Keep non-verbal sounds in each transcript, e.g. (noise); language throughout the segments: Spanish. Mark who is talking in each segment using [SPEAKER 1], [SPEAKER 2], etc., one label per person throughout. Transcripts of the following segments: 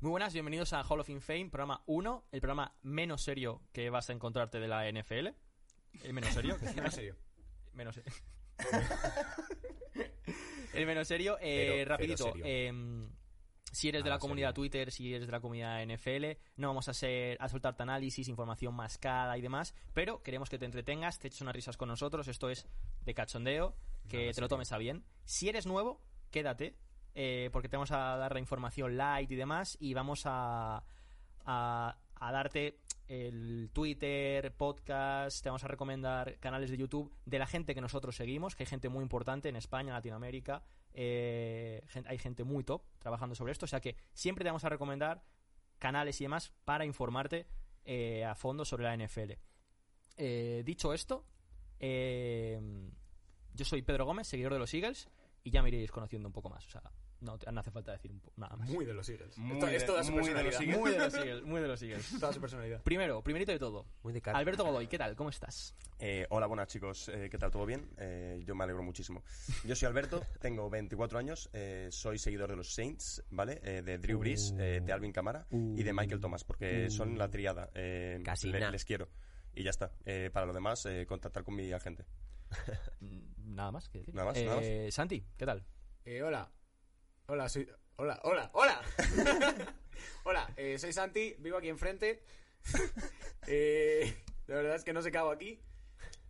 [SPEAKER 1] Muy buenas, bienvenidos a Hall of Fame, programa 1, el programa menos serio que vas a encontrarte de la NFL. El menos serio.
[SPEAKER 2] (laughs)
[SPEAKER 3] En serio.
[SPEAKER 1] menos serio. (laughs) el menos serio. eh,
[SPEAKER 3] Pero- pero
[SPEAKER 1] rapidito.
[SPEAKER 3] serio.
[SPEAKER 1] eh, si eres de
[SPEAKER 3] Nada
[SPEAKER 1] la comunidad
[SPEAKER 3] serio.
[SPEAKER 1] Twitter, si eres de la comunidad NFL, no vamos a hacer a soltarte análisis, información mascada y demás, pero queremos que te entretengas, te eches unas risas con nosotros, esto es de cachondeo, que
[SPEAKER 3] Nada
[SPEAKER 1] te lo
[SPEAKER 3] serio.
[SPEAKER 1] tomes a bien. Si eres nuevo, quédate, eh, porque te vamos a dar la información light y demás, y vamos a, a, a darte el Twitter, podcast, te vamos a recomendar canales de YouTube de la gente que nosotros seguimos, que hay gente muy importante en España, Latinoamérica, eh, gen- hay gente muy top trabajando sobre esto, o sea que siempre te vamos a recomendar canales y demás para informarte eh, a fondo sobre la NFL. Eh, dicho esto, eh, yo soy Pedro Gómez, seguidor de los Eagles, y ya me iréis conociendo un poco más, o sea, no, te- no hace falta decir un po- nada más.
[SPEAKER 3] Muy de los Eagles.
[SPEAKER 2] Muy
[SPEAKER 3] esto,
[SPEAKER 2] de-
[SPEAKER 3] esto da su
[SPEAKER 2] muy de los
[SPEAKER 3] personalidad.
[SPEAKER 2] Eagles.
[SPEAKER 1] Muy de los Eagles, muy de los Eagles.
[SPEAKER 3] Toda su personalidad.
[SPEAKER 2] (laughs)
[SPEAKER 1] Primero, primerito de todo.
[SPEAKER 4] Muy de cara.
[SPEAKER 1] Alberto Godoy, ¿qué tal? ¿Cómo estás?
[SPEAKER 2] Eh, hola, buenas chicos. Eh, ¿Qué tal? ¿Todo bien? Eh, yo me alegro muchísimo. Yo soy Alberto, tengo 24 años, eh, soy seguidor de los Saints, ¿vale? Eh, de Drew Brees, eh, de Alvin Kamara y de
[SPEAKER 1] Mm.
[SPEAKER 2] Michael Thomas, porque son la triada. eh,
[SPEAKER 4] Casi
[SPEAKER 2] le-
[SPEAKER 4] na.
[SPEAKER 2] Les quiero. Y ya está. Eh, para lo demás, eh, contactar con mi agente.
[SPEAKER 1] Nada más que decir.
[SPEAKER 2] Nada más,
[SPEAKER 1] Eh,
[SPEAKER 2] nada
[SPEAKER 1] Santi, ¿qué tal?
[SPEAKER 3] Eh, hola. Hola, soy. Hola, hola, hola. (laughs) hola, eh, soy Santi, vivo aquí enfrente. (laughs) Eh, la verdad es que no sé qué hago aquí.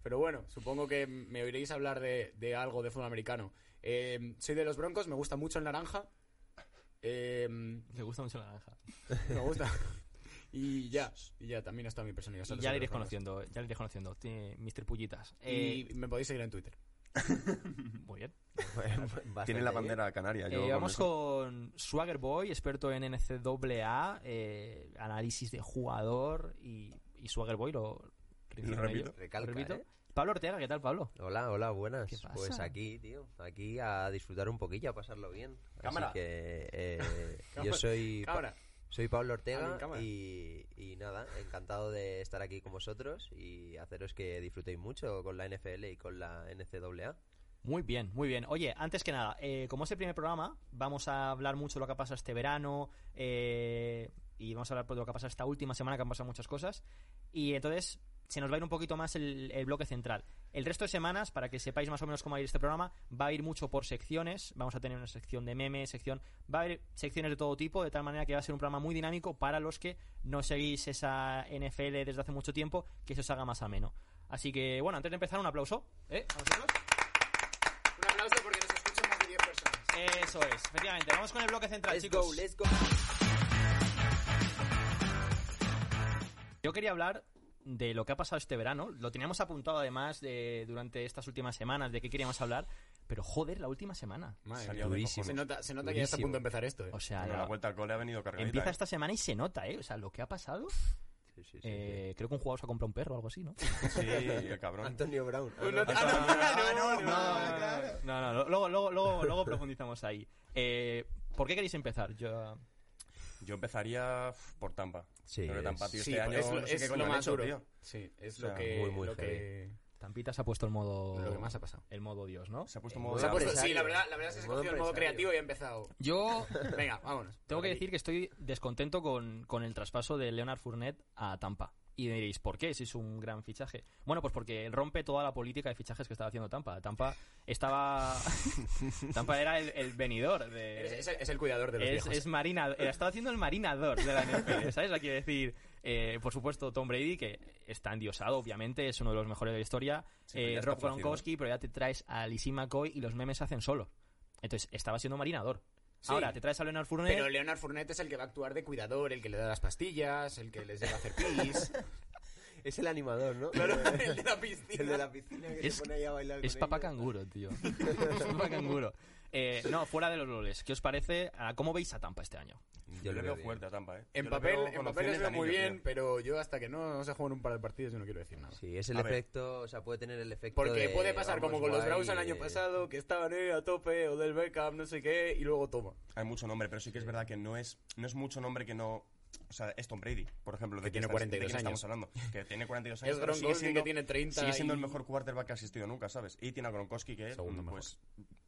[SPEAKER 3] Pero bueno, supongo que me oiréis hablar de, de algo de fútbol americano. Eh, soy de los Broncos, me gusta mucho el naranja. Eh, me
[SPEAKER 1] Me gusta mucho la naranja.
[SPEAKER 3] gusta. (laughs) Y ya, y ya, también está mi personalidad. solo
[SPEAKER 1] ya
[SPEAKER 3] soy
[SPEAKER 1] le
[SPEAKER 3] de
[SPEAKER 1] iréis
[SPEAKER 3] los Broncos.
[SPEAKER 1] conociendo, ya le iréis conociendo. Tiene Mr. Pullitas. Eh,
[SPEAKER 3] Y me podéis seguir en Twitter.
[SPEAKER 1] muy bien.
[SPEAKER 4] Bastante
[SPEAKER 2] Tiene la
[SPEAKER 4] bien.
[SPEAKER 2] bandera canaria.
[SPEAKER 1] Eh,
[SPEAKER 2] yo con
[SPEAKER 1] vamos
[SPEAKER 2] eso.
[SPEAKER 1] con Swagger Boy, experto en NCAA, eh, análisis de jugador y, y Swagger Boy, lo,
[SPEAKER 2] Lo repito.
[SPEAKER 4] Recalca, ¿eh?
[SPEAKER 1] Pablo Ortega, ¿qué tal, Pablo?
[SPEAKER 4] Hola, hola, buenas.
[SPEAKER 1] ¿Qué pasa?
[SPEAKER 4] Pues aquí, tío, aquí a disfrutar un poquillo, a pasarlo bien.
[SPEAKER 3] Cámara.
[SPEAKER 4] Así que eh, yo
[SPEAKER 3] Cámara.
[SPEAKER 4] soy Pa-
[SPEAKER 3] Ahora,
[SPEAKER 4] soy Pablo
[SPEAKER 3] Alguien,
[SPEAKER 4] Ortega
[SPEAKER 3] cámara.
[SPEAKER 4] y, y nada, encantado de estar aquí con vosotros y haceros que disfrutéis mucho con la NFL y con la NCAA.
[SPEAKER 1] Muy bien, muy bien. Oye, antes que nada, eh, como es el primer programa, vamos a hablar mucho de lo que ha pasado este verano eh, y vamos a hablar de lo que ha pasado esta última semana, que han pasado muchas cosas. Y entonces se nos va a ir un poquito más el, el bloque central. El resto de semanas, para que sepáis más o menos cómo va a ir este programa, va a ir mucho por secciones. Vamos a tener una sección de memes, sección... Va a haber secciones de todo tipo, de tal manera que va a ser un programa muy dinámico para los que no seguís esa NFL desde hace mucho tiempo, que se os haga más ameno. Así que, bueno, antes de empezar, un aplauso. ¿eh? A nosotros.
[SPEAKER 3] un aplauso porque nos escuchan más de 10 personas.
[SPEAKER 1] Eso es, efectivamente. Vamos con el bloque central,
[SPEAKER 4] Let's
[SPEAKER 1] chicos.
[SPEAKER 4] go, let's go.
[SPEAKER 1] Yo quería hablar de lo que ha pasado este verano. Lo teníamos apuntado además de, durante estas últimas semanas de qué queríamos hablar. Pero joder, la última semana.
[SPEAKER 3] Madre
[SPEAKER 2] Salió
[SPEAKER 3] mía.
[SPEAKER 2] de
[SPEAKER 4] Durísimo.
[SPEAKER 2] cojones.
[SPEAKER 3] Se nota, se nota que ya está a punto de empezar esto. eh.
[SPEAKER 1] O sea,
[SPEAKER 2] Bueno,
[SPEAKER 1] la-
[SPEAKER 2] la vuelta al cole ha venido cargadita.
[SPEAKER 1] empieza
[SPEAKER 2] ¿eh?
[SPEAKER 1] esta semana y se nota, ¿eh? O sea, lo que ha pasado.
[SPEAKER 4] Sí, sí, sí, sí.
[SPEAKER 1] eh, Creo que un jugador se ha comprado un perro o algo así, ¿no?
[SPEAKER 2] Sí, el cabrón.
[SPEAKER 4] Antonio Brown.
[SPEAKER 3] Pues (laughs) no-
[SPEAKER 4] Ah, no.
[SPEAKER 3] ah, no, ah,
[SPEAKER 1] no, no,
[SPEAKER 3] no, no,
[SPEAKER 1] no, no, no, luego, luego, luego, luego profundizamos ahí. Eh, ¿Por qué queréis empezar? Yo,
[SPEAKER 2] Yo empezaría uf, por Tampa.
[SPEAKER 4] Sí,
[SPEAKER 2] Creo que Tampa,
[SPEAKER 4] es-
[SPEAKER 2] tío,
[SPEAKER 3] Sí, pues
[SPEAKER 2] este año
[SPEAKER 3] es lo,
[SPEAKER 2] no sé
[SPEAKER 3] es
[SPEAKER 2] qué
[SPEAKER 3] lo
[SPEAKER 2] coño han
[SPEAKER 3] más
[SPEAKER 2] hecho,
[SPEAKER 3] duro.
[SPEAKER 2] tío.
[SPEAKER 3] Sí, es
[SPEAKER 2] O sea,
[SPEAKER 3] lo que,
[SPEAKER 4] muy, muy
[SPEAKER 3] lo, que
[SPEAKER 1] Tampita se ha puesto el modo.
[SPEAKER 3] lo que más ha pasado.
[SPEAKER 1] El modo Dios, ¿no?
[SPEAKER 2] Se ha puesto
[SPEAKER 4] Eh,
[SPEAKER 2] modo
[SPEAKER 4] se
[SPEAKER 3] Se ha
[SPEAKER 4] Modo
[SPEAKER 3] puesto- sí,
[SPEAKER 4] empresario.
[SPEAKER 3] la verdad, la verdad es que se ha
[SPEAKER 4] Modo
[SPEAKER 3] cogido el modo
[SPEAKER 4] empresario.
[SPEAKER 3] creativo y ha empezado.
[SPEAKER 1] Yo
[SPEAKER 3] Venga, vámonos.
[SPEAKER 1] Tengo que
[SPEAKER 3] Por
[SPEAKER 1] decir que estoy descontento con, con el traspaso de Leonard Fournette a Tampa. Y diréis, ¿por qué? Si es un gran fichaje. Bueno, pues porque rompe toda la política de fichajes que estaba haciendo Tampa. Tampa estaba. Tampa era el, el venidor
[SPEAKER 3] aquí. Es,
[SPEAKER 1] de.
[SPEAKER 3] es el- es el cuidador de los
[SPEAKER 1] Es,
[SPEAKER 3] viejos.
[SPEAKER 1] es marina, eh, estaba haciendo el marinador de la NFL, ¿sabes? Aquí decir, eh, por supuesto, Tom Brady, que está endiosado, obviamente, es uno de los mejores de la historia.
[SPEAKER 2] Sí, pero
[SPEAKER 1] Eh,
[SPEAKER 2] ya está
[SPEAKER 1] Rob
[SPEAKER 2] flácido, ¿no?
[SPEAKER 1] Gronkowski, pero ya te traes a Lizzie McCoy y los memes se hacen solo. Entonces, estaba siendo marinador.
[SPEAKER 3] Sí.
[SPEAKER 1] Ahora, te traes a Leonard Fournette.
[SPEAKER 3] Pero Leonard Fournette es el que va a actuar de cuidador, el que le da las pastillas, el que les lleva a hacer
[SPEAKER 2] (laughs)
[SPEAKER 3] pis.
[SPEAKER 4] Es (laughs) el animador, ¿no?
[SPEAKER 3] claro, (laughs) el de la
[SPEAKER 4] El de
[SPEAKER 3] piscina.
[SPEAKER 4] la piscina que
[SPEAKER 1] Es-
[SPEAKER 4] se pone ahí a bailar
[SPEAKER 1] Es
[SPEAKER 4] con
[SPEAKER 1] papá
[SPEAKER 4] ellos.
[SPEAKER 1] canguro,
[SPEAKER 3] (laughs)
[SPEAKER 1] tío. Es papá canguro. Eh, no, fuera de los roles. ¿Qué os parece? Ah, ¿Cómo veis a Tampa este año?
[SPEAKER 2] Yo le
[SPEAKER 4] lo
[SPEAKER 2] veo
[SPEAKER 4] bien.
[SPEAKER 2] fuerte a Tampa, ¿eh?
[SPEAKER 3] En
[SPEAKER 2] Yo le
[SPEAKER 3] papel,
[SPEAKER 2] veo con
[SPEAKER 3] en papel les
[SPEAKER 2] opciones de
[SPEAKER 3] veo muy
[SPEAKER 2] anillo,
[SPEAKER 3] bien,
[SPEAKER 2] tío.
[SPEAKER 3] pero yo hasta que no se juegan un par de partidos yo no quiero decir nada.
[SPEAKER 4] Sí, es el
[SPEAKER 2] A ver.
[SPEAKER 4] efecto, o sea, puede tener el efecto
[SPEAKER 3] Porque
[SPEAKER 4] de,
[SPEAKER 3] puede pasar como
[SPEAKER 4] vamos,
[SPEAKER 3] con los
[SPEAKER 4] guay,
[SPEAKER 3] Browns el año
[SPEAKER 4] de-
[SPEAKER 3] pasado, que estaban eh, a tope, o del Beckham, no sé qué, y luego toma.
[SPEAKER 2] Hay mucho nombre, pero sí que es verdad que no es, no es mucho nombre que no... O sea, es Tom Brady, por ejemplo, de
[SPEAKER 3] Que
[SPEAKER 2] quién
[SPEAKER 3] tiene
[SPEAKER 2] estamos-
[SPEAKER 3] 42
[SPEAKER 2] de quién
[SPEAKER 3] años.
[SPEAKER 2] estamos hablando. Que tiene 42
[SPEAKER 3] (laughs)
[SPEAKER 2] años,
[SPEAKER 3] Es
[SPEAKER 2] pero sigue
[SPEAKER 3] Gronkowski
[SPEAKER 2] siendo,
[SPEAKER 3] que tiene 30.
[SPEAKER 2] sigue siendo
[SPEAKER 3] y-
[SPEAKER 2] el mejor quarterback que ha asistido nunca, ¿sabes? Y tiene a Gronkowski que,
[SPEAKER 3] Segundo
[SPEAKER 2] mm, pues,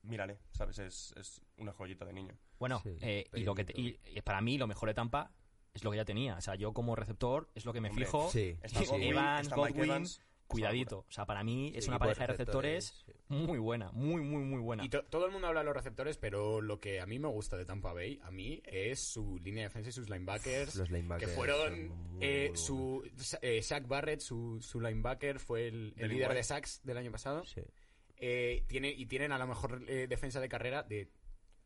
[SPEAKER 2] miraré, ¿sabes? Es, es una joyita de niño.
[SPEAKER 1] Bueno,
[SPEAKER 4] Sí,
[SPEAKER 1] eh, y lo que te- y, y para mí lo mejor de Tampa es lo que ya tenía. O sea, yo como receptor es lo que me
[SPEAKER 2] Hombre,
[SPEAKER 1] fijo.
[SPEAKER 4] Sí.
[SPEAKER 2] Está
[SPEAKER 1] Sí,
[SPEAKER 2] Godwin,
[SPEAKER 1] Evans,
[SPEAKER 2] está Mike
[SPEAKER 1] Godwin,
[SPEAKER 2] Evans, es una
[SPEAKER 1] Cuidadito. O sea, para mí es una pareja de receptores muy buena, muy, muy, muy buena.
[SPEAKER 3] Y to- todo el mundo habla de los receptores, pero lo que a mí me gusta de Tampa Bay, a mí, es su línea de defensa y sus linebackers.
[SPEAKER 4] Los
[SPEAKER 3] que
[SPEAKER 4] linebackers
[SPEAKER 3] fueron
[SPEAKER 4] son muy,
[SPEAKER 3] eh,
[SPEAKER 4] muy
[SPEAKER 3] su Sa- eh, Shaq Barrett, su, su linebacker, fue el, el
[SPEAKER 2] Del
[SPEAKER 3] líder
[SPEAKER 2] igual.
[SPEAKER 3] de sacks del año pasado.
[SPEAKER 4] buenos. Sí.
[SPEAKER 3] Eh, tiene, y tienen a la mejor eh, defensa de carrera de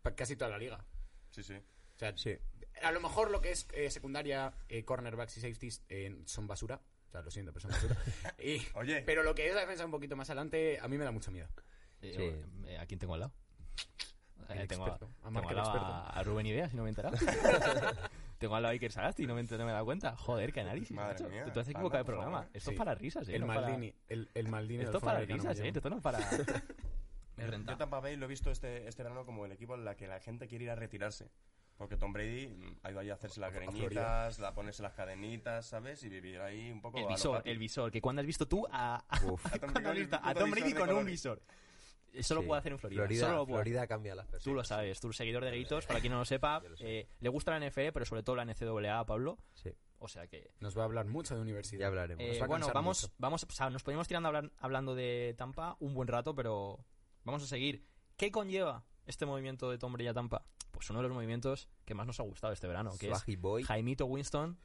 [SPEAKER 3] pa- casi toda la liga.
[SPEAKER 2] Sí, sí.
[SPEAKER 3] O sea,
[SPEAKER 4] Sí.
[SPEAKER 3] a lo mejor lo que es eh, secundaria, eh, cornerbacks y safeties eh, son basura. O sea, lo siento, pero son basura. Y-
[SPEAKER 2] Oye.
[SPEAKER 3] Pero lo que es la defensa un poquito más adelante, a mí me da mucho miedo.
[SPEAKER 1] Eh,
[SPEAKER 4] Sí.
[SPEAKER 1] eh, ¿A quién tengo al lado?
[SPEAKER 3] El
[SPEAKER 1] Eh, tengo a,
[SPEAKER 3] experto, a
[SPEAKER 1] tengo
[SPEAKER 3] Mark
[SPEAKER 1] al
[SPEAKER 3] el
[SPEAKER 1] lado
[SPEAKER 3] experto.
[SPEAKER 1] a, a Rubén Idea, si no me he
[SPEAKER 3] (laughs)
[SPEAKER 1] enterado. tengo al lado a Iker Sagasti, no me, ent- no me he dado cuenta. Joder, qué análisis,
[SPEAKER 2] Madre
[SPEAKER 1] macho.
[SPEAKER 2] mía,
[SPEAKER 1] Te- Te has equivocado de
[SPEAKER 2] anda, por
[SPEAKER 1] programa.
[SPEAKER 2] favor.
[SPEAKER 1] Esto
[SPEAKER 3] Sí.
[SPEAKER 1] es para risas, ¿eh?
[SPEAKER 3] el
[SPEAKER 1] no para-
[SPEAKER 3] Maldini. El, el Maldini.
[SPEAKER 1] Esto
[SPEAKER 3] del
[SPEAKER 1] es para
[SPEAKER 3] fútbol
[SPEAKER 1] risas, ¿eh?
[SPEAKER 3] americano
[SPEAKER 1] Esto no es para... (laughs) Me
[SPEAKER 2] Yo Tampa Bay lo he visto este, este verano como el equipo en la que la gente quiere ir a retirarse. Porque Tom Brady mm, ha ido ahí a hacerse las
[SPEAKER 3] A- a
[SPEAKER 2] greñitas, la ponerse las cadenitas, ¿sabes? Y vivir ahí un poco... a
[SPEAKER 1] El
[SPEAKER 2] lo
[SPEAKER 1] visor,
[SPEAKER 2] papi.
[SPEAKER 1] el visor. Que cuando has visto tú a... a- (laughs)
[SPEAKER 4] Uf.
[SPEAKER 2] A Tom
[SPEAKER 1] cuando has
[SPEAKER 2] Brady
[SPEAKER 1] visto
[SPEAKER 2] con
[SPEAKER 1] a
[SPEAKER 2] un
[SPEAKER 1] Tom
[SPEAKER 2] puto
[SPEAKER 1] Brady con
[SPEAKER 2] visor de
[SPEAKER 1] un
[SPEAKER 2] colores.
[SPEAKER 1] visor. Eso lo
[SPEAKER 4] Sí.
[SPEAKER 1] puede hacer en Florida.
[SPEAKER 4] Florida,
[SPEAKER 1] Solo lo puede
[SPEAKER 4] Florida cambia a las personas.
[SPEAKER 1] Tú lo sabes, tú seguidor de Gritos, para quien no lo sepa,
[SPEAKER 4] Yo lo sé.
[SPEAKER 1] eh, le gusta la NFL, pero sobre todo la NCAA, Pablo.
[SPEAKER 4] Sí.
[SPEAKER 1] O sea que...
[SPEAKER 3] Nos va a hablar mucho de universidad.
[SPEAKER 4] Ya hablaremos.
[SPEAKER 1] Eh,
[SPEAKER 3] va a
[SPEAKER 1] bueno,
[SPEAKER 3] cansar
[SPEAKER 1] vamos,
[SPEAKER 3] mucho.
[SPEAKER 1] vamos, o sea, nos podemos tirando hablan- hablando de Tampa un buen rato, pero vamos a seguir. ¿Qué conlleva este movimiento de Tom Brady a Tampa? Pues uno de los movimientos que más nos ha gustado este verano, que
[SPEAKER 4] Swaggy Boy.
[SPEAKER 1] es Jaimito Winston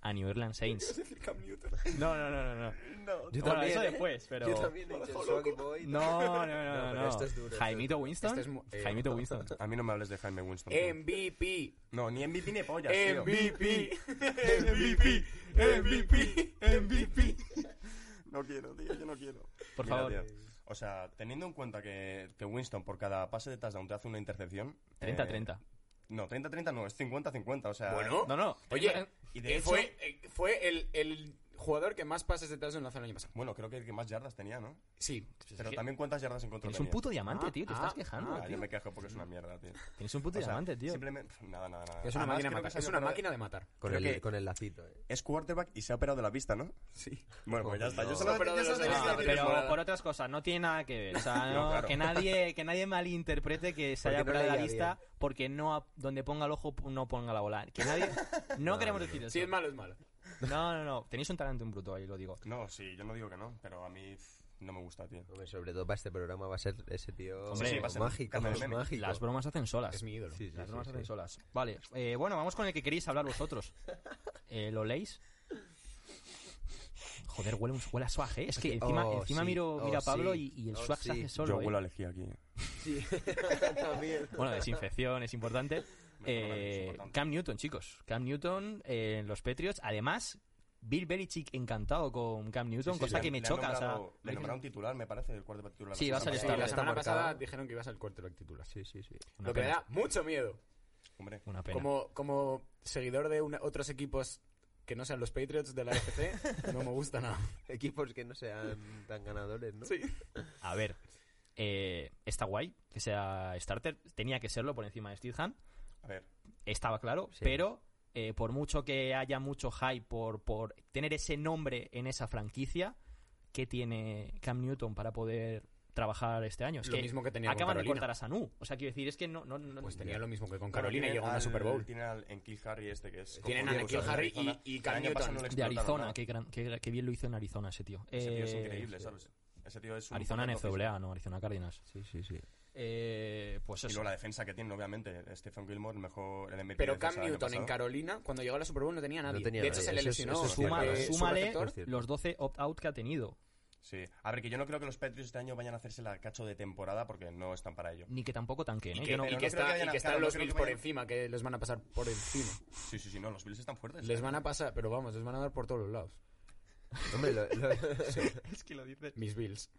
[SPEAKER 1] a New Orleans Saints.
[SPEAKER 2] Cam Newton.
[SPEAKER 1] No, no, no, no, no.
[SPEAKER 2] No,
[SPEAKER 4] Yo
[SPEAKER 1] Bueno,
[SPEAKER 4] también,
[SPEAKER 1] eso
[SPEAKER 4] ¿eh?
[SPEAKER 1] después, pero
[SPEAKER 4] Yo también he dicho Swaggy Boy.
[SPEAKER 1] no, no, no, no.
[SPEAKER 4] No, pero esto es duro, esto
[SPEAKER 1] Jaimito Winston,
[SPEAKER 3] Este es mu- eh,
[SPEAKER 1] Jaimito Winston.
[SPEAKER 2] A mí no me hables de Jaime Winston. tío.
[SPEAKER 1] Em,
[SPEAKER 3] MVP.
[SPEAKER 2] No, ni MVP ni pollas, tío.
[SPEAKER 3] MVP. MVP.
[SPEAKER 1] em
[SPEAKER 3] MVP. MVP.
[SPEAKER 2] (laughs) No quiero, tío, yo no quiero.
[SPEAKER 1] Por
[SPEAKER 2] Mira,
[SPEAKER 1] favor.
[SPEAKER 2] tío, o sea, teniendo en cuenta que, que Winston por cada pase de touchdown te hace una intercepción...
[SPEAKER 1] 30-30.
[SPEAKER 2] eh, no, 30-30 no, es 50-50, o sea...
[SPEAKER 3] Bueno.
[SPEAKER 1] No, no.
[SPEAKER 3] (laughs) Oye,
[SPEAKER 2] Y de
[SPEAKER 3] eh,
[SPEAKER 2] hecho-
[SPEAKER 3] fue, eh, fue el, el jugador que más pases de touchdown lanzó el año pasado.
[SPEAKER 2] Bueno, creo que el que más yardas tenía, ¿no?
[SPEAKER 3] Sí.
[SPEAKER 2] Pero también cuántas yardas en contra
[SPEAKER 1] Tienes un
[SPEAKER 2] tenía.
[SPEAKER 1] puto diamante,
[SPEAKER 3] Ah,
[SPEAKER 1] tío. Te
[SPEAKER 3] ah,
[SPEAKER 1] estás quejando,
[SPEAKER 2] Ah, yo
[SPEAKER 1] tío.
[SPEAKER 2] me quejo porque es una mierda, tío.
[SPEAKER 1] Tienes un puto
[SPEAKER 2] O sea,
[SPEAKER 1] diamante, tío.
[SPEAKER 2] Simplemente. pf, Nada, nada, nada.
[SPEAKER 3] Es una,
[SPEAKER 2] Además,
[SPEAKER 3] máquina, de
[SPEAKER 2] creo que
[SPEAKER 3] matar.
[SPEAKER 2] se
[SPEAKER 3] es
[SPEAKER 2] había
[SPEAKER 3] una
[SPEAKER 2] operado-
[SPEAKER 3] máquina de matar.
[SPEAKER 4] Con
[SPEAKER 2] Creo
[SPEAKER 4] el,
[SPEAKER 2] que-
[SPEAKER 4] con el lacito, eh.
[SPEAKER 2] Es quarterback y se ha operado de la vista, ¿no? Sí. Bueno, pues ya está.
[SPEAKER 4] No.
[SPEAKER 2] Yo solo
[SPEAKER 3] Se ha operado
[SPEAKER 2] yo solo
[SPEAKER 3] de
[SPEAKER 1] No,
[SPEAKER 3] la vista,
[SPEAKER 2] tenía que decir
[SPEAKER 3] pero-
[SPEAKER 2] eso.
[SPEAKER 1] Ah, pero por otras cosas, no tiene nada que ver. O sea, no-
[SPEAKER 2] No, claro.
[SPEAKER 1] que, nadie, que nadie malinterprete que se
[SPEAKER 4] Porque
[SPEAKER 1] haya
[SPEAKER 4] no
[SPEAKER 1] operado la
[SPEAKER 4] leía
[SPEAKER 1] vista porque no ha- donde ponga el ojo no ponga la bola. Que nadie. No, queremos decir eso.
[SPEAKER 3] Si es malo, es malo.
[SPEAKER 1] No, no, no. Tenéis un talento en bruto ahí, lo digo.
[SPEAKER 2] No, sí, yo no digo que no, pero a mí pf, no me gusta, tío.
[SPEAKER 4] Hombre, sobre todo para este programa va a ser ese tío
[SPEAKER 1] Hombre, sí, va a
[SPEAKER 2] ser
[SPEAKER 4] mágico,
[SPEAKER 2] Cameron
[SPEAKER 4] es
[SPEAKER 2] Memes.
[SPEAKER 4] mágico.
[SPEAKER 1] Las bromas hacen solas.
[SPEAKER 3] Es mi ídolo.
[SPEAKER 4] Sí, sí,
[SPEAKER 1] Las
[SPEAKER 4] sí,
[SPEAKER 1] bromas
[SPEAKER 4] sí. (laughs)
[SPEAKER 1] hacen solas. Vale. eh, bueno, vamos con el que queréis hablar (laughs) vosotros. Eh, ¿Lo leéis? Joder, huele, un, huele a swag, ¿eh? Es que encima,
[SPEAKER 4] Oh,
[SPEAKER 1] encima
[SPEAKER 4] sí.
[SPEAKER 1] miro, miro a
[SPEAKER 4] Oh,
[SPEAKER 1] Pablo
[SPEAKER 4] sí.
[SPEAKER 1] y, y el
[SPEAKER 4] Oh,
[SPEAKER 1] swag se
[SPEAKER 4] sí.
[SPEAKER 1] hace solo.
[SPEAKER 2] Yo
[SPEAKER 1] ¿eh?
[SPEAKER 2] huelo a lejía aquí. eh.
[SPEAKER 4] Sí, también.
[SPEAKER 1] Bueno, desinfección es (laughs) importante.
[SPEAKER 2] Hombre,
[SPEAKER 1] Eh,
[SPEAKER 2] claro, es importante.
[SPEAKER 1] Cam Newton, chicos. Cam Newton eh, en los Patriots. Además, Bill Belichick encantado con Cam Newton,
[SPEAKER 2] Sí, sí,
[SPEAKER 1] cosa
[SPEAKER 2] le-
[SPEAKER 1] que me
[SPEAKER 2] le han
[SPEAKER 1] choca. o sea,
[SPEAKER 2] nombrado-
[SPEAKER 1] me
[SPEAKER 2] le
[SPEAKER 1] dices-
[SPEAKER 2] nombraron titular, me parece, el quarterback titular.
[SPEAKER 1] Sí, va a ser
[SPEAKER 3] Sí,
[SPEAKER 1] está-
[SPEAKER 3] la
[SPEAKER 1] está
[SPEAKER 3] semana
[SPEAKER 4] marcado.
[SPEAKER 3] pasada dijeron que iba a ser el quarterback titular.
[SPEAKER 4] Sí, sí, sí.
[SPEAKER 1] una
[SPEAKER 3] lo que me
[SPEAKER 1] pena,
[SPEAKER 3] da mucho miedo.
[SPEAKER 2] Hombre,
[SPEAKER 1] Una pena.
[SPEAKER 3] Como, como seguidor de una- otros equipos que no sean los Patriots de la FC, no me gusta nada.
[SPEAKER 4] Equipos que no sean tan ganadores, ¿no?
[SPEAKER 3] Sí.
[SPEAKER 1] A ver, eh, está guay que sea starter. Tenía que serlo por encima de Steedham.
[SPEAKER 2] a ver.
[SPEAKER 1] Estaba claro.
[SPEAKER 4] Sí.
[SPEAKER 1] Pero eh, por mucho que haya mucho hype por, por tener ese nombre en esa franquicia, ¿qué tiene Cam Newton para poder trabajar este año? Es
[SPEAKER 3] lo
[SPEAKER 1] que
[SPEAKER 3] mismo que tenía
[SPEAKER 1] acaban
[SPEAKER 3] con
[SPEAKER 1] de cortar
[SPEAKER 3] Carolina.
[SPEAKER 1] a Sanu. O sea, quiero decir, es que no. no, no-
[SPEAKER 3] Pues
[SPEAKER 1] no-
[SPEAKER 3] tenía lo mismo que con
[SPEAKER 2] Bueno,
[SPEAKER 3] Carolina y
[SPEAKER 2] tienen
[SPEAKER 3] llegó a una
[SPEAKER 2] al-
[SPEAKER 3] Super Bowl.
[SPEAKER 2] Tienen al Enkil Harry este que es...
[SPEAKER 3] Tienen a
[SPEAKER 2] cojonudo,
[SPEAKER 3] N'Keal
[SPEAKER 2] ¿sabes?
[SPEAKER 3] Harry
[SPEAKER 2] Arizona.
[SPEAKER 3] y- y
[SPEAKER 2] El
[SPEAKER 3] Cam
[SPEAKER 2] año pasado
[SPEAKER 3] Newton.
[SPEAKER 2] no le
[SPEAKER 1] de
[SPEAKER 2] explotaron
[SPEAKER 1] Arizona,
[SPEAKER 2] nada.
[SPEAKER 1] qué, gran- qué- qué bien lo hizo en Arizona ese tío.
[SPEAKER 2] Ese tío es
[SPEAKER 1] Eh,
[SPEAKER 2] increíble, ¿sabes? Ese tío es un...
[SPEAKER 1] Arizona
[SPEAKER 2] puto tofista.
[SPEAKER 1] NCAA, no, Arizona Cardinals.
[SPEAKER 4] Sí, sí, sí.
[SPEAKER 1] Eh, pues
[SPEAKER 2] Y
[SPEAKER 1] eso.
[SPEAKER 2] luego la defensa que tienen, obviamente. Stephen Gilmore, el mejor... El MVP
[SPEAKER 3] Pero
[SPEAKER 2] defensa
[SPEAKER 3] Cam
[SPEAKER 2] del año
[SPEAKER 3] Newton en
[SPEAKER 2] pasado.
[SPEAKER 3] Carolina, cuando llegó a la Super Bowl, no tenía
[SPEAKER 4] No
[SPEAKER 3] nadie.
[SPEAKER 4] tenía
[SPEAKER 3] de hecho,
[SPEAKER 4] nadie.
[SPEAKER 3] se le
[SPEAKER 4] Eso es-
[SPEAKER 3] lesionó.
[SPEAKER 4] eso es
[SPEAKER 1] Suma-
[SPEAKER 4] cierto.
[SPEAKER 3] eh, su
[SPEAKER 1] súmale
[SPEAKER 3] receptor.
[SPEAKER 4] cierto.
[SPEAKER 1] los 12 opt-out que ha tenido.
[SPEAKER 2] Sí, a ver, que yo no creo que los Patriots este año vayan a hacerse la cacho de temporada porque no están para ello.
[SPEAKER 1] Ni que tampoco tanquen,
[SPEAKER 3] Y
[SPEAKER 1] ¿eh?
[SPEAKER 3] que,
[SPEAKER 1] Yo no-
[SPEAKER 3] y
[SPEAKER 2] pero
[SPEAKER 3] que
[SPEAKER 2] no creo que
[SPEAKER 3] está-
[SPEAKER 2] vayan
[SPEAKER 3] y
[SPEAKER 2] a-
[SPEAKER 3] que están
[SPEAKER 2] claro, no
[SPEAKER 3] los
[SPEAKER 2] creo que
[SPEAKER 3] Bills por
[SPEAKER 2] vayan-
[SPEAKER 3] encima, que les van a pasar por encima.
[SPEAKER 2] Sí, sí, sí, no, los Bills están fuertes. ¿eh?
[SPEAKER 3] Les van a pasar, pero vamos, les van a dar por todos los lados.
[SPEAKER 4] Hombre, lo, lo-
[SPEAKER 1] (laughs) Es que lo dices.
[SPEAKER 3] Mis Bills.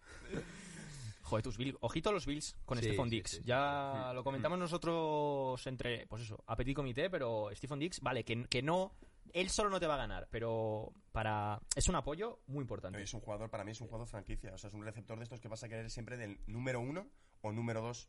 [SPEAKER 1] Joder, tus Bills. Ojito a los Bills con
[SPEAKER 4] Sí,
[SPEAKER 1] Stephon
[SPEAKER 4] sí,
[SPEAKER 1] Dix.
[SPEAKER 4] sí, Hmm. sí.
[SPEAKER 1] ya lo comentamos nosotros entre, pues eso, a petit comité, pero Stephon Dix, vale, que, que no. Él solo no te va a ganar, pero para. Es un apoyo muy importante.
[SPEAKER 2] Es un jugador, para mí es un jugador franquicia. O sea, es un receptor de estos que vas a querer siempre del número uno o número dos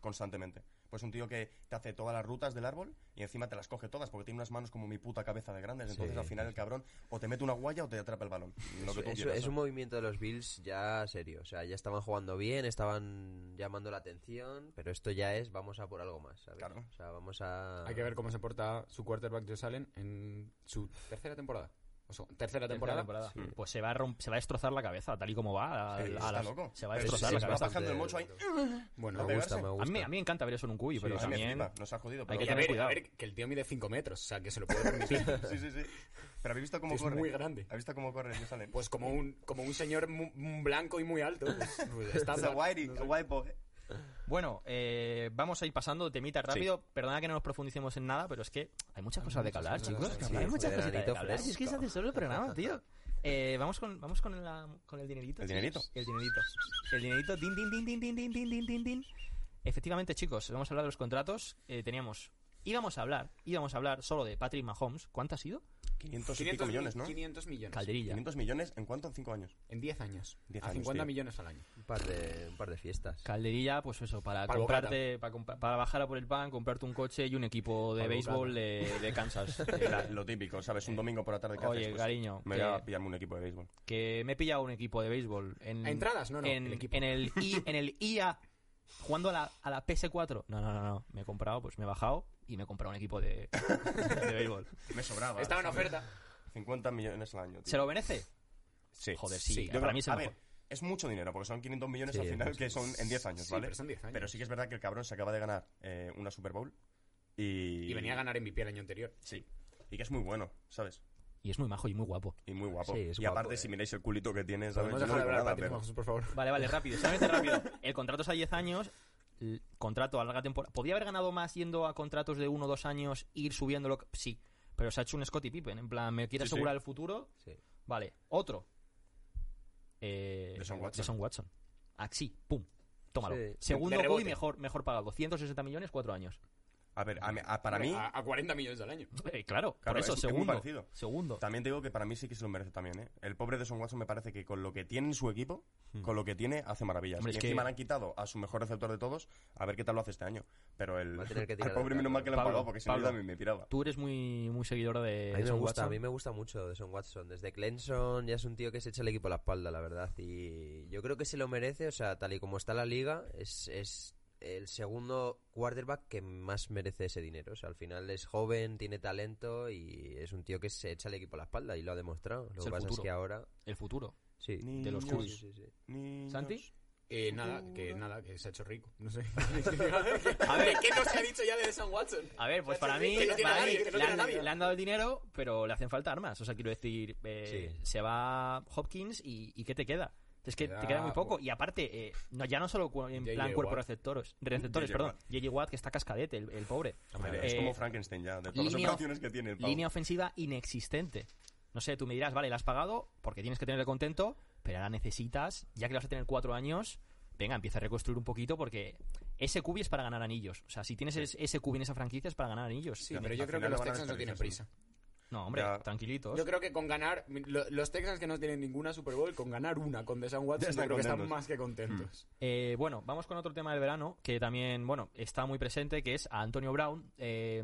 [SPEAKER 2] constantemente. Pues un tío que te hace todas las rutas del árbol y encima te las coge todas porque tiene unas manos como mi puta cabeza de grandes. Entonces
[SPEAKER 4] Sí,
[SPEAKER 2] al final el cabrón o te mete una guaya o te atrapa el balón. Lo que tú
[SPEAKER 4] es,
[SPEAKER 2] quieras,
[SPEAKER 4] es un
[SPEAKER 2] ¿no?
[SPEAKER 4] movimiento de los Bills ya serio. O sea, ya estaban jugando bien, estaban llamando la atención, pero esto ya es vamos a por algo más, ¿sabes?
[SPEAKER 2] Claro.
[SPEAKER 4] O sea, vamos a...
[SPEAKER 3] Hay que ver cómo se porta su quarterback Josh Allen en su tercera temporada. O sea, tercera temporada.
[SPEAKER 1] temporada.
[SPEAKER 4] Hmm.
[SPEAKER 1] Pues se va, a romp- se va a destrozar la cabeza, tal y como va. a-
[SPEAKER 2] Sí,
[SPEAKER 1] a
[SPEAKER 2] está
[SPEAKER 1] las-
[SPEAKER 2] loco.
[SPEAKER 1] Se va a
[SPEAKER 2] Pero sí,
[SPEAKER 1] destrozar
[SPEAKER 2] sí,
[SPEAKER 1] la
[SPEAKER 2] se va
[SPEAKER 1] cabeza.
[SPEAKER 2] bajando el mocho ahí.
[SPEAKER 3] Bueno,
[SPEAKER 2] A
[SPEAKER 4] Me gusta,
[SPEAKER 2] pegarse.
[SPEAKER 4] me
[SPEAKER 1] A
[SPEAKER 4] gusta.
[SPEAKER 1] mí, a mí me encanta ver eso en un cubi, pero
[SPEAKER 2] A mí me
[SPEAKER 1] también...
[SPEAKER 2] flipa, nos ha jodido.
[SPEAKER 1] hay
[SPEAKER 2] pero-
[SPEAKER 1] que
[SPEAKER 3] Y a
[SPEAKER 1] tener
[SPEAKER 3] ver,
[SPEAKER 1] cuidado.
[SPEAKER 3] a ver, que el tío mide 5 metros, o sea, que se lo puede
[SPEAKER 2] (laughs)
[SPEAKER 3] permitir.
[SPEAKER 2] Sí, sí, sí. Pero habéis visto cómo
[SPEAKER 3] Es
[SPEAKER 2] corre.
[SPEAKER 3] muy grande.
[SPEAKER 2] ¿Habéis visto cómo corre? Yo salen.
[SPEAKER 3] Pues como un, como un señor mu- un blanco y muy alto. Pues, pues, está
[SPEAKER 2] Está guay, guay, po, eh.
[SPEAKER 1] Bueno, eh, vamos a ir pasando de temita rápido. Perdona que no nos profundicemos en nada, pero es que hay muchas cosas de calar,
[SPEAKER 3] muchas
[SPEAKER 1] chicos.
[SPEAKER 3] cosas
[SPEAKER 1] Sí,
[SPEAKER 3] de
[SPEAKER 4] hablar.
[SPEAKER 1] hay muchas
[SPEAKER 4] Joder,
[SPEAKER 1] cosas de
[SPEAKER 4] Anito
[SPEAKER 1] calar. Si Es que se hace solo el programa, (laughs) tío. Eh, vamos con, vamos con, la- con el dinerito.
[SPEAKER 2] ¿El
[SPEAKER 1] chicos.
[SPEAKER 2] dinerito?
[SPEAKER 1] El dinerito. El dinerito. Din, din, din, din, din, din, din, din, din, din. Efectivamente, chicos, vamos a hablar de los contratos. Eh, teníamos. Íbamos a hablar, íbamos a hablar solo de Patrick Mahomes. ¿Cuánto ha sido?
[SPEAKER 2] 500 y pico millones, ¿no?
[SPEAKER 3] 500 millones.
[SPEAKER 1] Calderilla.
[SPEAKER 2] 500 millones en cuánto? En 5 años.
[SPEAKER 3] En 10 años.
[SPEAKER 2] 10
[SPEAKER 3] a
[SPEAKER 2] años,
[SPEAKER 3] 50
[SPEAKER 2] tío.
[SPEAKER 3] millones al año.
[SPEAKER 4] Un par de, un par de fiestas.
[SPEAKER 1] Calderilla, pues eso, para,
[SPEAKER 3] Para
[SPEAKER 1] comprarte, para, compa- para bajar a por el pan, comprarte un coche y un equipo de
[SPEAKER 3] Para
[SPEAKER 1] béisbol de, de (laughs) Kansas. Eh,
[SPEAKER 2] La- lo típico, ¿sabes? Un domingo por la tarde que
[SPEAKER 1] Oye,
[SPEAKER 2] haces, pues,
[SPEAKER 1] cariño,
[SPEAKER 2] Me voy
[SPEAKER 1] que-
[SPEAKER 2] a pillarme un equipo de béisbol.
[SPEAKER 1] que me he pillado un equipo de béisbol. En,
[SPEAKER 3] ¿A entradas? No, no,
[SPEAKER 1] Mm. En
[SPEAKER 3] el
[SPEAKER 1] en el,
[SPEAKER 3] equipo.
[SPEAKER 1] I- en el IA, jugando a la, a la PS4. No, no, no, no. Me he comprado, pues me he bajado y me he comprado un equipo de, de
[SPEAKER 2] (laughs)
[SPEAKER 1] béisbol.
[SPEAKER 2] Me sobraba.
[SPEAKER 3] Estaba en
[SPEAKER 2] ¿sabes?
[SPEAKER 3] oferta.
[SPEAKER 2] 50 millones al año. tío.
[SPEAKER 1] ¿Se lo merece?
[SPEAKER 2] Sí.
[SPEAKER 1] Joder, sí.
[SPEAKER 2] Yo
[SPEAKER 1] para
[SPEAKER 2] creo-
[SPEAKER 1] mí es el
[SPEAKER 2] a
[SPEAKER 1] mejor.
[SPEAKER 2] ver, es mucho dinero, porque son 500 millones
[SPEAKER 4] Sí,
[SPEAKER 2] al final,
[SPEAKER 4] pues,
[SPEAKER 2] que son en 10 años,
[SPEAKER 3] sí,
[SPEAKER 2] ¿vale?
[SPEAKER 3] pero son 10 años.
[SPEAKER 2] Pero sí que es verdad que el cabrón se acaba de ganar eh, una Super Bowl y...
[SPEAKER 3] Y venía a ganar MVP el año anterior.
[SPEAKER 2] Sí. Y que es muy bueno, ¿sabes?
[SPEAKER 1] Y es muy majo y muy guapo.
[SPEAKER 2] Y muy guapo.
[SPEAKER 4] Sí, es
[SPEAKER 2] y
[SPEAKER 4] guapo,
[SPEAKER 2] aparte,
[SPEAKER 4] eh.
[SPEAKER 2] si miráis el culito que tiene, ¿sabes?
[SPEAKER 3] Podemos
[SPEAKER 2] Yo
[SPEAKER 3] dejar de
[SPEAKER 2] no digo
[SPEAKER 3] hablar de
[SPEAKER 2] nada,
[SPEAKER 3] Patrick
[SPEAKER 2] pero-
[SPEAKER 3] Mahomes, por favor.
[SPEAKER 1] Vale, vale, rápido, solamente rápido. El contrato es a 10 años. el Contrato a larga temporada. ¿Podía haber ganado más yendo a contratos de 1 o 2 años, ir subiéndolo? Sí, pero se ha hecho un Scottie Pippen. En plan, me quiere
[SPEAKER 2] Sí, sí.
[SPEAKER 1] asegurar el futuro.
[SPEAKER 4] Sí.
[SPEAKER 1] Vale, otro. Eh,
[SPEAKER 2] Deshaun Watson.
[SPEAKER 1] Watson. Así, pum. Tómalo.
[SPEAKER 4] Sí.
[SPEAKER 1] Segundo
[SPEAKER 3] De rebote.
[SPEAKER 1] y mejor, mejor pagado. 160 millones, cuatro años.
[SPEAKER 2] A ver, a mí- a- para mí...
[SPEAKER 3] A, a 40 millones al año.
[SPEAKER 1] Eh, claro,
[SPEAKER 2] Claro,
[SPEAKER 1] por eso,
[SPEAKER 2] es- es muy
[SPEAKER 1] segundo.
[SPEAKER 2] parecido.
[SPEAKER 1] segundo.
[SPEAKER 2] También te digo que para mí sí que se lo merece también, ¿eh? El pobre de Son Watson me parece que con lo que tiene en su equipo, con lo que tiene, hace maravillas.
[SPEAKER 1] Hombre,
[SPEAKER 2] y
[SPEAKER 1] es que-
[SPEAKER 2] encima le han quitado a su mejor receptor de todos, a ver qué tal lo hace este año. Pero (laughs) el,
[SPEAKER 4] Va a tener que
[SPEAKER 2] al
[SPEAKER 4] tirar
[SPEAKER 2] pobre
[SPEAKER 4] del
[SPEAKER 2] menos mal
[SPEAKER 4] carro.
[SPEAKER 2] que le han
[SPEAKER 1] Pablo,
[SPEAKER 2] pagado, porque si no yo
[SPEAKER 1] Pablo.
[SPEAKER 2] también me tiraba.
[SPEAKER 1] Tú eres muy, muy seguidor de
[SPEAKER 4] A mí, me
[SPEAKER 1] Deshaun
[SPEAKER 4] gusta, a
[SPEAKER 1] Watson.
[SPEAKER 4] mí me gusta mucho de Son Watson. Desde Clemson ya es un tío que se echa el equipo a la espalda, la verdad. Y yo creo que se lo merece. O sea, tal y como está la liga, es, es el segundo quarterback que más merece ese dinero. O sea, al final es joven, tiene talento y es un tío que se echa el equipo a la espalda y lo ha demostrado. Lo
[SPEAKER 1] Es
[SPEAKER 4] que
[SPEAKER 1] el
[SPEAKER 4] pasa es
[SPEAKER 1] futuro.
[SPEAKER 4] que ahora...
[SPEAKER 1] El futuro.
[SPEAKER 4] Sí.
[SPEAKER 1] De los
[SPEAKER 4] Sí,
[SPEAKER 1] Uy.
[SPEAKER 4] sí, sí, sí.
[SPEAKER 2] niños.
[SPEAKER 1] ¿Santi?
[SPEAKER 3] Eh, nada, que nada, que se ha hecho rico. (laughs) No sé. a
[SPEAKER 1] ver.
[SPEAKER 3] ¿qué no se ha dicho ya de Sam Watson?
[SPEAKER 1] A ver, pues para mí,
[SPEAKER 3] Que no tiene
[SPEAKER 1] para
[SPEAKER 3] a nadie,
[SPEAKER 1] mí
[SPEAKER 3] que no
[SPEAKER 1] le,
[SPEAKER 3] tiene
[SPEAKER 1] han,
[SPEAKER 3] a nadie.
[SPEAKER 1] le han dado el dinero, pero le hacen falta armas. O sea, quiero decir, eh, se va Hopkins y, y ¿qué te queda? Es que te
[SPEAKER 3] Queda
[SPEAKER 1] queda muy poco.
[SPEAKER 3] po-
[SPEAKER 4] pues.
[SPEAKER 1] Y aparte, eh, no, ya no solo cu- en
[SPEAKER 3] J.J.
[SPEAKER 1] plan cuerpo
[SPEAKER 3] Watt.
[SPEAKER 1] receptores, receptores,
[SPEAKER 2] J.J.
[SPEAKER 1] perdón.
[SPEAKER 2] Watt.
[SPEAKER 1] J.J. Watt, que está cascadete, el, el pobre.
[SPEAKER 2] Hombre, es
[SPEAKER 1] Eh,
[SPEAKER 2] como Frankenstein ya, de todas
[SPEAKER 1] línea-
[SPEAKER 2] las operaciones que tiene el pavo.
[SPEAKER 1] Línea ofensiva inexistente. No sé, tú me dirás, vale, la has pagado porque tienes que tenerle contento, pero ahora necesitas, ya que le vas a tener cuatro años, venga, empieza a reconstruir un poquito porque ese cubi es para ganar anillos. O sea, si tienes es- ese cubi en esa franquicia es para ganar anillos.
[SPEAKER 3] Sí,
[SPEAKER 2] Ya,
[SPEAKER 3] pero yo
[SPEAKER 2] al
[SPEAKER 3] creo que
[SPEAKER 2] final
[SPEAKER 3] los
[SPEAKER 2] van a
[SPEAKER 3] Texans no tienen prisa.
[SPEAKER 2] desperdiciar,
[SPEAKER 1] No, hombre,
[SPEAKER 2] Ya.
[SPEAKER 1] tranquilitos.
[SPEAKER 3] Yo creo que con ganar, lo- los Texans que no tienen ninguna Super Bowl, con ganar una con Deshaun Watson, yo
[SPEAKER 2] están
[SPEAKER 3] creo que están
[SPEAKER 2] contentos.
[SPEAKER 3] más que contentos.
[SPEAKER 1] Eh, bueno, vamos con otro tema del verano que también, bueno, está muy presente, que es a Antonio Brown. eh,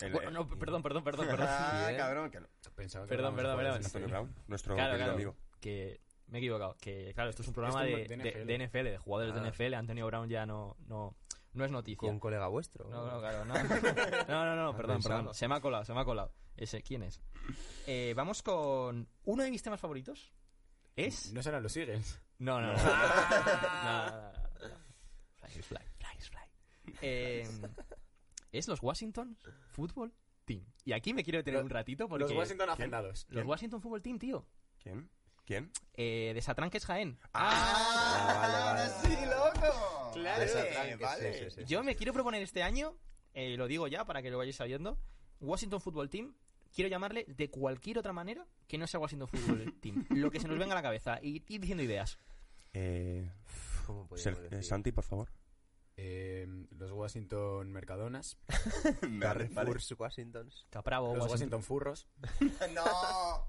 [SPEAKER 2] El-
[SPEAKER 1] bueno, no, perdón, perdón,
[SPEAKER 2] (laughs)
[SPEAKER 1] perdón, perdón.
[SPEAKER 2] Ah,
[SPEAKER 4] Sí, ¿eh?
[SPEAKER 2] cabrón, que no.
[SPEAKER 3] Hmm. Pensaba que
[SPEAKER 1] Perdón,
[SPEAKER 3] vamos a
[SPEAKER 1] perdón,
[SPEAKER 3] poder
[SPEAKER 1] perdón.
[SPEAKER 3] decir
[SPEAKER 2] Antonio Brown, nuestro
[SPEAKER 1] Claro,
[SPEAKER 2] querido
[SPEAKER 1] claro,
[SPEAKER 2] amigo.
[SPEAKER 1] que me he equivocado. Que, claro, esto es un programa
[SPEAKER 3] Esto
[SPEAKER 1] de,
[SPEAKER 3] es de
[SPEAKER 1] de- de NFL, de jugadores
[SPEAKER 4] Ah.
[SPEAKER 1] de NFL. Antonio Brown ya no, no, no es noticia.
[SPEAKER 4] ¿Con un colega vuestro?
[SPEAKER 1] No, no, claro,
[SPEAKER 3] (laughs)
[SPEAKER 1] no. No, no, no,
[SPEAKER 4] Has
[SPEAKER 1] perdón,
[SPEAKER 4] pensado.
[SPEAKER 1] perdón. Se me ha colado, se me ha colado. Ese, ¿quién es? Eh, vamos con uno de mis temas favoritos. ¿Es?
[SPEAKER 3] No serán los Eagles.
[SPEAKER 1] No,
[SPEAKER 3] (laughs)
[SPEAKER 1] no, no. No, no, no, no. Fly, fly, fly, fly. Eh, es los Washington Football Team. Y aquí me quiero detener
[SPEAKER 3] Los-
[SPEAKER 1] un ratito porque
[SPEAKER 3] Los Washington
[SPEAKER 2] ¿Quién?
[SPEAKER 3] hacendados.
[SPEAKER 1] los Washington Football Team, tío.
[SPEAKER 2] ¿Quién? ¿Quién?
[SPEAKER 1] Eh, de Satranques Jaén.
[SPEAKER 4] Ah, vale, vale.
[SPEAKER 2] loco!
[SPEAKER 3] Claro,
[SPEAKER 2] Esa
[SPEAKER 3] eh,
[SPEAKER 2] tranque,
[SPEAKER 4] vale.
[SPEAKER 2] sí, sí, sí.
[SPEAKER 1] Yo me quiero proponer este año, eh, lo digo ya para que lo vayáis sabiendo, Washington Football Team, quiero llamarle de cualquier otra manera que no sea Washington Football Team. Lo que se nos venga a la cabeza y ir diciendo ideas.
[SPEAKER 2] Eh,
[SPEAKER 4] ¿Cómo podíamos
[SPEAKER 2] Ser- eh,
[SPEAKER 4] decir?
[SPEAKER 2] Santi, por favor.
[SPEAKER 3] Eh, los Washington Mercadonas.
[SPEAKER 2] (laughs) Me arre- vale.
[SPEAKER 4] Carrefours, Washingtons.
[SPEAKER 1] Capravo,
[SPEAKER 3] Los
[SPEAKER 1] Washington-
[SPEAKER 3] Washington Furros.
[SPEAKER 2] ¡No!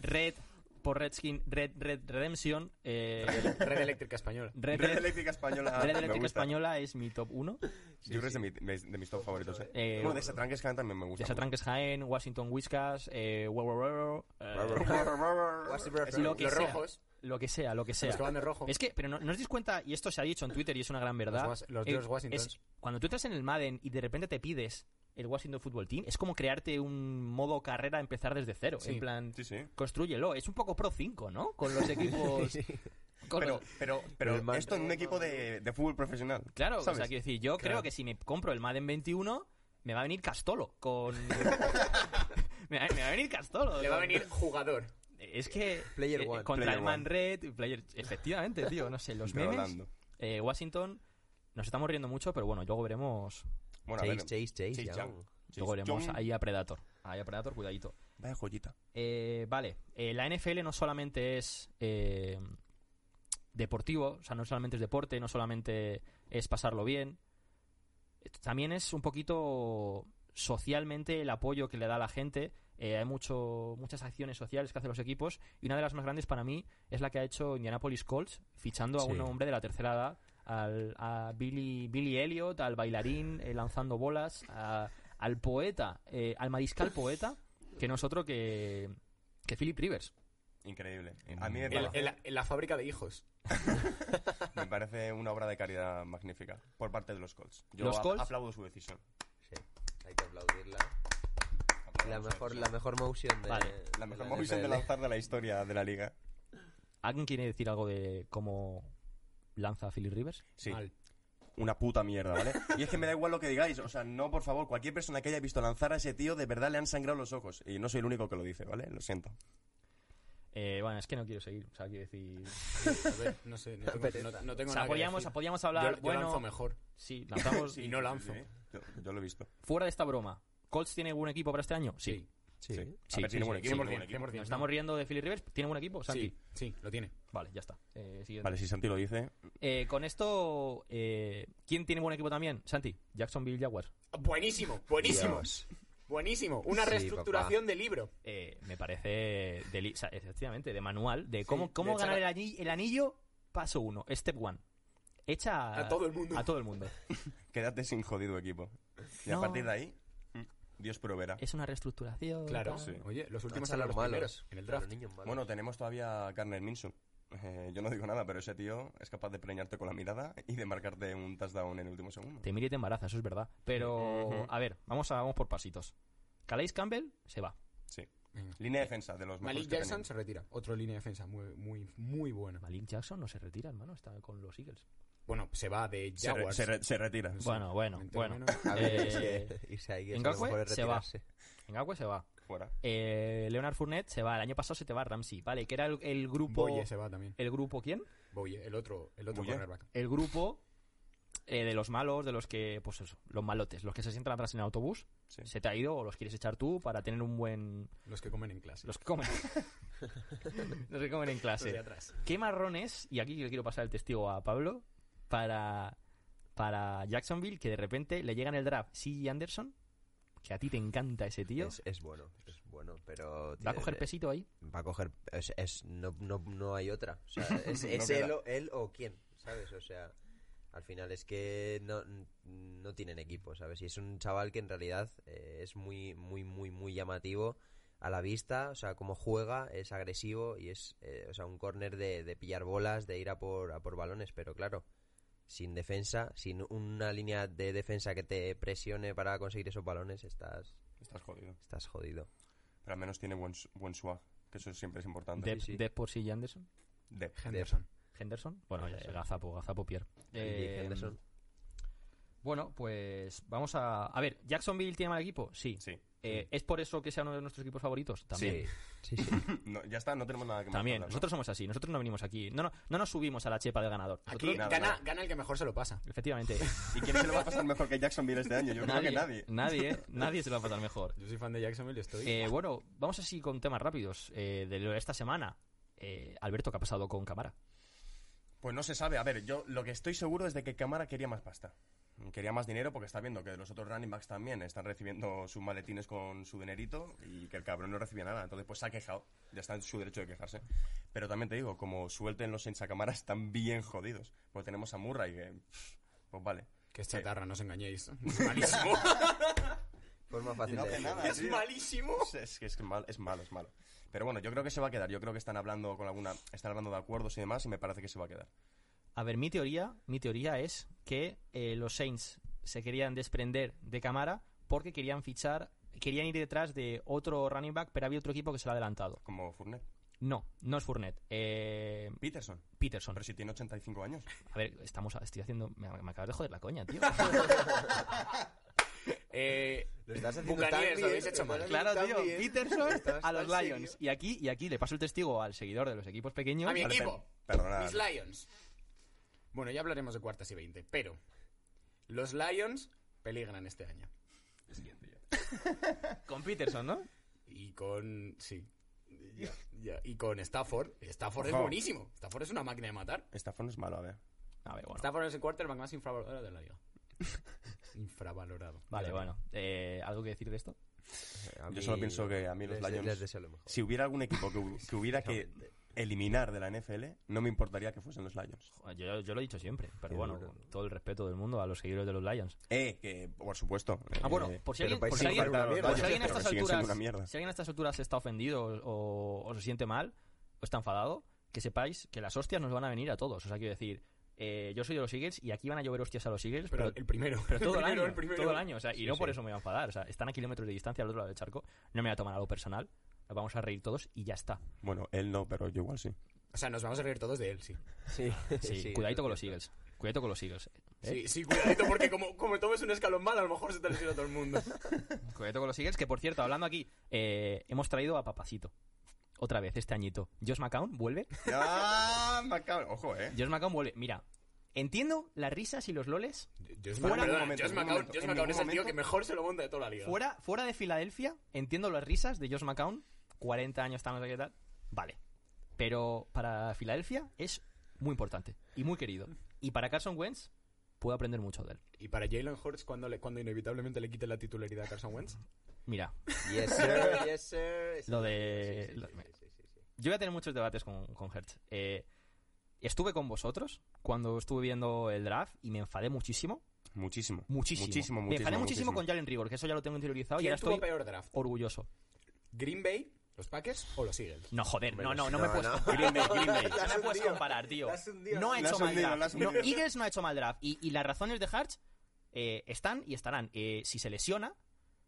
[SPEAKER 1] Red, por Redskin Red, Red Redemption. eh,
[SPEAKER 3] Red Eléctrica Española.
[SPEAKER 1] Red,
[SPEAKER 2] Red
[SPEAKER 1] Red-
[SPEAKER 2] Eléctrica Española.
[SPEAKER 1] Red
[SPEAKER 2] me
[SPEAKER 1] Eléctrica
[SPEAKER 2] gusta.
[SPEAKER 1] Española es mi top 1.
[SPEAKER 2] Yo creo que es de, mi- de- de mis top favoritos. Eh.
[SPEAKER 1] Eh,
[SPEAKER 2] bueno, de Satranques Khan también me gusta.
[SPEAKER 1] De Satranques Jaén, Washington Whiskas, eh, Wow, wow, wow, eh, (laughs)
[SPEAKER 3] Los
[SPEAKER 1] lo que sea.
[SPEAKER 3] rojos.
[SPEAKER 1] lo que sea, lo que sea.
[SPEAKER 3] Los que van de rojo.
[SPEAKER 1] Es que, pero no, ¿no os dais cuenta, y esto se ha dicho en Twitter y es una gran verdad.
[SPEAKER 3] Los was- los
[SPEAKER 1] eh,
[SPEAKER 3] George Washingtons.
[SPEAKER 1] es- cuando tú entras en el Madden y de repente te pides el Washington Football Team, es como crearte un modo carrera, empezar desde cero.
[SPEAKER 3] Sí.
[SPEAKER 1] En plan,
[SPEAKER 2] Sí, sí.
[SPEAKER 1] construyelo. Es un poco Pro 5, ¿no? Con los equipos.
[SPEAKER 4] (laughs)
[SPEAKER 1] con
[SPEAKER 2] Pero,
[SPEAKER 1] los-
[SPEAKER 2] pero, pero
[SPEAKER 4] El man-
[SPEAKER 2] esto en un equipo de, de fútbol profesional.
[SPEAKER 1] claro, o
[SPEAKER 2] ¿sabes?
[SPEAKER 1] sea, quiero decir, yo
[SPEAKER 3] Claro.
[SPEAKER 1] creo que si me compro el Madden 21, me va a venir Castolo. Con. me, va, me va a venir Castolo.
[SPEAKER 3] Le va a venir jugador.
[SPEAKER 1] Es que. eh,
[SPEAKER 4] Player one.
[SPEAKER 1] Contra
[SPEAKER 2] (laughs) Player
[SPEAKER 1] el Man
[SPEAKER 2] one.
[SPEAKER 1] Red. Player, efectivamente, tío. No sé,
[SPEAKER 2] (laughs)
[SPEAKER 1] los
[SPEAKER 2] Pero
[SPEAKER 1] memes.
[SPEAKER 2] hablando.
[SPEAKER 1] Eh, Washington, nos estamos riendo mucho, pero bueno, luego veremos.
[SPEAKER 2] Bueno, a
[SPEAKER 4] Chase,
[SPEAKER 2] ver,
[SPEAKER 4] Chase, Chase,
[SPEAKER 2] Chase
[SPEAKER 4] Young.
[SPEAKER 2] Young. Chase
[SPEAKER 1] Luego veremos
[SPEAKER 2] Young.
[SPEAKER 1] ahí a Predator. Ahí a Predator, cuidadito.
[SPEAKER 2] Vaya joyita.
[SPEAKER 1] Eh, vale, eh, la NFL no solamente es eh, deportivo, o sea, no solamente es deporte, no solamente es pasarlo bien. Eh, También es un poquito socialmente el apoyo que le da a la gente. Eh, hay mucho, muchas acciones sociales que hacen los equipos y una de las más grandes para mí es la que ha hecho Indianapolis Colts fichando a
[SPEAKER 4] Sí.
[SPEAKER 1] un hombre de la tercera edad, al, a Billy, Billy Elliot, al bailarín eh, lanzando bolas, a- al poeta, eh, al mariscal poeta, que no es otro que, que Philip Rivers.
[SPEAKER 2] Increíble. A mí me
[SPEAKER 3] En,
[SPEAKER 2] parece,
[SPEAKER 3] en la, en la fábrica de hijos.
[SPEAKER 2] me parece una obra de caridad magnífica por parte de los Colts. Yo
[SPEAKER 1] Los
[SPEAKER 2] a-
[SPEAKER 1] Colts-
[SPEAKER 2] aplaudo su decisión.
[SPEAKER 4] Sí, hay que aplaudirla. La
[SPEAKER 2] Aplaudo su
[SPEAKER 4] mejor,
[SPEAKER 2] decisión.
[SPEAKER 4] la mejor motion de
[SPEAKER 1] Vale,
[SPEAKER 2] La mejor
[SPEAKER 4] la
[SPEAKER 2] motion de
[SPEAKER 4] NFL.
[SPEAKER 2] lanzar de la historia de la liga.
[SPEAKER 1] ¿Alguien quiere decir algo de cómo lanza a Philip Rivers?
[SPEAKER 2] Sí.
[SPEAKER 3] Mal.
[SPEAKER 2] Una puta mierda, ¿vale? Y es que me da igual lo que digáis. O sea, no, por favor, cualquier persona que haya visto lanzar a ese tío, de verdad le han sangrado los ojos. Y no soy el único que lo dice, ¿vale? Lo siento.
[SPEAKER 1] Eh, bueno, es que no quiero seguir. O sea, quiero decir.
[SPEAKER 3] A ver, no sé, (laughs) no tengo, no, no
[SPEAKER 1] O
[SPEAKER 3] tengo
[SPEAKER 1] sea,
[SPEAKER 3] nada que
[SPEAKER 1] podíamos,
[SPEAKER 3] decir.
[SPEAKER 1] podíamos
[SPEAKER 3] Yo-
[SPEAKER 1] hablar.
[SPEAKER 3] yo
[SPEAKER 1] bueno,
[SPEAKER 3] lanzo mejor.
[SPEAKER 1] sí,
[SPEAKER 3] (laughs)
[SPEAKER 1] lanzamos.
[SPEAKER 3] Y no lanzo.
[SPEAKER 2] Yo, yo lo he visto.
[SPEAKER 1] Fuera de esta broma, ¿Colts tiene buen equipo para este año? Sí.
[SPEAKER 4] Sí.
[SPEAKER 2] Sí.
[SPEAKER 1] Sí,
[SPEAKER 2] a ver,
[SPEAKER 1] sí,
[SPEAKER 2] tiene buen
[SPEAKER 1] sí,
[SPEAKER 2] equipo. tiene
[SPEAKER 3] 100%,
[SPEAKER 2] buen equipo.
[SPEAKER 3] 100%,
[SPEAKER 1] Nos
[SPEAKER 3] ¿no?
[SPEAKER 1] estamos riendo de Philip Rivers. ¿Tiene buen equipo, Santi?
[SPEAKER 3] Sí, sí, lo tiene.
[SPEAKER 1] Vale, ya está. Eh, siguiente.
[SPEAKER 2] Vale, si Santi lo dice.
[SPEAKER 1] Eh, con esto, eh, ¿quién tiene buen equipo también? Santi, Jacksonville Jaguars.
[SPEAKER 3] Buenísimo, buenísimo,
[SPEAKER 4] Dios.
[SPEAKER 3] buenísimo. Una
[SPEAKER 4] Sí,
[SPEAKER 3] reestructuración de libro.
[SPEAKER 1] Eh, me parece, de li- o sea, efectivamente, de manual, de cómo,
[SPEAKER 3] de
[SPEAKER 1] cómo
[SPEAKER 3] echar
[SPEAKER 1] ganar el
[SPEAKER 3] a-
[SPEAKER 1] ani- el anillo, paso uno, step one. Echa a,
[SPEAKER 3] A todo el mundo.
[SPEAKER 1] Ah, a todo el mundo.
[SPEAKER 3] (laughs)
[SPEAKER 2] Quédate sin jodido equipo. Y
[SPEAKER 1] No.
[SPEAKER 2] a partir de ahí, mm, Dios proveerá.
[SPEAKER 1] Es una reestructuración.
[SPEAKER 3] Claro,
[SPEAKER 1] tal.
[SPEAKER 2] sí.
[SPEAKER 3] oye, los
[SPEAKER 4] Vamos
[SPEAKER 3] últimos
[SPEAKER 4] a
[SPEAKER 3] eran
[SPEAKER 4] los
[SPEAKER 3] los
[SPEAKER 4] malos.
[SPEAKER 3] primeros en el draft.
[SPEAKER 2] Bueno, tenemos todavía a Garner Minson. Eh, yo no digo nada, pero ese tío es capaz de preñarte con la mirada y de marcarte un touchdown en el último segundo.
[SPEAKER 1] Te mira y te embaraza, eso es verdad. Pero,
[SPEAKER 2] Ujú.
[SPEAKER 1] a ver, vamos, a, vamos por pasitos. Calais Campbell se va.
[SPEAKER 2] Sí.
[SPEAKER 3] Venga.
[SPEAKER 2] Línea de defensa de los mejores
[SPEAKER 3] Malik
[SPEAKER 2] que
[SPEAKER 3] Jackson
[SPEAKER 2] tenemos.
[SPEAKER 3] se retira. Otro línea de defensa muy, muy, muy bueno.
[SPEAKER 1] Malik Jackson no se retira, hermano, está con los Eagles.
[SPEAKER 3] Bueno, se va de
[SPEAKER 2] Se, re-
[SPEAKER 3] Jaguars.
[SPEAKER 2] se re- se retira.
[SPEAKER 3] Sí.
[SPEAKER 1] Bueno, bueno,
[SPEAKER 3] Entre
[SPEAKER 1] bueno.
[SPEAKER 3] menos.
[SPEAKER 4] A ver,
[SPEAKER 1] Eh,
[SPEAKER 4] irse- (laughs) irse ahí, que
[SPEAKER 1] en
[SPEAKER 4] eso a lo
[SPEAKER 1] Gakwe
[SPEAKER 4] mejor es
[SPEAKER 1] se va.
[SPEAKER 4] retirarse.
[SPEAKER 1] Ngakwe se va.
[SPEAKER 2] Fuera.
[SPEAKER 1] Eh, Leonard Fournette se va. El año pasado se te va Ramsey. Vale, que era el, el grupo.
[SPEAKER 3] Boye se va también.
[SPEAKER 1] ¿El grupo quién?
[SPEAKER 3] Boye, el otro, el otro
[SPEAKER 2] Boye.
[SPEAKER 3] cornerback.
[SPEAKER 1] El grupo eh, de los malos, de los que, pues eso, los malotes, los que se sientan atrás en el autobús,
[SPEAKER 2] Sí.
[SPEAKER 1] se te ha ido o los quieres echar tú para tener un buen.
[SPEAKER 3] Los que comen en clase.
[SPEAKER 1] Los que comen. los que comen en
[SPEAKER 3] Los de
[SPEAKER 1] clase.
[SPEAKER 3] atrás.
[SPEAKER 1] ¿Qué marrones, y aquí le quiero pasar el testigo a Pablo, para, para Jacksonville, que de repente le llega en el draft C.J. Anderson, que a ti te encanta ese tío,
[SPEAKER 4] Es, eh, es bueno, es bueno, pero...
[SPEAKER 1] va a
[SPEAKER 4] tiene-
[SPEAKER 1] coger pesito ahí?
[SPEAKER 4] Va a coger... Es, es- no, no, no hay otra. O
[SPEAKER 2] (laughs)
[SPEAKER 4] sea, es,
[SPEAKER 2] No
[SPEAKER 4] es
[SPEAKER 2] queda.
[SPEAKER 4] él, o, él o quién, ¿sabes? O sea, al final es que no, no tienen equipo, ¿sabes? Y es un chaval que en realidad eh, es muy, muy, muy, muy llamativo a la vista. O sea, cómo juega, es agresivo y es, eh, o sea, un córner de, de pillar bolas, de ir a por, a por balones. Pero claro, sin defensa, sin una línea de defensa que te presione para conseguir esos balones, estás,
[SPEAKER 2] Estás jodido.
[SPEAKER 4] estás jodido.
[SPEAKER 2] Pero al menos tiene buen, su- buen swag, que eso siempre es importante.
[SPEAKER 1] Depp
[SPEAKER 4] sí.
[SPEAKER 1] Depp por C.J. Anderson.
[SPEAKER 2] Dep.
[SPEAKER 3] Henderson.
[SPEAKER 1] Henderson. Bueno, ya,
[SPEAKER 4] Henderson.
[SPEAKER 1] Gazapo, Gazapo Pierre.
[SPEAKER 4] Y
[SPEAKER 1] Eh,
[SPEAKER 4] Henderson.
[SPEAKER 1] Bueno, pues vamos a. A ver, ¿Jacksonville tiene mal equipo? Sí.
[SPEAKER 2] Sí. (clears throat)
[SPEAKER 1] Eh, ¿Es por eso que sea uno de nuestros equipos favoritos? También.
[SPEAKER 4] Sí, sí, sí.
[SPEAKER 2] No, ya está, no tenemos nada que más
[SPEAKER 1] También.
[SPEAKER 2] hablar, ¿no?
[SPEAKER 1] Nosotros somos así. Nosotros no venimos aquí. No, no, no nos subimos a la chepa del ganador.
[SPEAKER 3] Aquí
[SPEAKER 2] Nada,
[SPEAKER 3] gana,
[SPEAKER 2] nada.
[SPEAKER 3] gana el que mejor se lo pasa.
[SPEAKER 2] (laughs)
[SPEAKER 1] Efectivamente.
[SPEAKER 2] ¿Y quién se lo va a pasar mejor que Jacksonville este año? Yo creo que nadie.
[SPEAKER 1] Nadie,
[SPEAKER 2] (laughs)
[SPEAKER 1] ¿eh? nadie se lo va a pasar mejor.
[SPEAKER 3] Yo soy fan de Jacksonville y estoy.
[SPEAKER 1] Eh, bueno, vamos así con temas rápidos. Eh, de lo de esta semana. Eh, Alberto, ¿qué ha pasado con Camara?
[SPEAKER 2] Pues no se sabe. A ver, yo lo que estoy seguro es de que Camara quería más pasta. Quería más dinero porque está viendo que los otros running backs también están recibiendo sus maletines con su dinerito y que el cabrón no recibía nada. Entonces, pues se ha quejado. Ya está en su derecho de quejarse. Pero también te digo, como suelten los Saints a cámara, están bien jodidos. Porque tenemos a Murray que. pff, Pues vale.
[SPEAKER 3] Que es
[SPEAKER 2] Sí.
[SPEAKER 3] chatarra, no os (laughs) engañéis. Es malísimo.
[SPEAKER 4] Forma
[SPEAKER 2] Y
[SPEAKER 4] Pues fácil
[SPEAKER 2] no
[SPEAKER 4] de
[SPEAKER 2] hace
[SPEAKER 4] decir.
[SPEAKER 2] nada.
[SPEAKER 3] es
[SPEAKER 2] tío.
[SPEAKER 3] malísimo.
[SPEAKER 2] Es que es mal- es malo, es malo. Pero bueno, yo creo que se va a quedar. Yo creo que están hablando con alguna. Están hablando de acuerdos y demás, y me parece que se va a quedar.
[SPEAKER 1] A ver, mi teoría, mi teoría es que eh, los Saints se querían desprender de Camara porque querían fichar, querían ir detrás de otro running back, pero había otro equipo que se lo ha adelantado.
[SPEAKER 2] Como Fournette.
[SPEAKER 1] No, no es Fournette, eh,
[SPEAKER 2] Peterson.
[SPEAKER 1] Peterson.
[SPEAKER 2] Pero si tiene 85 años.
[SPEAKER 1] A ver, estamos, estoy haciendo, me, me acabas de joder la coña, tío.
[SPEAKER 3] Eh,
[SPEAKER 4] Lo estás haciendo tan
[SPEAKER 3] Bucanieres, lo
[SPEAKER 4] bien,
[SPEAKER 3] habéis hecho
[SPEAKER 4] lo
[SPEAKER 3] mal.
[SPEAKER 4] estás
[SPEAKER 1] claro,
[SPEAKER 4] haciendo
[SPEAKER 1] tío,
[SPEAKER 4] tan bien.
[SPEAKER 1] Peterson
[SPEAKER 4] Estás
[SPEAKER 1] a los
[SPEAKER 4] tan
[SPEAKER 1] Lions.
[SPEAKER 4] serio.
[SPEAKER 1] Y aquí, y aquí le paso el testigo al seguidor de los equipos pequeños.
[SPEAKER 3] A mí- Mi
[SPEAKER 2] Ahora,
[SPEAKER 3] equipo.
[SPEAKER 2] pe- Perdona.
[SPEAKER 3] Mis Lions. Bueno, ya hablaremos de cuartas y veinte, pero los Lions peligran este año.
[SPEAKER 1] Con Peterson, ¿no?
[SPEAKER 3] Y con. Sí. Ya, Y con Stafford. Stafford es
[SPEAKER 2] Ojo.
[SPEAKER 3] buenísimo. Stafford es una máquina de matar.
[SPEAKER 2] Esta phone es malo, a ver.
[SPEAKER 1] A ver, bueno.
[SPEAKER 3] Stafford es el quarterback más infravalorado de la liga. infravalorado.
[SPEAKER 1] Vale, bueno. Eh, ¿Algo que decir de esto?
[SPEAKER 4] A
[SPEAKER 2] Yo solo
[SPEAKER 4] mí-
[SPEAKER 2] pienso que a mí los
[SPEAKER 4] les-
[SPEAKER 2] Lions-
[SPEAKER 4] les deseo lo mejor. (laughs)
[SPEAKER 2] Si hubiera algún equipo que, hu- que hubiera que eliminar de la NFL, no me importaría que fuesen los Lions.
[SPEAKER 1] Joder, Yo, yo lo he dicho siempre, pero
[SPEAKER 4] Qué
[SPEAKER 1] bueno,
[SPEAKER 4] duro.
[SPEAKER 1] con todo el respeto del mundo a los seguidores de los Lions.
[SPEAKER 2] Eh, que por supuesto.
[SPEAKER 1] Ah, bueno,
[SPEAKER 2] eh,
[SPEAKER 1] por si
[SPEAKER 4] pero
[SPEAKER 1] alguien, por
[SPEAKER 4] país
[SPEAKER 1] si
[SPEAKER 4] sin
[SPEAKER 1] alguien,
[SPEAKER 4] falta
[SPEAKER 1] por si
[SPEAKER 4] valores,
[SPEAKER 1] alguien a
[SPEAKER 2] pero
[SPEAKER 1] estas
[SPEAKER 2] siguen siendo una mierda.
[SPEAKER 1] alturas, si alguien a estas alturas está ofendido o, o- o se siente mal o está enfadado, que sepáis que las hostias nos van a venir a todos. O sea, quiero decir, eh, yo soy de los Eagles y aquí van a llover hostias a los Eagles,
[SPEAKER 3] Pero
[SPEAKER 1] pero,
[SPEAKER 3] el primero.
[SPEAKER 1] pero todo el,
[SPEAKER 3] primero,
[SPEAKER 1] año,
[SPEAKER 3] primero.
[SPEAKER 1] todo el año. O sea, y
[SPEAKER 2] Sí,
[SPEAKER 1] no por
[SPEAKER 2] sí.
[SPEAKER 1] eso me voy a enfadar. O sea, están a kilómetros de distancia al otro lado del charco, no me voy a tomar algo personal, nos vamos a reír todos y ya está.
[SPEAKER 2] Bueno, él no, pero yo
[SPEAKER 1] (laughs)
[SPEAKER 2] igual sí.
[SPEAKER 3] O sea, nos vamos a reír todos de él, sí.
[SPEAKER 4] Sí,
[SPEAKER 1] Sí,
[SPEAKER 4] sí,
[SPEAKER 1] cuidadito
[SPEAKER 4] eso
[SPEAKER 1] con
[SPEAKER 4] es
[SPEAKER 1] los
[SPEAKER 4] cierto.
[SPEAKER 1] Eagles. Cuidadito con los Eagles. ¿eh?
[SPEAKER 3] Sí, sí, cuidadito, porque como, como tomes un escalón mal, a lo mejor se te lesiona todo el mundo.
[SPEAKER 1] Cuidado con los Eagles, que por cierto, hablando aquí, eh, hemos traído a Papacito. Otra vez, este añito. Josh McCown vuelve.
[SPEAKER 2] ¡Ah! me acabo- Ojo, eh.
[SPEAKER 1] Josh McCown vuelve. Mira, entiendo las risas y los loles.
[SPEAKER 3] Josh
[SPEAKER 2] Fuera-
[SPEAKER 3] McCown,
[SPEAKER 2] un
[SPEAKER 3] perdona,
[SPEAKER 2] momento,
[SPEAKER 3] Josh
[SPEAKER 2] un
[SPEAKER 3] McCown
[SPEAKER 2] momento.
[SPEAKER 3] Josh
[SPEAKER 2] En
[SPEAKER 3] McCown es el
[SPEAKER 2] ningún
[SPEAKER 3] tío
[SPEAKER 2] momento-
[SPEAKER 3] que mejor se lo monta de toda la liga.
[SPEAKER 1] Fuera, fuera de Filadelfia, entiendo las risas de Josh McCown. 40 años, está no sé qué tal. Vale. Pero para Filadelfia es muy importante y muy querido. Y para Carson Wentz, puedo aprender mucho de él.
[SPEAKER 3] Y para Jalen Hurts, cuando, le- cuando inevitablemente le quite la titularidad a Carson Wentz.
[SPEAKER 1] Mira,
[SPEAKER 4] Yes, sir, yes, sir.
[SPEAKER 1] Lo
[SPEAKER 4] Sí,
[SPEAKER 1] de-
[SPEAKER 4] sí, sí,
[SPEAKER 1] lo-
[SPEAKER 4] sí, sí, sí, sí.
[SPEAKER 1] Yo voy a tener muchos debates con, con Hertz. Eh, estuve con vosotros cuando estuve viendo el draft y me enfadé muchísimo.
[SPEAKER 2] Muchísimo.
[SPEAKER 1] Muchísimo.
[SPEAKER 2] Muchísimo,
[SPEAKER 1] Me enfadé muchísimo
[SPEAKER 2] muchísimo, muchísimo.
[SPEAKER 1] con Jalen Rigor, que eso ya lo tengo interiorizado y
[SPEAKER 3] ¿Quién
[SPEAKER 1] ahora
[SPEAKER 3] tuvo
[SPEAKER 1] estoy
[SPEAKER 3] peor draft?
[SPEAKER 1] orgulloso.
[SPEAKER 3] ¿Green Bay, los Packers o los Eagles?
[SPEAKER 1] No, joder, no,
[SPEAKER 4] Hombre,
[SPEAKER 1] no, no
[SPEAKER 4] no,
[SPEAKER 1] me puedes,
[SPEAKER 4] no.
[SPEAKER 1] Green Bay, Green Bay.
[SPEAKER 4] La has
[SPEAKER 1] No me puedes
[SPEAKER 4] hundido.
[SPEAKER 1] comparar, tío.
[SPEAKER 4] La has hundido.
[SPEAKER 1] No ha
[SPEAKER 2] La
[SPEAKER 1] hecho
[SPEAKER 2] has
[SPEAKER 1] mal
[SPEAKER 2] hundido, la
[SPEAKER 1] draft.
[SPEAKER 2] has
[SPEAKER 1] No,
[SPEAKER 2] hundido.
[SPEAKER 1] Eagles no ha hecho mal draft. Y, y las razones de Hertz eh, están y estarán. Eh, si se lesiona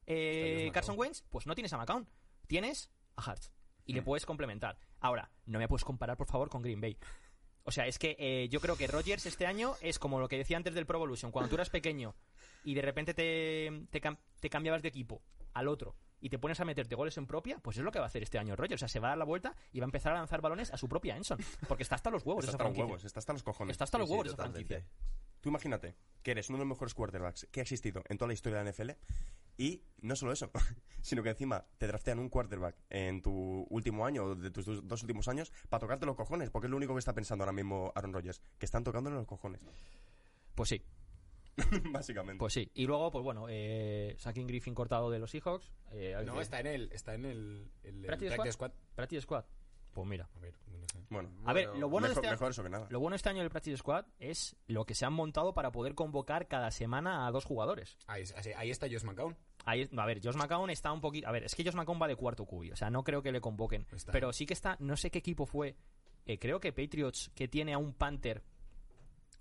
[SPEAKER 1] eh,
[SPEAKER 3] Está Dios
[SPEAKER 1] Carson
[SPEAKER 3] McCown.
[SPEAKER 1] Wentz, pues no tienes a McCown. Tienes a Hertz. Y le
[SPEAKER 2] Mm.
[SPEAKER 1] puedes complementar. Ahora, no me puedes comparar, por favor, con Green Bay. O sea, es que eh, yo creo que Rodgers este año es como lo que decía antes del Pro Evolution. Cuando tú eras pequeño y de repente te, te, cam- te cambiabas de equipo al otro y te pones a meterte goles en propia, pues es lo que va a hacer este año Rodgers. O sea, se va a dar la vuelta y va a empezar a lanzar balones a su propia Enson. Porque está hasta los huevos esa
[SPEAKER 2] Está hasta los
[SPEAKER 1] franquicia.
[SPEAKER 2] huevos, está hasta los cojones.
[SPEAKER 1] Está hasta los
[SPEAKER 4] Sí, sí,
[SPEAKER 1] huevos esa
[SPEAKER 4] totalmente.
[SPEAKER 1] franquicia.
[SPEAKER 2] Tú imagínate que eres uno de los mejores quarterbacks que ha existido en toda la historia de la NFL y no solo eso, (laughs) sino que encima te draftean un quarterback en tu último año o de tus dos dos últimos años para tocarte los cojones, porque es lo único que está pensando ahora mismo Aaron Rodgers, que están tocándole los cojones, (laughs)
[SPEAKER 1] Pues sí,
[SPEAKER 2] básicamente.
[SPEAKER 1] pues sí. Y luego, pues bueno, eh, Sacking Griffin cortado de los Seahawks. Eh, hay
[SPEAKER 3] No,
[SPEAKER 1] que-
[SPEAKER 3] está en el, está en el, el- el
[SPEAKER 1] Practice
[SPEAKER 3] practice squad.
[SPEAKER 1] Practice Squad. Pues mira.
[SPEAKER 3] A ver, no sé.
[SPEAKER 2] bueno,
[SPEAKER 1] A ver,
[SPEAKER 4] Bueno,
[SPEAKER 1] lo bueno, de
[SPEAKER 2] mejor,
[SPEAKER 1] este,
[SPEAKER 2] mejor eso que nada.
[SPEAKER 1] lo bueno de este año del Practice Squad es lo que se han montado para poder convocar cada semana a dos jugadores.
[SPEAKER 3] Ahí, ahí- ahí está Josh McCown.
[SPEAKER 1] Ahí- a ver, Josh McCown está un poquito. A ver, es que Josh McCown va de cuarto cubi, o sea, no creo que le convoquen.
[SPEAKER 3] Está.
[SPEAKER 1] Pero sí que está, no sé qué equipo fue, eh, creo que Patriots, que tiene a un Panther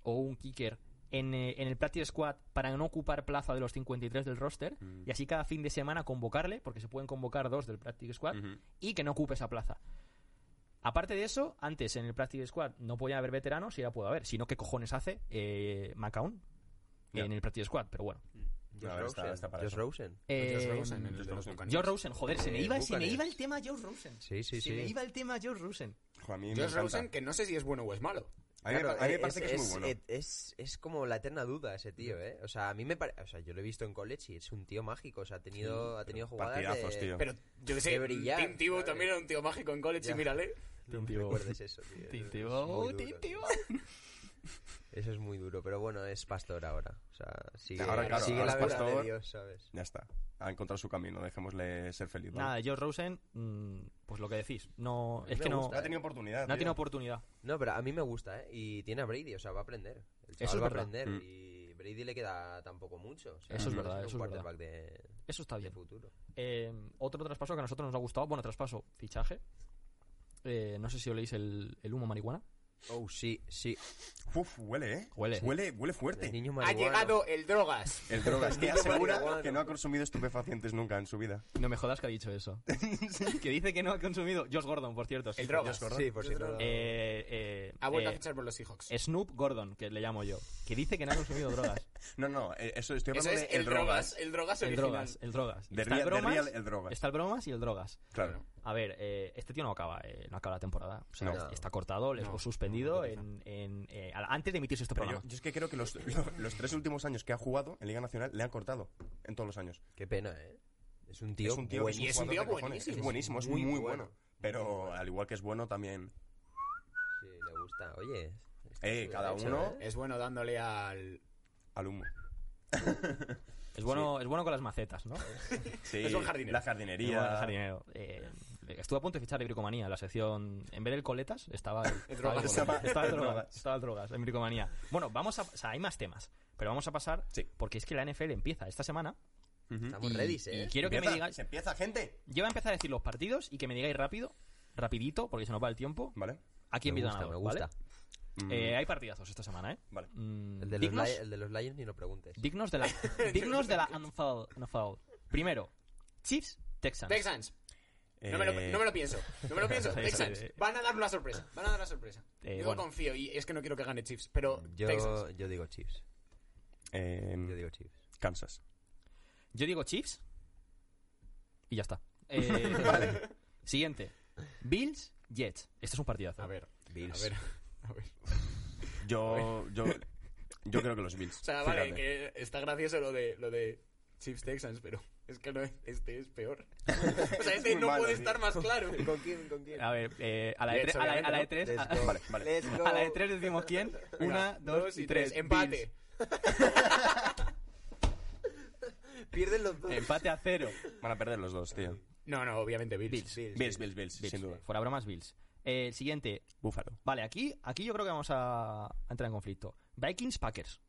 [SPEAKER 1] o un Kicker en, eh, en el Practice Squad para no ocupar plaza de los 53 del roster
[SPEAKER 2] Mm.
[SPEAKER 1] y así cada fin de semana convocarle, porque se pueden convocar dos del Practice Squad
[SPEAKER 4] Mm.
[SPEAKER 2] Ujú.
[SPEAKER 1] y que no ocupe esa plaza. Aparte de eso, antes en el Practice Squad no podían haber veteranos y ahora puede haber. Si no, ¿qué cojones hace eh, McCown
[SPEAKER 2] Ya.
[SPEAKER 1] en el Practice Squad? Pero bueno.
[SPEAKER 4] Josh
[SPEAKER 2] A ver, está-
[SPEAKER 4] Rosen,
[SPEAKER 2] está para
[SPEAKER 4] Josh
[SPEAKER 2] eso.
[SPEAKER 4] Rosen.
[SPEAKER 1] Eh,
[SPEAKER 3] Josh Rosen, el
[SPEAKER 2] Josh
[SPEAKER 3] de los
[SPEAKER 2] Rosen.
[SPEAKER 3] Buccaneers.
[SPEAKER 1] Josh Rosen, joder, se me
[SPEAKER 4] Eh,
[SPEAKER 1] iba, se me
[SPEAKER 4] Buccaneers.
[SPEAKER 1] iba el tema Josh Rosen.
[SPEAKER 4] Sí, sí,
[SPEAKER 1] se
[SPEAKER 4] sí.
[SPEAKER 1] me iba el tema Josh Rosen.
[SPEAKER 2] Joder, a mí me
[SPEAKER 3] Josh
[SPEAKER 2] encanta.
[SPEAKER 3] Rosen, que no sé si es bueno o es malo.
[SPEAKER 2] A mí me
[SPEAKER 4] Claro,
[SPEAKER 2] pa- a mí me parece que es muy bueno. Mm.
[SPEAKER 4] et- Es, es como la eterna duda ese tío, ¿eh? O sea, a mí me parece... O sea, yo lo he visto en college y es un tío mágico. O sea, ha tenido, ha tenido jugadas
[SPEAKER 2] partidazos,
[SPEAKER 4] de...
[SPEAKER 2] tío.
[SPEAKER 3] Pero yo qué sé,
[SPEAKER 4] Qué brillante,
[SPEAKER 3] Tim Tebow
[SPEAKER 4] ¿sabes?
[SPEAKER 3] también era un tío mágico en college y
[SPEAKER 4] Ya.
[SPEAKER 3] mírale.
[SPEAKER 4] No me
[SPEAKER 1] Tintivo.
[SPEAKER 4] recuerdes eso, (laughs) tío.
[SPEAKER 1] Tintivo,
[SPEAKER 4] Es Eh, muy duro,
[SPEAKER 1] tintivo.
[SPEAKER 4] tío. Eso es muy duro, pero bueno, es pastor ahora. O sea, sigue,
[SPEAKER 2] Ahora, claro,
[SPEAKER 4] sigue
[SPEAKER 2] ahora
[SPEAKER 4] la
[SPEAKER 2] es
[SPEAKER 4] verdad de
[SPEAKER 2] pastor.
[SPEAKER 4] Dios, ¿sabes?
[SPEAKER 2] Ya está. Ha encontrado su camino, dejémosle ser feliz. ¿vale?
[SPEAKER 1] (laughs) Nada, George Rosen, mm, pues lo que decís. No, es
[SPEAKER 4] me
[SPEAKER 1] que no,
[SPEAKER 4] gusta,
[SPEAKER 2] ha tenido oportunidad.
[SPEAKER 1] no ha
[SPEAKER 2] tío.
[SPEAKER 1] tenido oportunidad.
[SPEAKER 4] No, pero a mí me gusta, ¿eh? Y tiene a Brady, o sea, va a aprender. El chaval
[SPEAKER 1] es
[SPEAKER 4] va a
[SPEAKER 1] verdad.
[SPEAKER 4] aprender
[SPEAKER 2] Mm.
[SPEAKER 4] y Brady le queda tampoco mucho. o sea,
[SPEAKER 1] Eso es
[SPEAKER 4] no
[SPEAKER 1] verdad,
[SPEAKER 4] un
[SPEAKER 1] eso es verdad.
[SPEAKER 4] quarterback de,
[SPEAKER 1] Eso está
[SPEAKER 4] de
[SPEAKER 1] bien.
[SPEAKER 4] futuro.
[SPEAKER 1] Eh, otro traspaso que a nosotros nos ha gustado. Bueno, traspaso, fichaje. Eh, no sé si oléis el, el humo a marihuana.
[SPEAKER 4] Oh, sí, sí.
[SPEAKER 2] Uf, huele, ¿eh?
[SPEAKER 1] Huele.
[SPEAKER 2] Huele, huele
[SPEAKER 4] El
[SPEAKER 2] fuerte.
[SPEAKER 4] niño
[SPEAKER 3] Ha
[SPEAKER 4] marihuano.
[SPEAKER 3] llegado el drogas.
[SPEAKER 2] El drogas que
[SPEAKER 4] niño
[SPEAKER 2] asegura
[SPEAKER 4] marihuano.
[SPEAKER 2] que no ha consumido estupefacientes nunca en su vida.
[SPEAKER 1] No me jodas que ha dicho eso. que dice que no ha consumido. Josh Gordon, por cierto. sí.
[SPEAKER 3] El drogas.
[SPEAKER 2] Dios,
[SPEAKER 4] Sí, por si no...
[SPEAKER 1] Eh, eh,
[SPEAKER 3] Ha vuelto
[SPEAKER 1] eh,
[SPEAKER 3] a fichar por los Seahawks.
[SPEAKER 1] Snoop Gordon, que le llamo yo. Que dice que no ha consumido drogas.
[SPEAKER 2] No, no, eh, eso estoy
[SPEAKER 3] Eso
[SPEAKER 2] hablando
[SPEAKER 3] es
[SPEAKER 2] de el drogas.
[SPEAKER 3] El drogas
[SPEAKER 1] El
[SPEAKER 3] original.
[SPEAKER 1] drogas, el drogas. Está
[SPEAKER 2] De
[SPEAKER 1] el
[SPEAKER 2] real, de
[SPEAKER 1] bromas,
[SPEAKER 2] real el drogas.
[SPEAKER 1] está el bromas y el drogas.
[SPEAKER 2] Claro.
[SPEAKER 1] A ver, eh, este tío no acaba, eh, no acaba la temporada. O sea,
[SPEAKER 2] No.
[SPEAKER 1] est- está cortado, les
[SPEAKER 3] No,
[SPEAKER 1] fue suspendido
[SPEAKER 3] no, no, no,
[SPEAKER 1] en, en, eh, al- antes de emitirse este
[SPEAKER 2] Pero
[SPEAKER 1] programa.
[SPEAKER 2] yo, yo es que creo que los, los tres últimos años que ha jugado en Liga Nacional le han cortado en todos los años.
[SPEAKER 4] Qué pena, ¿eh? Es un tío,
[SPEAKER 2] es un tío,
[SPEAKER 3] Y
[SPEAKER 4] buenísimo.
[SPEAKER 3] es un
[SPEAKER 2] jugador
[SPEAKER 3] tío
[SPEAKER 2] de cojones.
[SPEAKER 3] buenísimo.
[SPEAKER 2] Es buenísimo, es muy,
[SPEAKER 4] Muy
[SPEAKER 2] bueno.
[SPEAKER 4] bueno.
[SPEAKER 2] Pero
[SPEAKER 4] Muy bueno.
[SPEAKER 2] al igual que es bueno también.
[SPEAKER 4] Sí, le gusta. Oye. está
[SPEAKER 2] Eh,
[SPEAKER 4] su
[SPEAKER 2] cada
[SPEAKER 4] derecho,
[SPEAKER 2] uno-
[SPEAKER 4] ¿eh?
[SPEAKER 3] Es bueno dándole al.
[SPEAKER 2] Al humo.
[SPEAKER 1] es, bueno, es bueno con las macetas, ¿no?
[SPEAKER 2] Sí,
[SPEAKER 3] Es un jardinero.
[SPEAKER 2] la
[SPEAKER 1] Es
[SPEAKER 2] jardinería.
[SPEAKER 1] bueno con el jardinero. Eh, estuve a punto de fichar de bricomanía, la sección... En vez del coletas, estaba...
[SPEAKER 4] (laughs)
[SPEAKER 1] estaba
[SPEAKER 3] drogas.
[SPEAKER 1] el-
[SPEAKER 2] Estaba-
[SPEAKER 1] estaba el
[SPEAKER 2] el
[SPEAKER 1] drogas,
[SPEAKER 2] drogas.
[SPEAKER 1] estaba el drogas, en bricomanía. Bueno, vamos a... O sea, hay más temas, pero vamos a pasar...
[SPEAKER 2] Sí.
[SPEAKER 1] Porque es que la NFL empieza esta semana.
[SPEAKER 2] Ujú.
[SPEAKER 4] Estamos
[SPEAKER 1] y-
[SPEAKER 4] ready,
[SPEAKER 1] y
[SPEAKER 4] ¿eh?
[SPEAKER 1] quiero que me
[SPEAKER 2] Empieza,
[SPEAKER 1] digáis...
[SPEAKER 2] Se empieza, gente.
[SPEAKER 1] Yo voy a empezar a decir los partidos y que me digáis rápido, rapidito, porque se nos va el tiempo,
[SPEAKER 2] Vale.
[SPEAKER 1] a quién
[SPEAKER 4] me
[SPEAKER 1] veis
[SPEAKER 4] gusta,
[SPEAKER 1] ganador,
[SPEAKER 4] me gusta.
[SPEAKER 1] ¿vale?
[SPEAKER 2] Mm,
[SPEAKER 1] Eh, hay partidazos esta semana, ¿eh?
[SPEAKER 2] Vale.
[SPEAKER 1] Mm,
[SPEAKER 4] El de, los
[SPEAKER 1] dignos,
[SPEAKER 4] Li- el de los Lions ni lo preguntes.
[SPEAKER 1] dignos
[SPEAKER 4] (laughs)
[SPEAKER 1] de la, dignos de la NFL, NFL. Primero, Chiefs, Texans.
[SPEAKER 3] Texans. No me, lo,
[SPEAKER 2] Eh,
[SPEAKER 3] no me lo pienso. No me lo pienso.
[SPEAKER 1] Sí, sí,
[SPEAKER 3] Texans.
[SPEAKER 1] sí.
[SPEAKER 3] Van a dar una sorpresa. Van a dar una sorpresa.
[SPEAKER 1] Eh,
[SPEAKER 3] yo
[SPEAKER 1] bueno.
[SPEAKER 3] confío y es que no quiero que gane Chiefs, pero Texans.
[SPEAKER 4] Yo, yo digo Chiefs.
[SPEAKER 2] eh,
[SPEAKER 4] Yo digo Chiefs.
[SPEAKER 2] Kansas.
[SPEAKER 1] Yo digo Chiefs y ya está. Eh, Siguiente, Bills, Jets. Este es un partidazo.
[SPEAKER 3] A ver.
[SPEAKER 4] Bills. (laughs)
[SPEAKER 3] A ver. A ver.
[SPEAKER 2] Yo, yo, yo creo que los
[SPEAKER 3] (laughs)
[SPEAKER 2] Bills.
[SPEAKER 3] O sea, vale,
[SPEAKER 2] fíjate.
[SPEAKER 3] que está gracioso lo de, lo de Chiefs Texans, pero es que no, este es peor. (laughs) o sea, este
[SPEAKER 2] muy
[SPEAKER 3] no
[SPEAKER 2] malo,
[SPEAKER 3] puede
[SPEAKER 2] tío.
[SPEAKER 3] estar más claro.
[SPEAKER 4] (laughs) ¿Con quién? ¿Con quién?
[SPEAKER 1] A ver, eh, a, la de
[SPEAKER 3] Jets,
[SPEAKER 1] tre- a, la, a la de
[SPEAKER 3] obviamente,
[SPEAKER 1] tres, (laughs) a,
[SPEAKER 2] Vale, vale.
[SPEAKER 1] a la de tres decimos quién. Una, dos, y tres.
[SPEAKER 3] Empate.
[SPEAKER 4] Pierden los dos.
[SPEAKER 1] Bills. Empate a cero.
[SPEAKER 2] Van a perder los dos, tío.
[SPEAKER 3] No, no, obviamente Bills.
[SPEAKER 2] Bills, Bills, Bills,
[SPEAKER 1] Bills.
[SPEAKER 2] sin duda.
[SPEAKER 1] Fuera bromas, Bills. Eh, el siguiente,
[SPEAKER 2] Búfalo.
[SPEAKER 1] Vale, aquí, aquí yo creo que vamos a, a entrar en conflicto. Vikings Packers.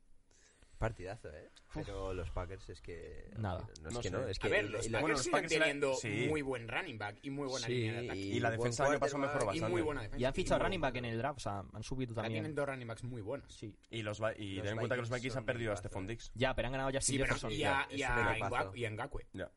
[SPEAKER 4] Partidazo, ¿eh? Pero los Packers es que...
[SPEAKER 1] Nada.
[SPEAKER 4] No es
[SPEAKER 2] No
[SPEAKER 4] que
[SPEAKER 2] sé.
[SPEAKER 4] no, es que...
[SPEAKER 3] A ver,
[SPEAKER 4] y-
[SPEAKER 3] los
[SPEAKER 4] y
[SPEAKER 3] Packers
[SPEAKER 4] la-
[SPEAKER 2] bueno, los
[SPEAKER 3] siguen
[SPEAKER 2] Packers era-
[SPEAKER 3] teniendo
[SPEAKER 2] sí.
[SPEAKER 3] muy buen running back y muy buena línea de ataque.
[SPEAKER 2] Y la
[SPEAKER 4] buen
[SPEAKER 2] defensa el año pasado
[SPEAKER 4] quarterback
[SPEAKER 2] mejoró
[SPEAKER 3] Y,
[SPEAKER 2] bastante.
[SPEAKER 3] muy buena defensa.
[SPEAKER 1] Y han fichado
[SPEAKER 3] muy
[SPEAKER 1] running back en
[SPEAKER 3] buen-
[SPEAKER 1] el draft, o sea, han subido
[SPEAKER 3] Ahora tienen
[SPEAKER 1] también.
[SPEAKER 3] dos running backs muy buenos.
[SPEAKER 1] Sí.
[SPEAKER 2] Y, los, va- y
[SPEAKER 4] Los
[SPEAKER 2] ten en cuenta que los
[SPEAKER 4] Vikings
[SPEAKER 2] Vikings
[SPEAKER 4] son
[SPEAKER 2] han perdido a
[SPEAKER 4] un
[SPEAKER 2] Stephon Dix.
[SPEAKER 1] Ya, pero han ganado ya
[SPEAKER 3] Sí,
[SPEAKER 1] sin
[SPEAKER 3] pero
[SPEAKER 1] Jefferson.
[SPEAKER 3] y a, y
[SPEAKER 4] es
[SPEAKER 3] a
[SPEAKER 4] un equipazo.
[SPEAKER 3] Ngakwe- y a Ngakwe.
[SPEAKER 2] Ya.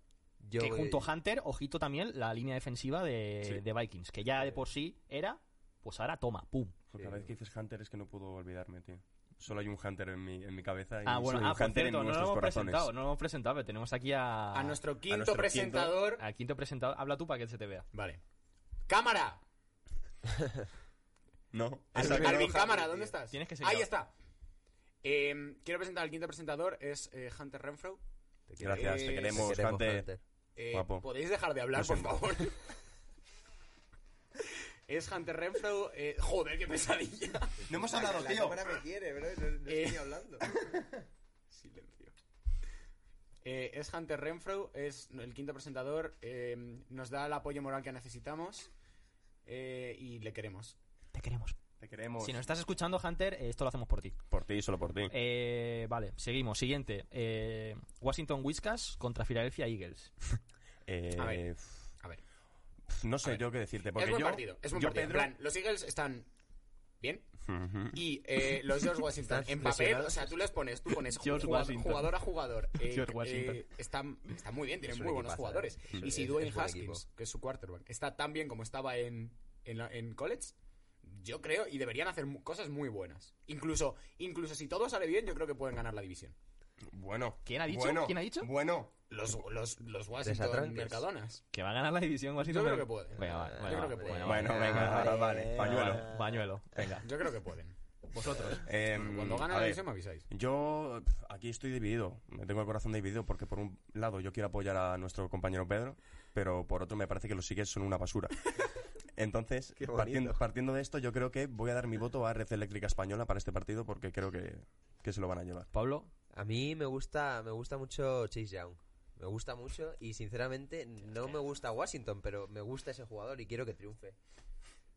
[SPEAKER 4] Yo
[SPEAKER 1] que
[SPEAKER 4] voy-
[SPEAKER 1] junto a Hunter, ojito también la línea defensiva de,
[SPEAKER 2] Sí.
[SPEAKER 1] de Vikings, que ya de por sí era, pues ahora toma, pum.
[SPEAKER 2] Joder, Cada vez que dices Hunter es que no puedo olvidarme, tío. Solo hay un Hunter en mi, en mi cabeza y
[SPEAKER 1] Ah, bueno,
[SPEAKER 2] solo hay
[SPEAKER 1] ah,
[SPEAKER 2] un
[SPEAKER 1] por
[SPEAKER 2] Hunter
[SPEAKER 1] cierto, no lo
[SPEAKER 2] en nuestros
[SPEAKER 1] hemos
[SPEAKER 2] corazones.
[SPEAKER 1] presentado, no lo hemos presentado, pero tenemos aquí Ah, a, Ah.
[SPEAKER 3] A nuestro quinto
[SPEAKER 2] nuestro
[SPEAKER 3] presentador.
[SPEAKER 1] al quinto presentador. Habla tú para que se te vea.
[SPEAKER 3] Vale. ¡Cámara!
[SPEAKER 2] No.
[SPEAKER 3] Alvin,
[SPEAKER 2] Esa que
[SPEAKER 3] Alvin,
[SPEAKER 2] no-
[SPEAKER 3] cámara, ¿dónde estás?
[SPEAKER 1] Tienes que seguir
[SPEAKER 3] Ahí
[SPEAKER 1] ahora.
[SPEAKER 3] está. Eh, quiero presentar al quinto presentador, es eh, Hunter Renfro.
[SPEAKER 4] Te quiero-
[SPEAKER 2] Gracias,
[SPEAKER 3] Eh,
[SPEAKER 2] te
[SPEAKER 4] te
[SPEAKER 2] queremos,
[SPEAKER 4] queremos,
[SPEAKER 2] Hunter.
[SPEAKER 4] Hunter.
[SPEAKER 3] Eh,
[SPEAKER 2] Guapo.
[SPEAKER 3] Podéis dejar de hablar,
[SPEAKER 2] Lo
[SPEAKER 3] por
[SPEAKER 2] siento.
[SPEAKER 3] favor. (laughs) es Hunter Renfro. eh, joder, qué pesadilla.
[SPEAKER 2] No hemos hablado, tío.
[SPEAKER 4] me quiere, bro. No,
[SPEAKER 3] Eh. estoy
[SPEAKER 4] hablando.
[SPEAKER 3] Silencio. Eh, es Hunter Renfro, es el quinto presentador. eh, nos da el apoyo moral que necesitamos eh, y le queremos.
[SPEAKER 1] Te queremos.
[SPEAKER 2] Te queremos.
[SPEAKER 1] Si nos estás escuchando, Hunter, eh, esto lo hacemos por ti.
[SPEAKER 2] Por ti, solo por ti.
[SPEAKER 1] Eh, vale, seguimos. Siguiente. Eh, Washington Whiskas contra Philadelphia Eagles.
[SPEAKER 2] Eh,
[SPEAKER 3] a ver.
[SPEAKER 2] pf,
[SPEAKER 3] A ver,
[SPEAKER 2] No sé
[SPEAKER 3] ver.
[SPEAKER 2] yo qué decirte.
[SPEAKER 3] es
[SPEAKER 2] Porque
[SPEAKER 3] buen
[SPEAKER 2] yo,
[SPEAKER 3] partido. Es buen
[SPEAKER 2] yo,
[SPEAKER 3] partido. En
[SPEAKER 2] Pedro.
[SPEAKER 3] plan, los Eagles están bien.
[SPEAKER 2] Ujú.
[SPEAKER 3] Y eh, los George Washington
[SPEAKER 4] Estás
[SPEAKER 3] en papel,
[SPEAKER 4] lesionado.
[SPEAKER 3] o sea, tú les pones, tú pones
[SPEAKER 1] George
[SPEAKER 3] jugado-
[SPEAKER 1] Washington.
[SPEAKER 3] jugador a jugador. eh,
[SPEAKER 1] George Washington.
[SPEAKER 3] eh, están, están muy bien, tienen
[SPEAKER 4] Es un
[SPEAKER 3] muy buenos
[SPEAKER 4] equipazo,
[SPEAKER 3] jugadores.
[SPEAKER 4] eh.
[SPEAKER 3] Y
[SPEAKER 4] Es-
[SPEAKER 3] si
[SPEAKER 4] es-
[SPEAKER 3] Dwayne
[SPEAKER 4] es buen
[SPEAKER 3] Haskins,
[SPEAKER 4] equipo.
[SPEAKER 3] que es su quarterback, está tan bien como estaba en, en, la- en college, yo creo, y deberían hacer mu- cosas muy buenas. Incluso, incluso si todo sale bien, yo creo que pueden ganar la división.
[SPEAKER 2] Bueno.
[SPEAKER 1] ¿Quién ha dicho?
[SPEAKER 2] Bueno,
[SPEAKER 1] ¿Quién ha dicho?
[SPEAKER 2] Bueno.
[SPEAKER 3] Los, los, los Washington
[SPEAKER 4] Desatranques.
[SPEAKER 3] Mercadonas.
[SPEAKER 1] Que va a ganar la división
[SPEAKER 3] Yo
[SPEAKER 1] Washington.
[SPEAKER 3] creo que pueden.
[SPEAKER 1] Venga, va,
[SPEAKER 4] Yo
[SPEAKER 1] bueno,
[SPEAKER 3] creo
[SPEAKER 1] va,
[SPEAKER 3] que pueden.
[SPEAKER 1] bueno,
[SPEAKER 2] Bueno,
[SPEAKER 1] va.
[SPEAKER 2] venga, ahora vale. Pañuelo.
[SPEAKER 1] Bueno, Bañuelo, venga.
[SPEAKER 3] Yo creo que pueden.
[SPEAKER 2] (laughs)
[SPEAKER 1] Vosotros.
[SPEAKER 2] Eh,
[SPEAKER 4] Mm,
[SPEAKER 3] Cuando
[SPEAKER 2] a
[SPEAKER 3] ganan la
[SPEAKER 2] ver.
[SPEAKER 3] división me avisáis. (laughs)
[SPEAKER 2] Yo pf, aquí estoy dividido, me tengo el corazón dividido porque por un
[SPEAKER 4] (laughs)
[SPEAKER 2] lado yo quiero apoyar a nuestro compañero Pedro, pero por otro me parece que los sigues son una basura. Entonces,
[SPEAKER 4] Qué bonito.
[SPEAKER 2] partiendo, partiendo de esto, yo creo que voy a dar mi voto a Red Eléctrica Española para este partido porque creo que, que se lo van a llevar.
[SPEAKER 1] Pablo,
[SPEAKER 4] A mí me gusta, me gusta mucho Chase Young. Me gusta mucho y sinceramente no me gusta Washington, pero me gusta ese jugador y quiero que triunfe.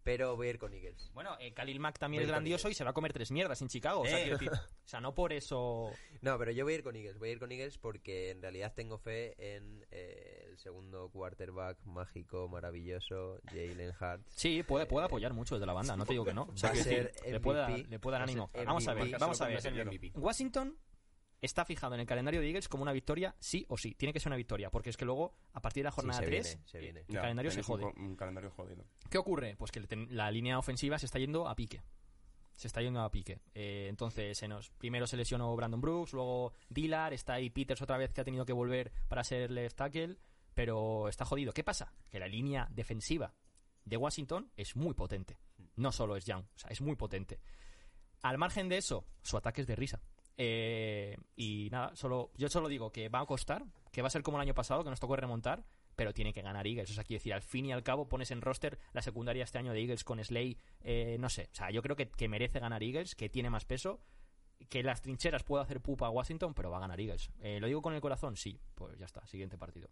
[SPEAKER 4] Pero voy a ir con Eagles.
[SPEAKER 1] bueno, eh, Khalil Mack también
[SPEAKER 4] Voy
[SPEAKER 1] es
[SPEAKER 4] con
[SPEAKER 1] grandioso
[SPEAKER 4] Miguel.
[SPEAKER 1] y se va a comer tres mierdas en Chicago. O sea,
[SPEAKER 2] Eh.
[SPEAKER 1] quiero decir, o sea, no por eso.
[SPEAKER 4] No, pero yo voy a ir con Eagles. Voy a ir con Eagles porque en realidad tengo fe en eh, el segundo quarterback mágico, maravilloso, Jalen Hurts.
[SPEAKER 1] Sí, puede, puede apoyar mucho desde la banda, no te digo que no. O sea,
[SPEAKER 4] Va a
[SPEAKER 1] quiero
[SPEAKER 4] ser
[SPEAKER 1] decir, le, puede dar,
[SPEAKER 4] MVP,
[SPEAKER 1] le puede dar
[SPEAKER 4] va a
[SPEAKER 1] ánimo.
[SPEAKER 4] ser
[SPEAKER 1] Vamos a
[SPEAKER 4] MVP.
[SPEAKER 1] ver, vamos a
[SPEAKER 3] Solo
[SPEAKER 1] ver.
[SPEAKER 3] pongas en el MVP.
[SPEAKER 1] Washington está fijado en el calendario de Eagles como una victoria, sí o sí. Tiene que ser una victoria, porque es que luego, a partir de la jornada
[SPEAKER 4] se
[SPEAKER 1] 3,
[SPEAKER 4] viene, se viene.
[SPEAKER 1] el calendario se
[SPEAKER 2] tenéis un
[SPEAKER 1] jode.
[SPEAKER 2] co- Un, calendario jodido.
[SPEAKER 1] ¿Qué ocurre? Pues que le ten- la línea ofensiva se está yendo a pique. Se está yendo a pique. Eh, entonces, se nos, primero se lesionó Brandon Brooks, luego Dillard, está ahí Peters otra vez que ha tenido que volver para ser left tackle, pero está jodido. ¿Qué pasa? Que la línea defensiva de Washington es muy potente. No solo es Young, o sea, es muy potente. Al margen de eso, su ataque es de risa. Eh, y nada, solo, yo solo digo que va a costar, que va a ser como el año pasado, que nos tocó remontar, pero tiene que ganar Eagles. O sea, quiero decir, al fin y al cabo pones en roster la secundaria este año de Eagles con Slay, eh, no sé. O sea, yo creo que, que merece ganar Eagles, que tiene más peso, que las trincheras puede hacer pupa a Washington, pero va a ganar Eagles. Eh, ¿Lo digo con el corazón? Sí, pues ya está, siguiente partido.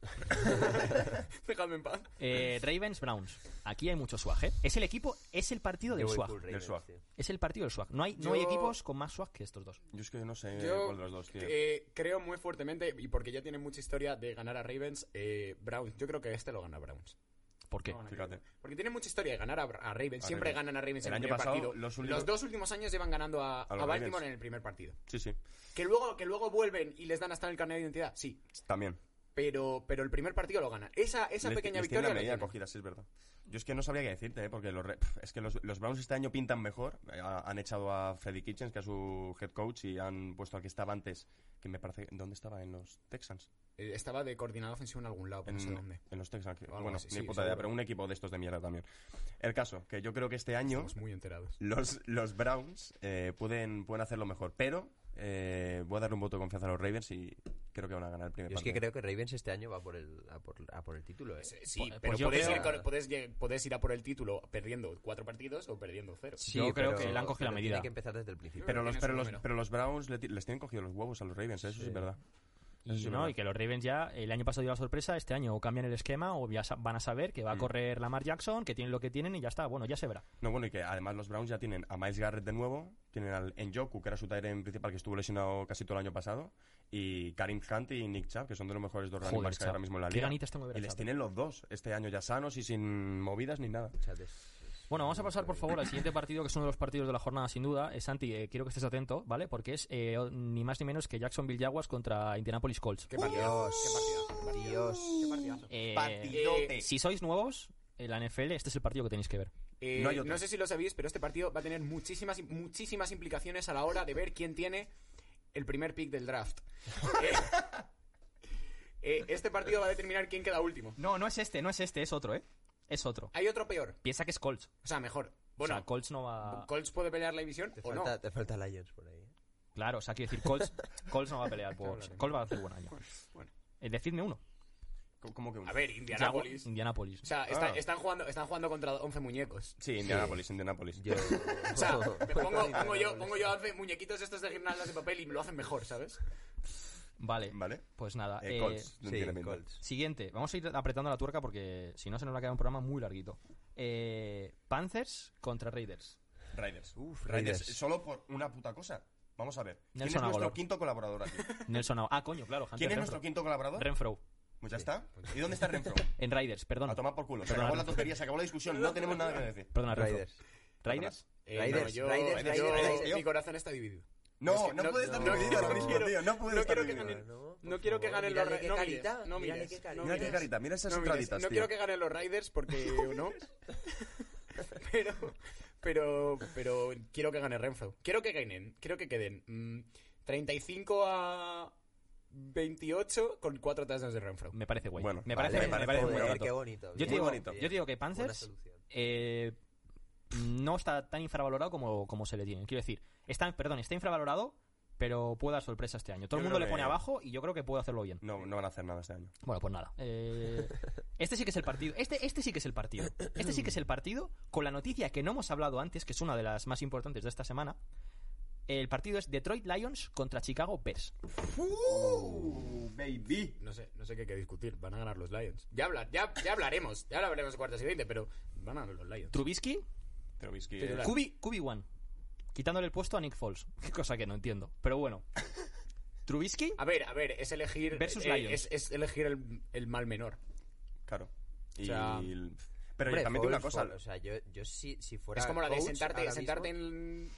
[SPEAKER 3] Déjame en paz.
[SPEAKER 1] Eh, Ravens, Browns. Aquí hay mucho swag, ¿eh? Es el equipo, es el partido
[SPEAKER 4] Yo
[SPEAKER 1] del
[SPEAKER 4] voy
[SPEAKER 1] swag.
[SPEAKER 4] full Ravens,
[SPEAKER 2] swag.
[SPEAKER 4] tío.
[SPEAKER 1] Es el partido del swag. No hay, no hay
[SPEAKER 3] Yo-
[SPEAKER 1] equipos con más swag que estos dos.
[SPEAKER 2] Yo es que no sé
[SPEAKER 3] Yo
[SPEAKER 2] cuál de los dos, tío.
[SPEAKER 3] eh, creo muy fuertemente, y porque ya tiene mucha historia de ganar a Ravens, eh, Browns. Yo creo que este lo gana Browns.
[SPEAKER 1] ¿Por qué?
[SPEAKER 3] No, no,
[SPEAKER 2] Fíjate.
[SPEAKER 3] Porque tiene mucha historia de ganar a, a Ravens.
[SPEAKER 2] A
[SPEAKER 3] Siempre
[SPEAKER 2] Ravens.
[SPEAKER 3] ganan a Ravens
[SPEAKER 2] El
[SPEAKER 3] en el
[SPEAKER 2] año
[SPEAKER 3] primer
[SPEAKER 2] pasado,
[SPEAKER 3] partido.
[SPEAKER 2] los
[SPEAKER 3] Los,
[SPEAKER 2] últimos-
[SPEAKER 3] dos últimos años llevan ganando a, a
[SPEAKER 2] los
[SPEAKER 3] Baltimore
[SPEAKER 2] Ravens.
[SPEAKER 3] en el primer partido.
[SPEAKER 2] Sí, sí.
[SPEAKER 3] Que luego, que luego vuelven y les dan hasta el carnet de identidad, sí.
[SPEAKER 2] También.
[SPEAKER 3] Pero, pero el primer partido lo ganan. Esa, esa
[SPEAKER 2] Les-
[SPEAKER 3] pequeña
[SPEAKER 2] les tiene
[SPEAKER 3] victoria.
[SPEAKER 2] la
[SPEAKER 3] la
[SPEAKER 2] medida
[SPEAKER 3] tienen.
[SPEAKER 2] cogida, sí, es verdad. Yo es que no sabría qué decirte, ¿eh? porque los, re- es que los, los Browns este año pintan mejor. Eh, ha- Han echado a Freddy Kitchens, que es su head coach, y han puesto al que estaba antes, que me parece... ¿Dónde estaba? En los Texans.
[SPEAKER 3] Eh, Estaba de coordinador ofensivo en algún lado, pero
[SPEAKER 2] En,
[SPEAKER 3] no sé dónde.
[SPEAKER 2] en los Texans. que-
[SPEAKER 3] O algo
[SPEAKER 2] bueno,
[SPEAKER 3] así,
[SPEAKER 2] ni
[SPEAKER 3] sí,
[SPEAKER 2] puta idea,
[SPEAKER 3] seguro.
[SPEAKER 2] pero un equipo de estos de mierda también. El caso, que yo creo que este año
[SPEAKER 3] Estamos muy enterados.
[SPEAKER 2] los, los Browns eh, pueden, pueden hacerlo mejor, pero eh, voy a darle un voto de confianza a los Ravens y creo que van a ganar el primer
[SPEAKER 4] Yo es que
[SPEAKER 2] partido.
[SPEAKER 4] creo que Ravens este año va por el, a por, a por el título. ¿eh?
[SPEAKER 3] Sí, sí,
[SPEAKER 1] pues
[SPEAKER 3] pero
[SPEAKER 1] yo
[SPEAKER 3] puedes,
[SPEAKER 1] creo-
[SPEAKER 3] ir, con- puedes lle- puedes ir a por el título perdiendo cuatro partidos o perdiendo cero.
[SPEAKER 1] Yo creo que le han cogido la
[SPEAKER 4] pero
[SPEAKER 1] medida.
[SPEAKER 4] Tiene que empezar desde el principio.
[SPEAKER 2] Pero los,
[SPEAKER 3] Tienes
[SPEAKER 2] pero,
[SPEAKER 3] un
[SPEAKER 2] los,
[SPEAKER 3] número.
[SPEAKER 2] pero los Browns le ti- les tienen cogido los huevos a los Ravens, ¿eh? eso sí,
[SPEAKER 4] Sí.
[SPEAKER 2] es verdad. Eso sí
[SPEAKER 1] Y,
[SPEAKER 2] es
[SPEAKER 1] no,
[SPEAKER 2] verdad.
[SPEAKER 1] y que los Ravens ya el año pasado dio la sorpresa, este año o cambian el esquema o ya sa- van a saber que va a
[SPEAKER 2] Mm.
[SPEAKER 1] correr Lamar Jackson, que tienen lo que tienen y ya está. Bueno, ya se verá.
[SPEAKER 2] No, bueno, y que además los Browns ya tienen a Miles Garrett de nuevo, tienen al Enjoku, que era su en principal, que estuvo lesionado casi todo el año pasado, y Karim Hunt y Nick Chubb, que son de los mejores dos running
[SPEAKER 1] Joder,
[SPEAKER 2] backs que hay
[SPEAKER 1] Chubb.
[SPEAKER 2] ahora mismo en la
[SPEAKER 1] Qué
[SPEAKER 2] liga.
[SPEAKER 1] ganitas tengo de ver
[SPEAKER 2] Y
[SPEAKER 1] a
[SPEAKER 2] les
[SPEAKER 1] Chubb.
[SPEAKER 2] tienen los dos este año ya sanos y sin movidas ni nada.
[SPEAKER 4] O sea, es- es-
[SPEAKER 1] Bueno, vamos a pasar por favor al siguiente partido, que es uno de los partidos de la jornada sin duda. Eh, Santi, eh, quiero que estés atento, ¿vale? Porque es eh, o- ni más ni menos que Jacksonville Jaguars contra Indianapolis Colts.
[SPEAKER 3] ¿Qué partidazo? ¿Qué partidazo? ¿Qué
[SPEAKER 4] Dios.
[SPEAKER 3] partidazo?
[SPEAKER 1] Eh,
[SPEAKER 3] Partidote.
[SPEAKER 1] si sois nuevos en la NFL, este es el partido que tenéis que ver.
[SPEAKER 3] Eh,
[SPEAKER 2] No
[SPEAKER 3] no,
[SPEAKER 2] hay otro.
[SPEAKER 3] sé si lo sabéis, pero este partido va a tener muchísimas, muchísimas implicaciones a la hora de ver quién tiene el primer pick del draft. Eh, eh, (laughs) este partido va a determinar quién queda último.
[SPEAKER 1] No, no es este, no es este, es otro, ¿eh? Es otro.
[SPEAKER 3] Hay otro peor,
[SPEAKER 1] Piensa que es Colts.
[SPEAKER 3] o sea, mejor.
[SPEAKER 1] Bueno,
[SPEAKER 3] Bueno,
[SPEAKER 1] Colts no va.
[SPEAKER 3] Colts puede pelear la división
[SPEAKER 4] Te
[SPEAKER 3] o no.
[SPEAKER 4] falta, te falta Lions
[SPEAKER 3] (laughs)
[SPEAKER 4] por ahí. ¿eh?
[SPEAKER 1] Claro, o sea, quiero decir, Colts, Colts no va a pelear por.
[SPEAKER 3] Claro.
[SPEAKER 1] Colts va a hacer buen año.
[SPEAKER 3] Bueno.
[SPEAKER 1] Eh, decidme uno.
[SPEAKER 2] Co- ¿Cómo que uno?
[SPEAKER 3] A ver,
[SPEAKER 1] Indianápolis.
[SPEAKER 3] Indianapolis.
[SPEAKER 1] Indianapolis.
[SPEAKER 3] O sea, está-
[SPEAKER 2] Ah.
[SPEAKER 3] están, jugando, están jugando contra 11 muñecos.
[SPEAKER 2] Sí, Indianapolis, Indianapolis.
[SPEAKER 4] Yo...
[SPEAKER 3] O (laughs) sea,
[SPEAKER 4] (laughs)
[SPEAKER 3] me pongo, pongo yo, pongo yo 11 muñequitos estos de guirnaldas de papel y me lo hacen mejor, ¿sabes?
[SPEAKER 1] Vale,
[SPEAKER 2] ¿Vale?
[SPEAKER 1] pues nada.
[SPEAKER 2] Eh,
[SPEAKER 1] eh,
[SPEAKER 2] Colts, no
[SPEAKER 4] Sí,
[SPEAKER 2] tiene pinta.
[SPEAKER 4] Colts.
[SPEAKER 1] siguiente, vamos a ir apretando la tuerca porque si no se nos va a quedar un programa muy larguito. Eh, Panthers contra Raiders.
[SPEAKER 2] Raiders.
[SPEAKER 4] Uf,
[SPEAKER 2] Raiders.
[SPEAKER 4] Raiders.
[SPEAKER 2] Solo por una puta cosa. Vamos a ver. ¿Quién es
[SPEAKER 1] Nelson
[SPEAKER 2] nuestro
[SPEAKER 1] Aguilar.
[SPEAKER 2] quinto colaborador aquí?
[SPEAKER 1] Nelson Au- Ah, coño, claro. Hunter
[SPEAKER 2] ¿Quién es
[SPEAKER 1] Renfro.
[SPEAKER 2] nuestro quinto colaborador?
[SPEAKER 1] Renfro.
[SPEAKER 2] Pues ya está. ¿Y dónde está Renfro?
[SPEAKER 1] En Raiders, perdón.
[SPEAKER 2] A tomar por culo. Se
[SPEAKER 1] Perdona,
[SPEAKER 2] acabó la
[SPEAKER 1] Renfro.
[SPEAKER 2] tontería, se acabó la discusión. No tenemos nada que decir.
[SPEAKER 1] Perdona, Renfro.
[SPEAKER 4] Raiders.
[SPEAKER 1] Raiders.
[SPEAKER 3] Eh,
[SPEAKER 4] Raiders,
[SPEAKER 3] no, yo-
[SPEAKER 4] Raiders,
[SPEAKER 3] yo-
[SPEAKER 4] Raiders,
[SPEAKER 2] Raiders, tío.
[SPEAKER 3] Mi corazón está dividido. Es
[SPEAKER 2] No,
[SPEAKER 3] que
[SPEAKER 2] no,
[SPEAKER 3] no-
[SPEAKER 2] puede estar
[SPEAKER 3] no,
[SPEAKER 2] dividido ahora
[SPEAKER 3] no
[SPEAKER 2] mismo,
[SPEAKER 3] quiero-
[SPEAKER 2] tío. No puede
[SPEAKER 3] no
[SPEAKER 2] estar
[SPEAKER 3] quiero que
[SPEAKER 2] dividido.
[SPEAKER 3] ganen-
[SPEAKER 4] No,
[SPEAKER 3] No quiero que ganen los
[SPEAKER 4] mírale
[SPEAKER 3] Ra-
[SPEAKER 4] qué
[SPEAKER 3] no mires,
[SPEAKER 4] carita,
[SPEAKER 3] no
[SPEAKER 4] mírale
[SPEAKER 3] mires,
[SPEAKER 4] qué
[SPEAKER 3] no
[SPEAKER 4] carita.
[SPEAKER 2] Mira qué
[SPEAKER 3] mires.
[SPEAKER 2] carita, mira esas
[SPEAKER 3] No, mira,
[SPEAKER 2] entraditas,
[SPEAKER 3] no
[SPEAKER 2] tío.
[SPEAKER 3] quiero que ganen los Raiders
[SPEAKER 4] (laughs)
[SPEAKER 3] porque no. pero, pero, pero quiero que gane Renfro. Quiero que ganen, quiero que queden mm, 35 a 28 con cuatro touchdowns de Renfro.
[SPEAKER 1] Me parece guay.
[SPEAKER 2] Bueno,
[SPEAKER 1] me,
[SPEAKER 2] vale,
[SPEAKER 1] parece,
[SPEAKER 2] me
[SPEAKER 1] me
[SPEAKER 2] parece
[SPEAKER 1] parece muy
[SPEAKER 2] guay.
[SPEAKER 1] barato.
[SPEAKER 4] Qué bonito.
[SPEAKER 1] Yo te,
[SPEAKER 4] bien.
[SPEAKER 1] digo,
[SPEAKER 2] bonito.
[SPEAKER 1] yo te digo que
[SPEAKER 4] Buena
[SPEAKER 1] Panthers
[SPEAKER 4] solución.
[SPEAKER 1] eh, no está tan infravalorado como, como se le tiene. Quiero decir, está, perdón, está infravalorado Pero puede dar sorpresa este año. Todo
[SPEAKER 2] Yo
[SPEAKER 1] el mundo
[SPEAKER 2] creo
[SPEAKER 1] le pone
[SPEAKER 2] que-
[SPEAKER 1] abajo y yo creo que puede hacerlo bien.
[SPEAKER 2] No, no van a hacer nada este año.
[SPEAKER 1] Bueno, pues nada. Eh, este sí que es el partido. Este, este sí que es el partido. Este sí que es el partido con la noticia que no hemos hablado antes, que es una de las más importantes de esta semana. El partido es Detroit Lions contra Chicago Bears.
[SPEAKER 2] baby.
[SPEAKER 3] No sé, no sé qué hay que discutir. Van a ganar los Lions. Ya, habla, ya, ya hablaremos. Ya hablaremos de cuartas y veinte, pero van a ganar los Lions.
[SPEAKER 1] Trubisky,
[SPEAKER 2] Trubisky.
[SPEAKER 3] Titular.
[SPEAKER 2] eh,
[SPEAKER 1] QB, QB1. Quitándole el puesto a Nick Foles. (laughs) Qué cosa que no entiendo. Pero bueno. Trubisky,
[SPEAKER 3] A ver, a ver, es elegir.
[SPEAKER 1] Versus
[SPEAKER 3] eh,
[SPEAKER 1] Lions.
[SPEAKER 3] Es, es elegir el, el mal menor.
[SPEAKER 2] Claro. Y...
[SPEAKER 3] O sea,
[SPEAKER 2] Pero
[SPEAKER 4] Hombre,
[SPEAKER 2] yo también tengo una
[SPEAKER 4] Foles,
[SPEAKER 2] cosa.
[SPEAKER 4] Foles, o sea, yo, yo si, si fuera.
[SPEAKER 3] Es como la de
[SPEAKER 4] coach
[SPEAKER 3] sentarte,
[SPEAKER 4] ahora
[SPEAKER 3] sentarte
[SPEAKER 4] mismo-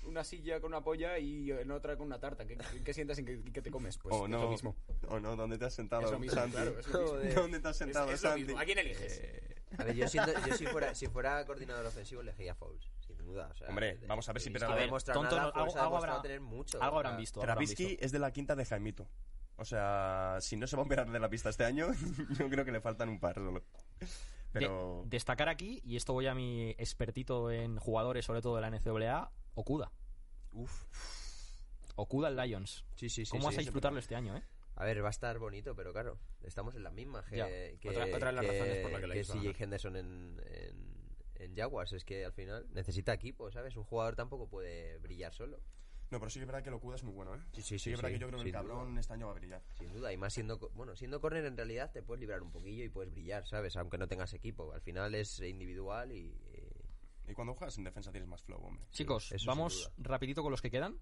[SPEAKER 3] en una silla con una polla y en otra con una tarta. ¿Qué, qué sientas y qué, qué te comes? Pues
[SPEAKER 2] o
[SPEAKER 3] es
[SPEAKER 2] no,
[SPEAKER 3] lo mismo.
[SPEAKER 2] o no, ¿dónde te has sentado,
[SPEAKER 3] Es lo mismo,
[SPEAKER 2] Santi?
[SPEAKER 3] claro, es lo mismo.
[SPEAKER 2] (laughs)
[SPEAKER 4] Joder.
[SPEAKER 2] ¿Dónde te has
[SPEAKER 3] Es-
[SPEAKER 2] sentado,
[SPEAKER 3] es lo
[SPEAKER 2] Santi?
[SPEAKER 3] mismo. ¿A quién
[SPEAKER 2] Eh,
[SPEAKER 3] eliges?
[SPEAKER 1] eh,
[SPEAKER 4] A ver, yo, siendo- yo
[SPEAKER 3] (laughs)
[SPEAKER 4] si, fuera, si fuera coordinador ofensivo, elegiría a Fouls, sin duda. o sea,
[SPEAKER 2] Hombre,
[SPEAKER 4] de-
[SPEAKER 2] vamos a ver si
[SPEAKER 4] Trubisky
[SPEAKER 2] pero-
[SPEAKER 4] no
[SPEAKER 2] A ver,
[SPEAKER 4] demuestra
[SPEAKER 1] tonto
[SPEAKER 4] nada,
[SPEAKER 1] no-
[SPEAKER 4] Foles
[SPEAKER 1] algo-
[SPEAKER 4] ha
[SPEAKER 1] algo
[SPEAKER 4] demostrado
[SPEAKER 1] habrá-
[SPEAKER 4] tener mucho.
[SPEAKER 1] algo
[SPEAKER 4] o
[SPEAKER 1] habrán
[SPEAKER 4] sea,
[SPEAKER 1] visto. habrán
[SPEAKER 2] Ah, Trubisky
[SPEAKER 1] visto.
[SPEAKER 2] es de la quinta de Jaimito. O sea, si no se va a operar de la pista este año, (laughs) yo creo que le faltan un par solo.
[SPEAKER 1] De-
[SPEAKER 2] Pero
[SPEAKER 1] destacar aquí, y esto voy a mi expertito en jugadores, sobre todo de la NCAA, Okuda.
[SPEAKER 2] Uf.
[SPEAKER 1] Okuda en Lions.
[SPEAKER 4] Sí, sí, sí.
[SPEAKER 1] ¿Cómo vas a
[SPEAKER 4] sí.
[SPEAKER 1] disfrutarlo este año, eh?
[SPEAKER 4] A ver, va a estar bonito, pero claro, estamos en la misma
[SPEAKER 1] Ya.
[SPEAKER 4] que, que,
[SPEAKER 3] Otra- otra de las
[SPEAKER 4] que-
[SPEAKER 3] razones por la que la
[SPEAKER 4] que
[SPEAKER 3] hizo,
[SPEAKER 4] CJ
[SPEAKER 3] ¿no?
[SPEAKER 4] Henderson en, en, en Jaguars. Es que al final necesita equipo, ¿sabes? Un jugador tampoco puede brillar solo,
[SPEAKER 2] No, pero sí que es verdad que Locuda es muy bueno, ¿eh?
[SPEAKER 4] Sí, sí, sí,
[SPEAKER 2] que es verdad
[SPEAKER 4] sí,
[SPEAKER 2] que yo creo que el
[SPEAKER 4] sin duda.
[SPEAKER 2] cabrón este año va a brillar.
[SPEAKER 4] sin duda. Y más siendo, co- bueno, siendo corner en realidad te puedes librar un poquillo y puedes brillar, ¿sabes? Aunque no tengas equipo. Al final es individual y... eh,
[SPEAKER 2] Y cuando juegas en defensa tienes más flow, hombre.
[SPEAKER 1] Chicos,
[SPEAKER 4] eso sin
[SPEAKER 1] vamos
[SPEAKER 4] duda.
[SPEAKER 1] rapidito con los que quedan.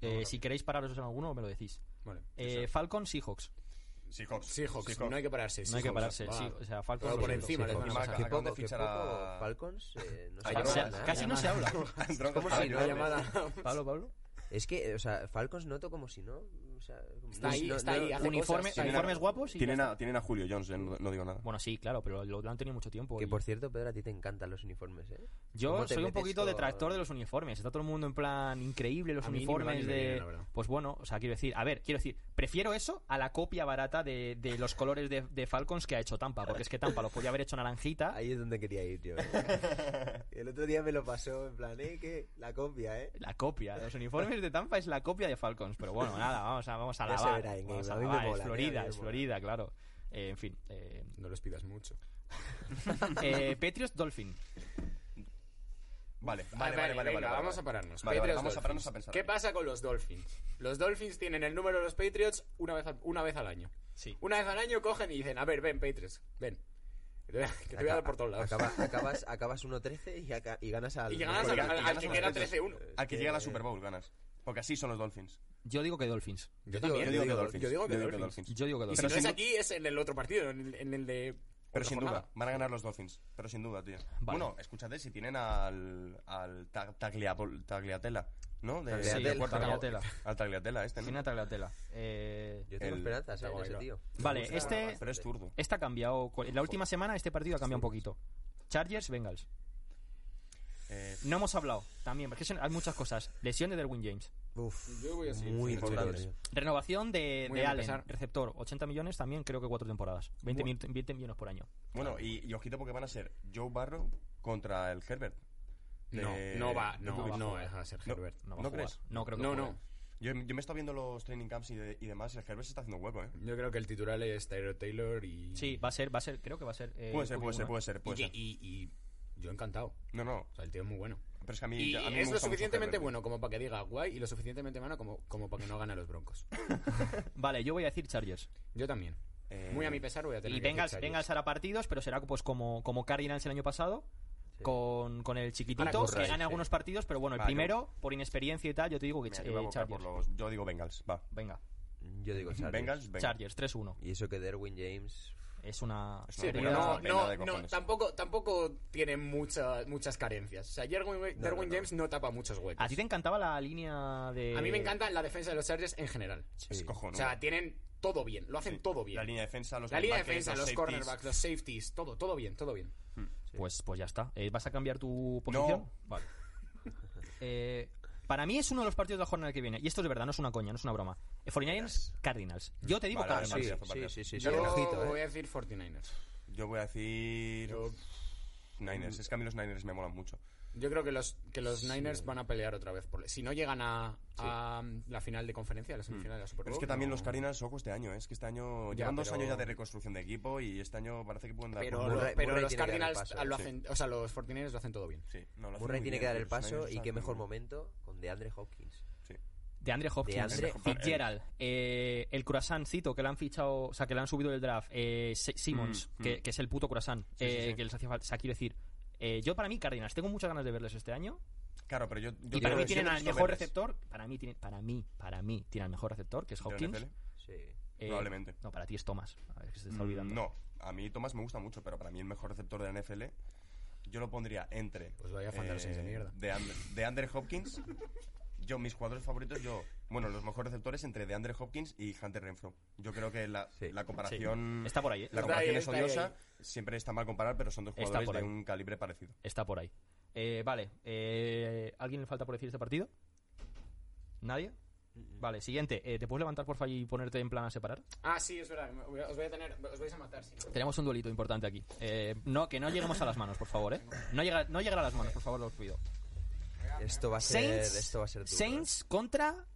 [SPEAKER 1] Eh, si queréis pararos en alguno, me lo decís.
[SPEAKER 3] Vale.
[SPEAKER 1] Eh, Falcon, Seahawks.
[SPEAKER 2] Seahawks.
[SPEAKER 3] Seahawks, no
[SPEAKER 2] (laughs)
[SPEAKER 3] hay que pararse.
[SPEAKER 1] No hay que
[SPEAKER 3] Seahawks,
[SPEAKER 1] pararse.
[SPEAKER 3] va.
[SPEAKER 1] sí, o sea, Falcon.
[SPEAKER 3] Todo por
[SPEAKER 1] Seahawks.
[SPEAKER 3] encima les van a
[SPEAKER 2] Seahawks.
[SPEAKER 3] pasar.
[SPEAKER 2] Acaban
[SPEAKER 4] Qué
[SPEAKER 2] de
[SPEAKER 4] poco, qué
[SPEAKER 2] fichar
[SPEAKER 4] poco
[SPEAKER 2] a-
[SPEAKER 4] Falcons eh, no se
[SPEAKER 3] A
[SPEAKER 1] O
[SPEAKER 4] habla
[SPEAKER 1] sea,
[SPEAKER 3] llamada,
[SPEAKER 4] nada.
[SPEAKER 1] casi no se
[SPEAKER 3] (laughs)
[SPEAKER 1] habla.
[SPEAKER 4] ¿Cómo
[SPEAKER 3] Ah,
[SPEAKER 4] si no?
[SPEAKER 3] la llamada.
[SPEAKER 1] Pablo, Pablo.
[SPEAKER 4] Es que, o sea, Falcons noto como si no. O sea, como-
[SPEAKER 3] Está ahí,
[SPEAKER 4] no-
[SPEAKER 3] está
[SPEAKER 4] no-
[SPEAKER 3] ahí, hace
[SPEAKER 1] Uniforme,
[SPEAKER 3] cosas, está ahí.
[SPEAKER 1] uniformes guapos. Y
[SPEAKER 2] Tienen
[SPEAKER 1] ya está.
[SPEAKER 2] a, tienen a Julio Jones, eh, no, no digo nada.
[SPEAKER 1] Bueno, sí, claro, pero lo, lo han tenido mucho tiempo.
[SPEAKER 4] Que
[SPEAKER 1] y-
[SPEAKER 4] por cierto, Pedro, a ti te encantan los uniformes, ¿eh?
[SPEAKER 1] Yo
[SPEAKER 4] ¿Cómo te
[SPEAKER 1] soy un
[SPEAKER 4] metes
[SPEAKER 1] poquito
[SPEAKER 4] con-
[SPEAKER 1] detractor de los uniformes. Está todo el mundo en plan increíble, los
[SPEAKER 3] A mí ni me van ni
[SPEAKER 1] uniformes
[SPEAKER 3] me
[SPEAKER 1] de.
[SPEAKER 3] vienen, la verdad.
[SPEAKER 1] pues bueno, o sea, quiero decir, a ver, quiero decir, prefiero eso a la copia barata de, de los colores de, de Falcons que ha hecho Tampa, porque es que Tampa lo podía haber hecho
[SPEAKER 3] (laughs) Ah.
[SPEAKER 1] naranjita.
[SPEAKER 4] Ahí es donde quería ir yo. El otro día me lo pasó en plan, eh, que la copia, eh.
[SPEAKER 1] La copia, los uniformes de Tampa es la copia de Falcons, pero bueno, nada, vamos a, vamos a
[SPEAKER 4] (laughs) Ya se
[SPEAKER 1] lavar.
[SPEAKER 4] verá en
[SPEAKER 1] vamos a
[SPEAKER 4] game, a mí me
[SPEAKER 1] lavar,
[SPEAKER 4] mola,
[SPEAKER 1] es
[SPEAKER 4] a mí
[SPEAKER 1] Florida,
[SPEAKER 4] me
[SPEAKER 1] es
[SPEAKER 4] mola.
[SPEAKER 1] Florida, claro. Eh, en fin. eh,
[SPEAKER 3] No los pidas mucho.
[SPEAKER 1] eh, Patriots Dolphin.
[SPEAKER 2] Vale, vale, vale, vale, vale,
[SPEAKER 3] Ah, venga,
[SPEAKER 2] vale.
[SPEAKER 3] vamos a pararnos.
[SPEAKER 2] Vale, vale,
[SPEAKER 3] Patriots,
[SPEAKER 2] vamos a pararnos
[SPEAKER 3] Dolphins.
[SPEAKER 2] a pensar.
[SPEAKER 3] ¿Qué pasa con los Dolphins? Los Dolphins tienen el número de los Patriots una vez, al- una vez al año.
[SPEAKER 1] Sí.
[SPEAKER 3] Una vez al año cogen y dicen, a ver, ven, Patriots, ven. Que te voy a dar por todos lados.
[SPEAKER 4] Acaba- acabas acabas 1-13 y, aca- y ganas al.
[SPEAKER 3] Y ganas al- al- al que
[SPEAKER 2] queda
[SPEAKER 3] 13-1.
[SPEAKER 2] Al que
[SPEAKER 3] Eh,
[SPEAKER 2] llega a la Super Bowl ganas. Porque así son los Dolphins.
[SPEAKER 1] Yo digo que Dolphins.
[SPEAKER 3] Yo
[SPEAKER 4] también.
[SPEAKER 2] Yo digo que Dolphins.
[SPEAKER 3] Yo digo que Dolphins.
[SPEAKER 1] Yo digo que
[SPEAKER 3] Y
[SPEAKER 1] Dolphins.
[SPEAKER 3] si
[SPEAKER 2] Pero
[SPEAKER 3] no
[SPEAKER 2] sin
[SPEAKER 3] es
[SPEAKER 2] du-
[SPEAKER 3] aquí, es en el otro partido, en el, en el de...
[SPEAKER 2] Pero
[SPEAKER 3] otra
[SPEAKER 2] sin
[SPEAKER 3] jornada.
[SPEAKER 2] duda, van a ganar los Dolphins. Pero sin duda, tío.
[SPEAKER 1] Vale.
[SPEAKER 2] Bueno, escúchate, si tienen al, al Tag- Tagliapol- Tagliatella, ¿no? De,
[SPEAKER 4] Tagliatella,
[SPEAKER 2] de Puerto Rico.
[SPEAKER 1] Tagliatela.
[SPEAKER 2] Al Tagliatella, este,
[SPEAKER 1] Tiene
[SPEAKER 2] ¿no?
[SPEAKER 1] a Tagliatella. Eh,
[SPEAKER 4] Yo tengo
[SPEAKER 2] El-
[SPEAKER 4] esperanzas eh, en
[SPEAKER 3] Está
[SPEAKER 4] ese
[SPEAKER 3] guay,
[SPEAKER 4] tío.
[SPEAKER 1] Vale,
[SPEAKER 4] Me gusta
[SPEAKER 1] este-
[SPEAKER 4] bastante.
[SPEAKER 2] Pero es turbo.
[SPEAKER 1] Esta ha cambiado. cu- En la última semana este partido ha cambiado un poquito. Chargers, Bengals.
[SPEAKER 2] Eh,
[SPEAKER 1] No hemos hablado también, porque son- hay muchas cosas. Lesión de Derwin James.
[SPEAKER 4] Uf,
[SPEAKER 3] Yo voy a seguir.
[SPEAKER 4] muy
[SPEAKER 3] Sí,
[SPEAKER 4] importante.
[SPEAKER 2] importante.
[SPEAKER 1] Renovación de,
[SPEAKER 3] Muy
[SPEAKER 1] de
[SPEAKER 3] a
[SPEAKER 1] Allen,
[SPEAKER 3] pesar.
[SPEAKER 1] receptor. 80 millones también, creo que cuatro temporadas. 20,
[SPEAKER 2] Bueno.
[SPEAKER 1] mil- 20 millones por año.
[SPEAKER 2] Bueno, y, y ojito porque van a ser Joe Barrow contra el Herbert.
[SPEAKER 3] No,
[SPEAKER 2] De-
[SPEAKER 3] no va,
[SPEAKER 2] de
[SPEAKER 3] no,
[SPEAKER 2] Buffalo.
[SPEAKER 3] no, es a ser
[SPEAKER 2] No,
[SPEAKER 3] Herbert.
[SPEAKER 1] No, va a
[SPEAKER 2] ¿No
[SPEAKER 1] jugar.
[SPEAKER 2] crees?
[SPEAKER 1] No creo que
[SPEAKER 3] No,
[SPEAKER 1] juegue.
[SPEAKER 3] no.
[SPEAKER 2] Yo, yo me he estado viendo los training camps y, de- y demás y el Herbert se está haciendo hueco, ¿eh?
[SPEAKER 3] Yo creo que el titular es Tyler Taylor y...
[SPEAKER 1] Sí, va a ser, va a ser, creo que va a ser. eh,
[SPEAKER 2] Puede ser, puede ser,
[SPEAKER 1] QB1,
[SPEAKER 2] puede ser,
[SPEAKER 3] Y,
[SPEAKER 2] puede ser.
[SPEAKER 3] y- y yo encantado.
[SPEAKER 2] No, no,
[SPEAKER 3] O sea, el tío es muy bueno.
[SPEAKER 2] pero es que a mí,
[SPEAKER 3] Y,
[SPEAKER 2] a mí me
[SPEAKER 3] es lo
[SPEAKER 2] gusta mucho
[SPEAKER 3] suficientemente
[SPEAKER 2] Herbert,
[SPEAKER 3] bueno como para que diga guay y lo suficientemente malo como, como para que no gane a los broncos.
[SPEAKER 1] ¿eh? Vale, yo voy a decir Chargers.
[SPEAKER 3] Yo también.
[SPEAKER 2] tío. Eh,
[SPEAKER 3] Muy a mi pesar voy a tener
[SPEAKER 1] Y
[SPEAKER 3] que decir
[SPEAKER 1] Bengals,
[SPEAKER 3] Chargers.
[SPEAKER 1] Bengals hará partidos, pero será pues como, como Cardinals el año pasado.
[SPEAKER 4] Sí.
[SPEAKER 1] Con, con el
[SPEAKER 3] Ahora
[SPEAKER 1] chiquitito,
[SPEAKER 3] con
[SPEAKER 1] que
[SPEAKER 3] Ray,
[SPEAKER 1] gana
[SPEAKER 3] sí.
[SPEAKER 1] algunos partidos, pero bueno, el
[SPEAKER 2] Va, yo-
[SPEAKER 1] primero, por inexperiencia y tal, yo te digo que
[SPEAKER 2] mira,
[SPEAKER 1] cha-
[SPEAKER 2] yo, voy a
[SPEAKER 1] eh,
[SPEAKER 2] votar por
[SPEAKER 1] Chargers.
[SPEAKER 2] los- yo digo Bengals, va.
[SPEAKER 1] Venga,
[SPEAKER 4] Yo digo Chargers.
[SPEAKER 2] Bengals, Bengals.
[SPEAKER 1] Chargers, 3-1.
[SPEAKER 4] Y eso que Derwin James.
[SPEAKER 1] Es una.
[SPEAKER 2] Es
[SPEAKER 3] Sí,
[SPEAKER 2] una
[SPEAKER 3] pero
[SPEAKER 2] buena
[SPEAKER 3] no,
[SPEAKER 2] pena de
[SPEAKER 3] no, no,
[SPEAKER 2] cojones.
[SPEAKER 3] tampoco, tampoco tiene mucha- muchas carencias. O sea, Derwin,
[SPEAKER 4] no,
[SPEAKER 3] Derwin
[SPEAKER 4] no.
[SPEAKER 3] James no tapa muchos huecos.
[SPEAKER 1] ¿A ti te encantaba la línea de.?
[SPEAKER 3] A mí me
[SPEAKER 2] Eh,
[SPEAKER 3] encanta la defensa de los Chargers en general.
[SPEAKER 2] Es cojonudo.
[SPEAKER 3] O sea, tienen todo bien, lo hacen
[SPEAKER 2] Sí.
[SPEAKER 3] todo bien.
[SPEAKER 2] La línea de defensa, los
[SPEAKER 3] La línea de
[SPEAKER 2] linebackers,
[SPEAKER 3] defensa, los,
[SPEAKER 2] safeties.
[SPEAKER 3] cornerbacks, los safeties, todo, todo bien, todo bien.
[SPEAKER 1] Pues, pues ya está. Eh, ¿Vas a cambiar tu posición?
[SPEAKER 2] No. (laughs)
[SPEAKER 1] Vale. Eh, para mí es uno de los partidos de la jornada que viene. Y esto es verdad, no es una coña, no es una broma. Eh, 49ers, Cardinals. Yo te digo
[SPEAKER 2] Vale, vale,
[SPEAKER 1] Cardinals.
[SPEAKER 2] sí. Chargers.
[SPEAKER 4] sí,
[SPEAKER 3] Yo
[SPEAKER 4] ojito, eh.
[SPEAKER 3] voy a decir 49ers.
[SPEAKER 2] Yo voy a decir...
[SPEAKER 3] Yo-
[SPEAKER 2] Niners. Es que a mí los Niners me molan mucho.
[SPEAKER 3] Yo creo que los, que los Niners van a pelear otra vez. Por, si no llegan a, a, um, la final de conferencia, a la semifinal de la Super Bowl.
[SPEAKER 2] Mm. Pero es que también
[SPEAKER 3] no-
[SPEAKER 2] los Carinas, ojo, este año, ¿eh? es que este año
[SPEAKER 3] Ya,
[SPEAKER 2] llevan dos
[SPEAKER 3] pero-
[SPEAKER 2] años ya de reconstrucción de equipo y este año parece que pueden dar
[SPEAKER 3] Pero,
[SPEAKER 2] por
[SPEAKER 3] lo-
[SPEAKER 2] culo.
[SPEAKER 4] Murray-
[SPEAKER 3] pero
[SPEAKER 4] Murray
[SPEAKER 3] los
[SPEAKER 4] tiene que dar el
[SPEAKER 3] Cardinals
[SPEAKER 4] paso,
[SPEAKER 3] lo
[SPEAKER 2] sí.
[SPEAKER 3] hacen, o sea, los 49ers lo hacen todo bien.
[SPEAKER 2] Sí, no, lo hacen
[SPEAKER 4] Murray
[SPEAKER 2] muy
[SPEAKER 4] tiene
[SPEAKER 2] bien,
[SPEAKER 4] que dar el
[SPEAKER 2] los Niners
[SPEAKER 4] paso y
[SPEAKER 2] están
[SPEAKER 4] qué
[SPEAKER 2] muy
[SPEAKER 4] mejor
[SPEAKER 2] bien.
[SPEAKER 4] momento con DeAndre Hopkins.
[SPEAKER 1] De Andre Hopkins.
[SPEAKER 4] DeAndre
[SPEAKER 1] Eh,
[SPEAKER 2] Hopkins.
[SPEAKER 1] Fitzgerald. eh, el Curasancito que le han fichado, o sea, que le han subido del draft. Eh, Se- Simmons,
[SPEAKER 2] Mm,
[SPEAKER 1] que,
[SPEAKER 2] mm.
[SPEAKER 1] que es el puto Curasan.
[SPEAKER 2] Sí, sí, sí.
[SPEAKER 1] Que les hacía falta. O sea, quiero decir. eh, yo para mí, Cardinals, tengo muchas ganas de verles este año.
[SPEAKER 2] Claro, pero yo.
[SPEAKER 1] Y para
[SPEAKER 2] yo creo
[SPEAKER 1] mí tienen
[SPEAKER 2] que siempre
[SPEAKER 1] al
[SPEAKER 2] he visto
[SPEAKER 1] mejor
[SPEAKER 2] verdes
[SPEAKER 1] receptor. Para mí, tienen, para mí, para mí, tienen al mejor receptor, que es
[SPEAKER 2] de la
[SPEAKER 1] Hopkins.
[SPEAKER 2] NFL,
[SPEAKER 4] Sí.
[SPEAKER 1] Eh,
[SPEAKER 2] probablemente.
[SPEAKER 1] No, para ti es Thomas. A ver, que se te está
[SPEAKER 2] Mm,
[SPEAKER 1] olvidando.
[SPEAKER 2] No, a mí Tomás me gusta mucho, pero para mí el mejor receptor de la NFL yo lo pondría entre. eh,
[SPEAKER 3] Pues vaya fan de los Saints de mierda.
[SPEAKER 2] De, And- de Andre Hopkins. Yo, mis jugadores favoritos, yo. Bueno, los mejores receptores entre de Andre Hopkins y Hunter Renfro. Yo creo que la,
[SPEAKER 4] Sí.
[SPEAKER 2] la
[SPEAKER 1] Sí.
[SPEAKER 2] comparación.
[SPEAKER 1] Está por ahí. eh.
[SPEAKER 2] Mm. La
[SPEAKER 3] Está
[SPEAKER 2] comparación
[SPEAKER 3] ahí,
[SPEAKER 2] es
[SPEAKER 3] está ahí,
[SPEAKER 2] odiosa, siempre está mal comparar, pero son dos
[SPEAKER 1] Está
[SPEAKER 2] jugadores
[SPEAKER 1] por
[SPEAKER 2] de
[SPEAKER 1] ahí.
[SPEAKER 2] un calibre parecido.
[SPEAKER 1] Está por ahí. Eh, vale. eh, ¿Alguien le falta por decir este partido? ¿Nadie? Vale, siguiente. Eh, ¿Te puedes levantar, por favor, y ponerte en plan a separar?
[SPEAKER 3] Ah, sí, es verdad. me- Os voy a tener, os vais a matar. sí.
[SPEAKER 1] Tenemos un duelito importante aquí. Eh, no, que no lleguemos a las manos, por favor, ¿eh? No, llega, no llegar a las manos, por favor, los pido.
[SPEAKER 2] Eh,
[SPEAKER 4] Esto va a ser,
[SPEAKER 1] Saints,
[SPEAKER 4] esto va a ser duro. ¿eh?
[SPEAKER 1] Saints contra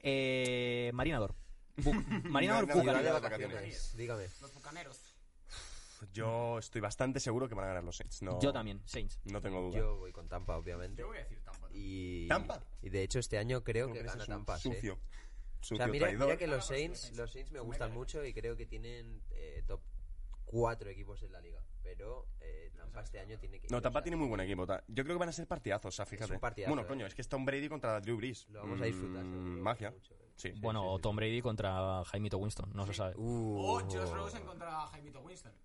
[SPEAKER 1] eh, Marinador.
[SPEAKER 2] (laughs)
[SPEAKER 1] Bu- Marinador
[SPEAKER 2] Marinador
[SPEAKER 1] Bucaramanga.
[SPEAKER 4] de
[SPEAKER 2] Bucaramanga.
[SPEAKER 4] vacaciones. Dígame.
[SPEAKER 3] Los bucaneros.
[SPEAKER 2] Yo estoy bastante seguro que van a ganar los Saints. No,
[SPEAKER 1] Yo también, Saints.
[SPEAKER 2] No tengo duda.
[SPEAKER 4] Yo voy con Tampa, obviamente.
[SPEAKER 3] Yo voy a decir Tampa.
[SPEAKER 4] Y,
[SPEAKER 2] ¿Tampa?
[SPEAKER 4] Y de hecho este año creo que
[SPEAKER 2] Creo ese
[SPEAKER 4] gana
[SPEAKER 2] es un
[SPEAKER 4] Tampa. sí.
[SPEAKER 2] sucio.
[SPEAKER 4] O
[SPEAKER 2] Sucio
[SPEAKER 4] sea, mira,
[SPEAKER 2] traidor.
[SPEAKER 4] mira que los Saints, los Saints me gustan mucho y creo que tienen eh, top 4 equipos en la liga. Pero eh, Tampa este año tiene que...
[SPEAKER 2] No,
[SPEAKER 4] o
[SPEAKER 2] Tampa
[SPEAKER 4] sea,
[SPEAKER 2] tiene muy buen equipo. ta- Yo creo que van a ser partidazos, o sea, fíjate.
[SPEAKER 4] un partidazo,
[SPEAKER 2] bueno,
[SPEAKER 4] eh.
[SPEAKER 2] coño, es que está un Brady contra Drew Brees.
[SPEAKER 4] Lo vamos a disfrutar.
[SPEAKER 2] Mm,
[SPEAKER 4] seguro,
[SPEAKER 2] magia.
[SPEAKER 4] mucho, eh.
[SPEAKER 2] Sí.
[SPEAKER 1] Bueno, o Tom Brady contra Jaimito Winston, no se sabe.
[SPEAKER 2] Uh.
[SPEAKER 3] O
[SPEAKER 4] Oh,
[SPEAKER 3] Oh, Josh Rosen contra Jaimito Winston.
[SPEAKER 4] (laughs)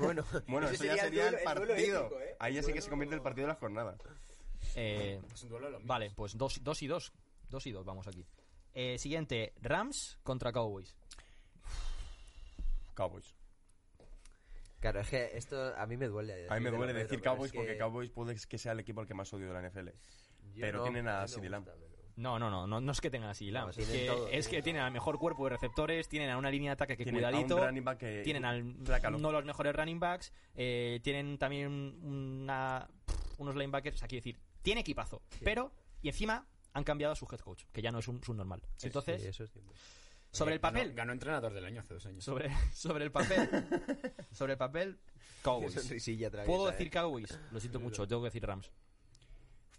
[SPEAKER 4] Bueno,
[SPEAKER 2] (laughs) Bueno,
[SPEAKER 4] ese
[SPEAKER 2] eso ya sería el,
[SPEAKER 4] duelo-
[SPEAKER 2] partido.
[SPEAKER 4] duelo épico, ¿eh?
[SPEAKER 2] Ahí ya sí que
[SPEAKER 4] Bueno,
[SPEAKER 2] se convierte el partido de la jornada.
[SPEAKER 1] Eh,
[SPEAKER 3] Es un duelo de los míos.
[SPEAKER 1] Vale, pues dos, dos y dos. Dos y dos, vamos aquí. Eh, siguiente, Rams contra Cowboys.
[SPEAKER 2] Cowboys.
[SPEAKER 4] Claro, es que esto a mí me duele.
[SPEAKER 2] A mí me
[SPEAKER 4] decírtelo,
[SPEAKER 2] duele
[SPEAKER 4] Pedro,
[SPEAKER 2] decir
[SPEAKER 4] pero es
[SPEAKER 2] Cowboys porque
[SPEAKER 4] que
[SPEAKER 2] Cowboys puede que sea el equipo al que más odio de la NFL.
[SPEAKER 4] yo
[SPEAKER 2] pero tienen a
[SPEAKER 4] mí me
[SPEAKER 2] CD Lamb.
[SPEAKER 4] gusta, pero-
[SPEAKER 1] No, no, no, no, no es que tengan así Lams.
[SPEAKER 4] No,
[SPEAKER 1] es
[SPEAKER 4] tienen
[SPEAKER 1] que,
[SPEAKER 4] todo,
[SPEAKER 1] es
[SPEAKER 4] tienen
[SPEAKER 1] que
[SPEAKER 4] todo.
[SPEAKER 1] tienen al mejor cuerpo de receptores, tienen a una línea de ataque que
[SPEAKER 2] Tienen a un
[SPEAKER 1] cuidadito.
[SPEAKER 2] running back eh, que-
[SPEAKER 1] tienen al
[SPEAKER 2] Trácalo.
[SPEAKER 1] uno de los mejores running backs. eh, tienen también una, unos linebackers. O sea, quiero decir, tiene equipazo. Pero, y encima, han cambiado a su head coach, que ya no es un subnormal. Entonces,
[SPEAKER 4] Sí, eso es cierto.
[SPEAKER 1] sobre el papel.
[SPEAKER 3] Eh, Ganó, ganó entrenador del año hace dos años.
[SPEAKER 1] Sobre, sobre el papel. sobre el papel, Cowboys.
[SPEAKER 4] Sonrisilla traviesa,
[SPEAKER 1] Puedo
[SPEAKER 4] ¿eh?
[SPEAKER 1] decir Cowboys, lo siento mucho, tengo que decir Rams.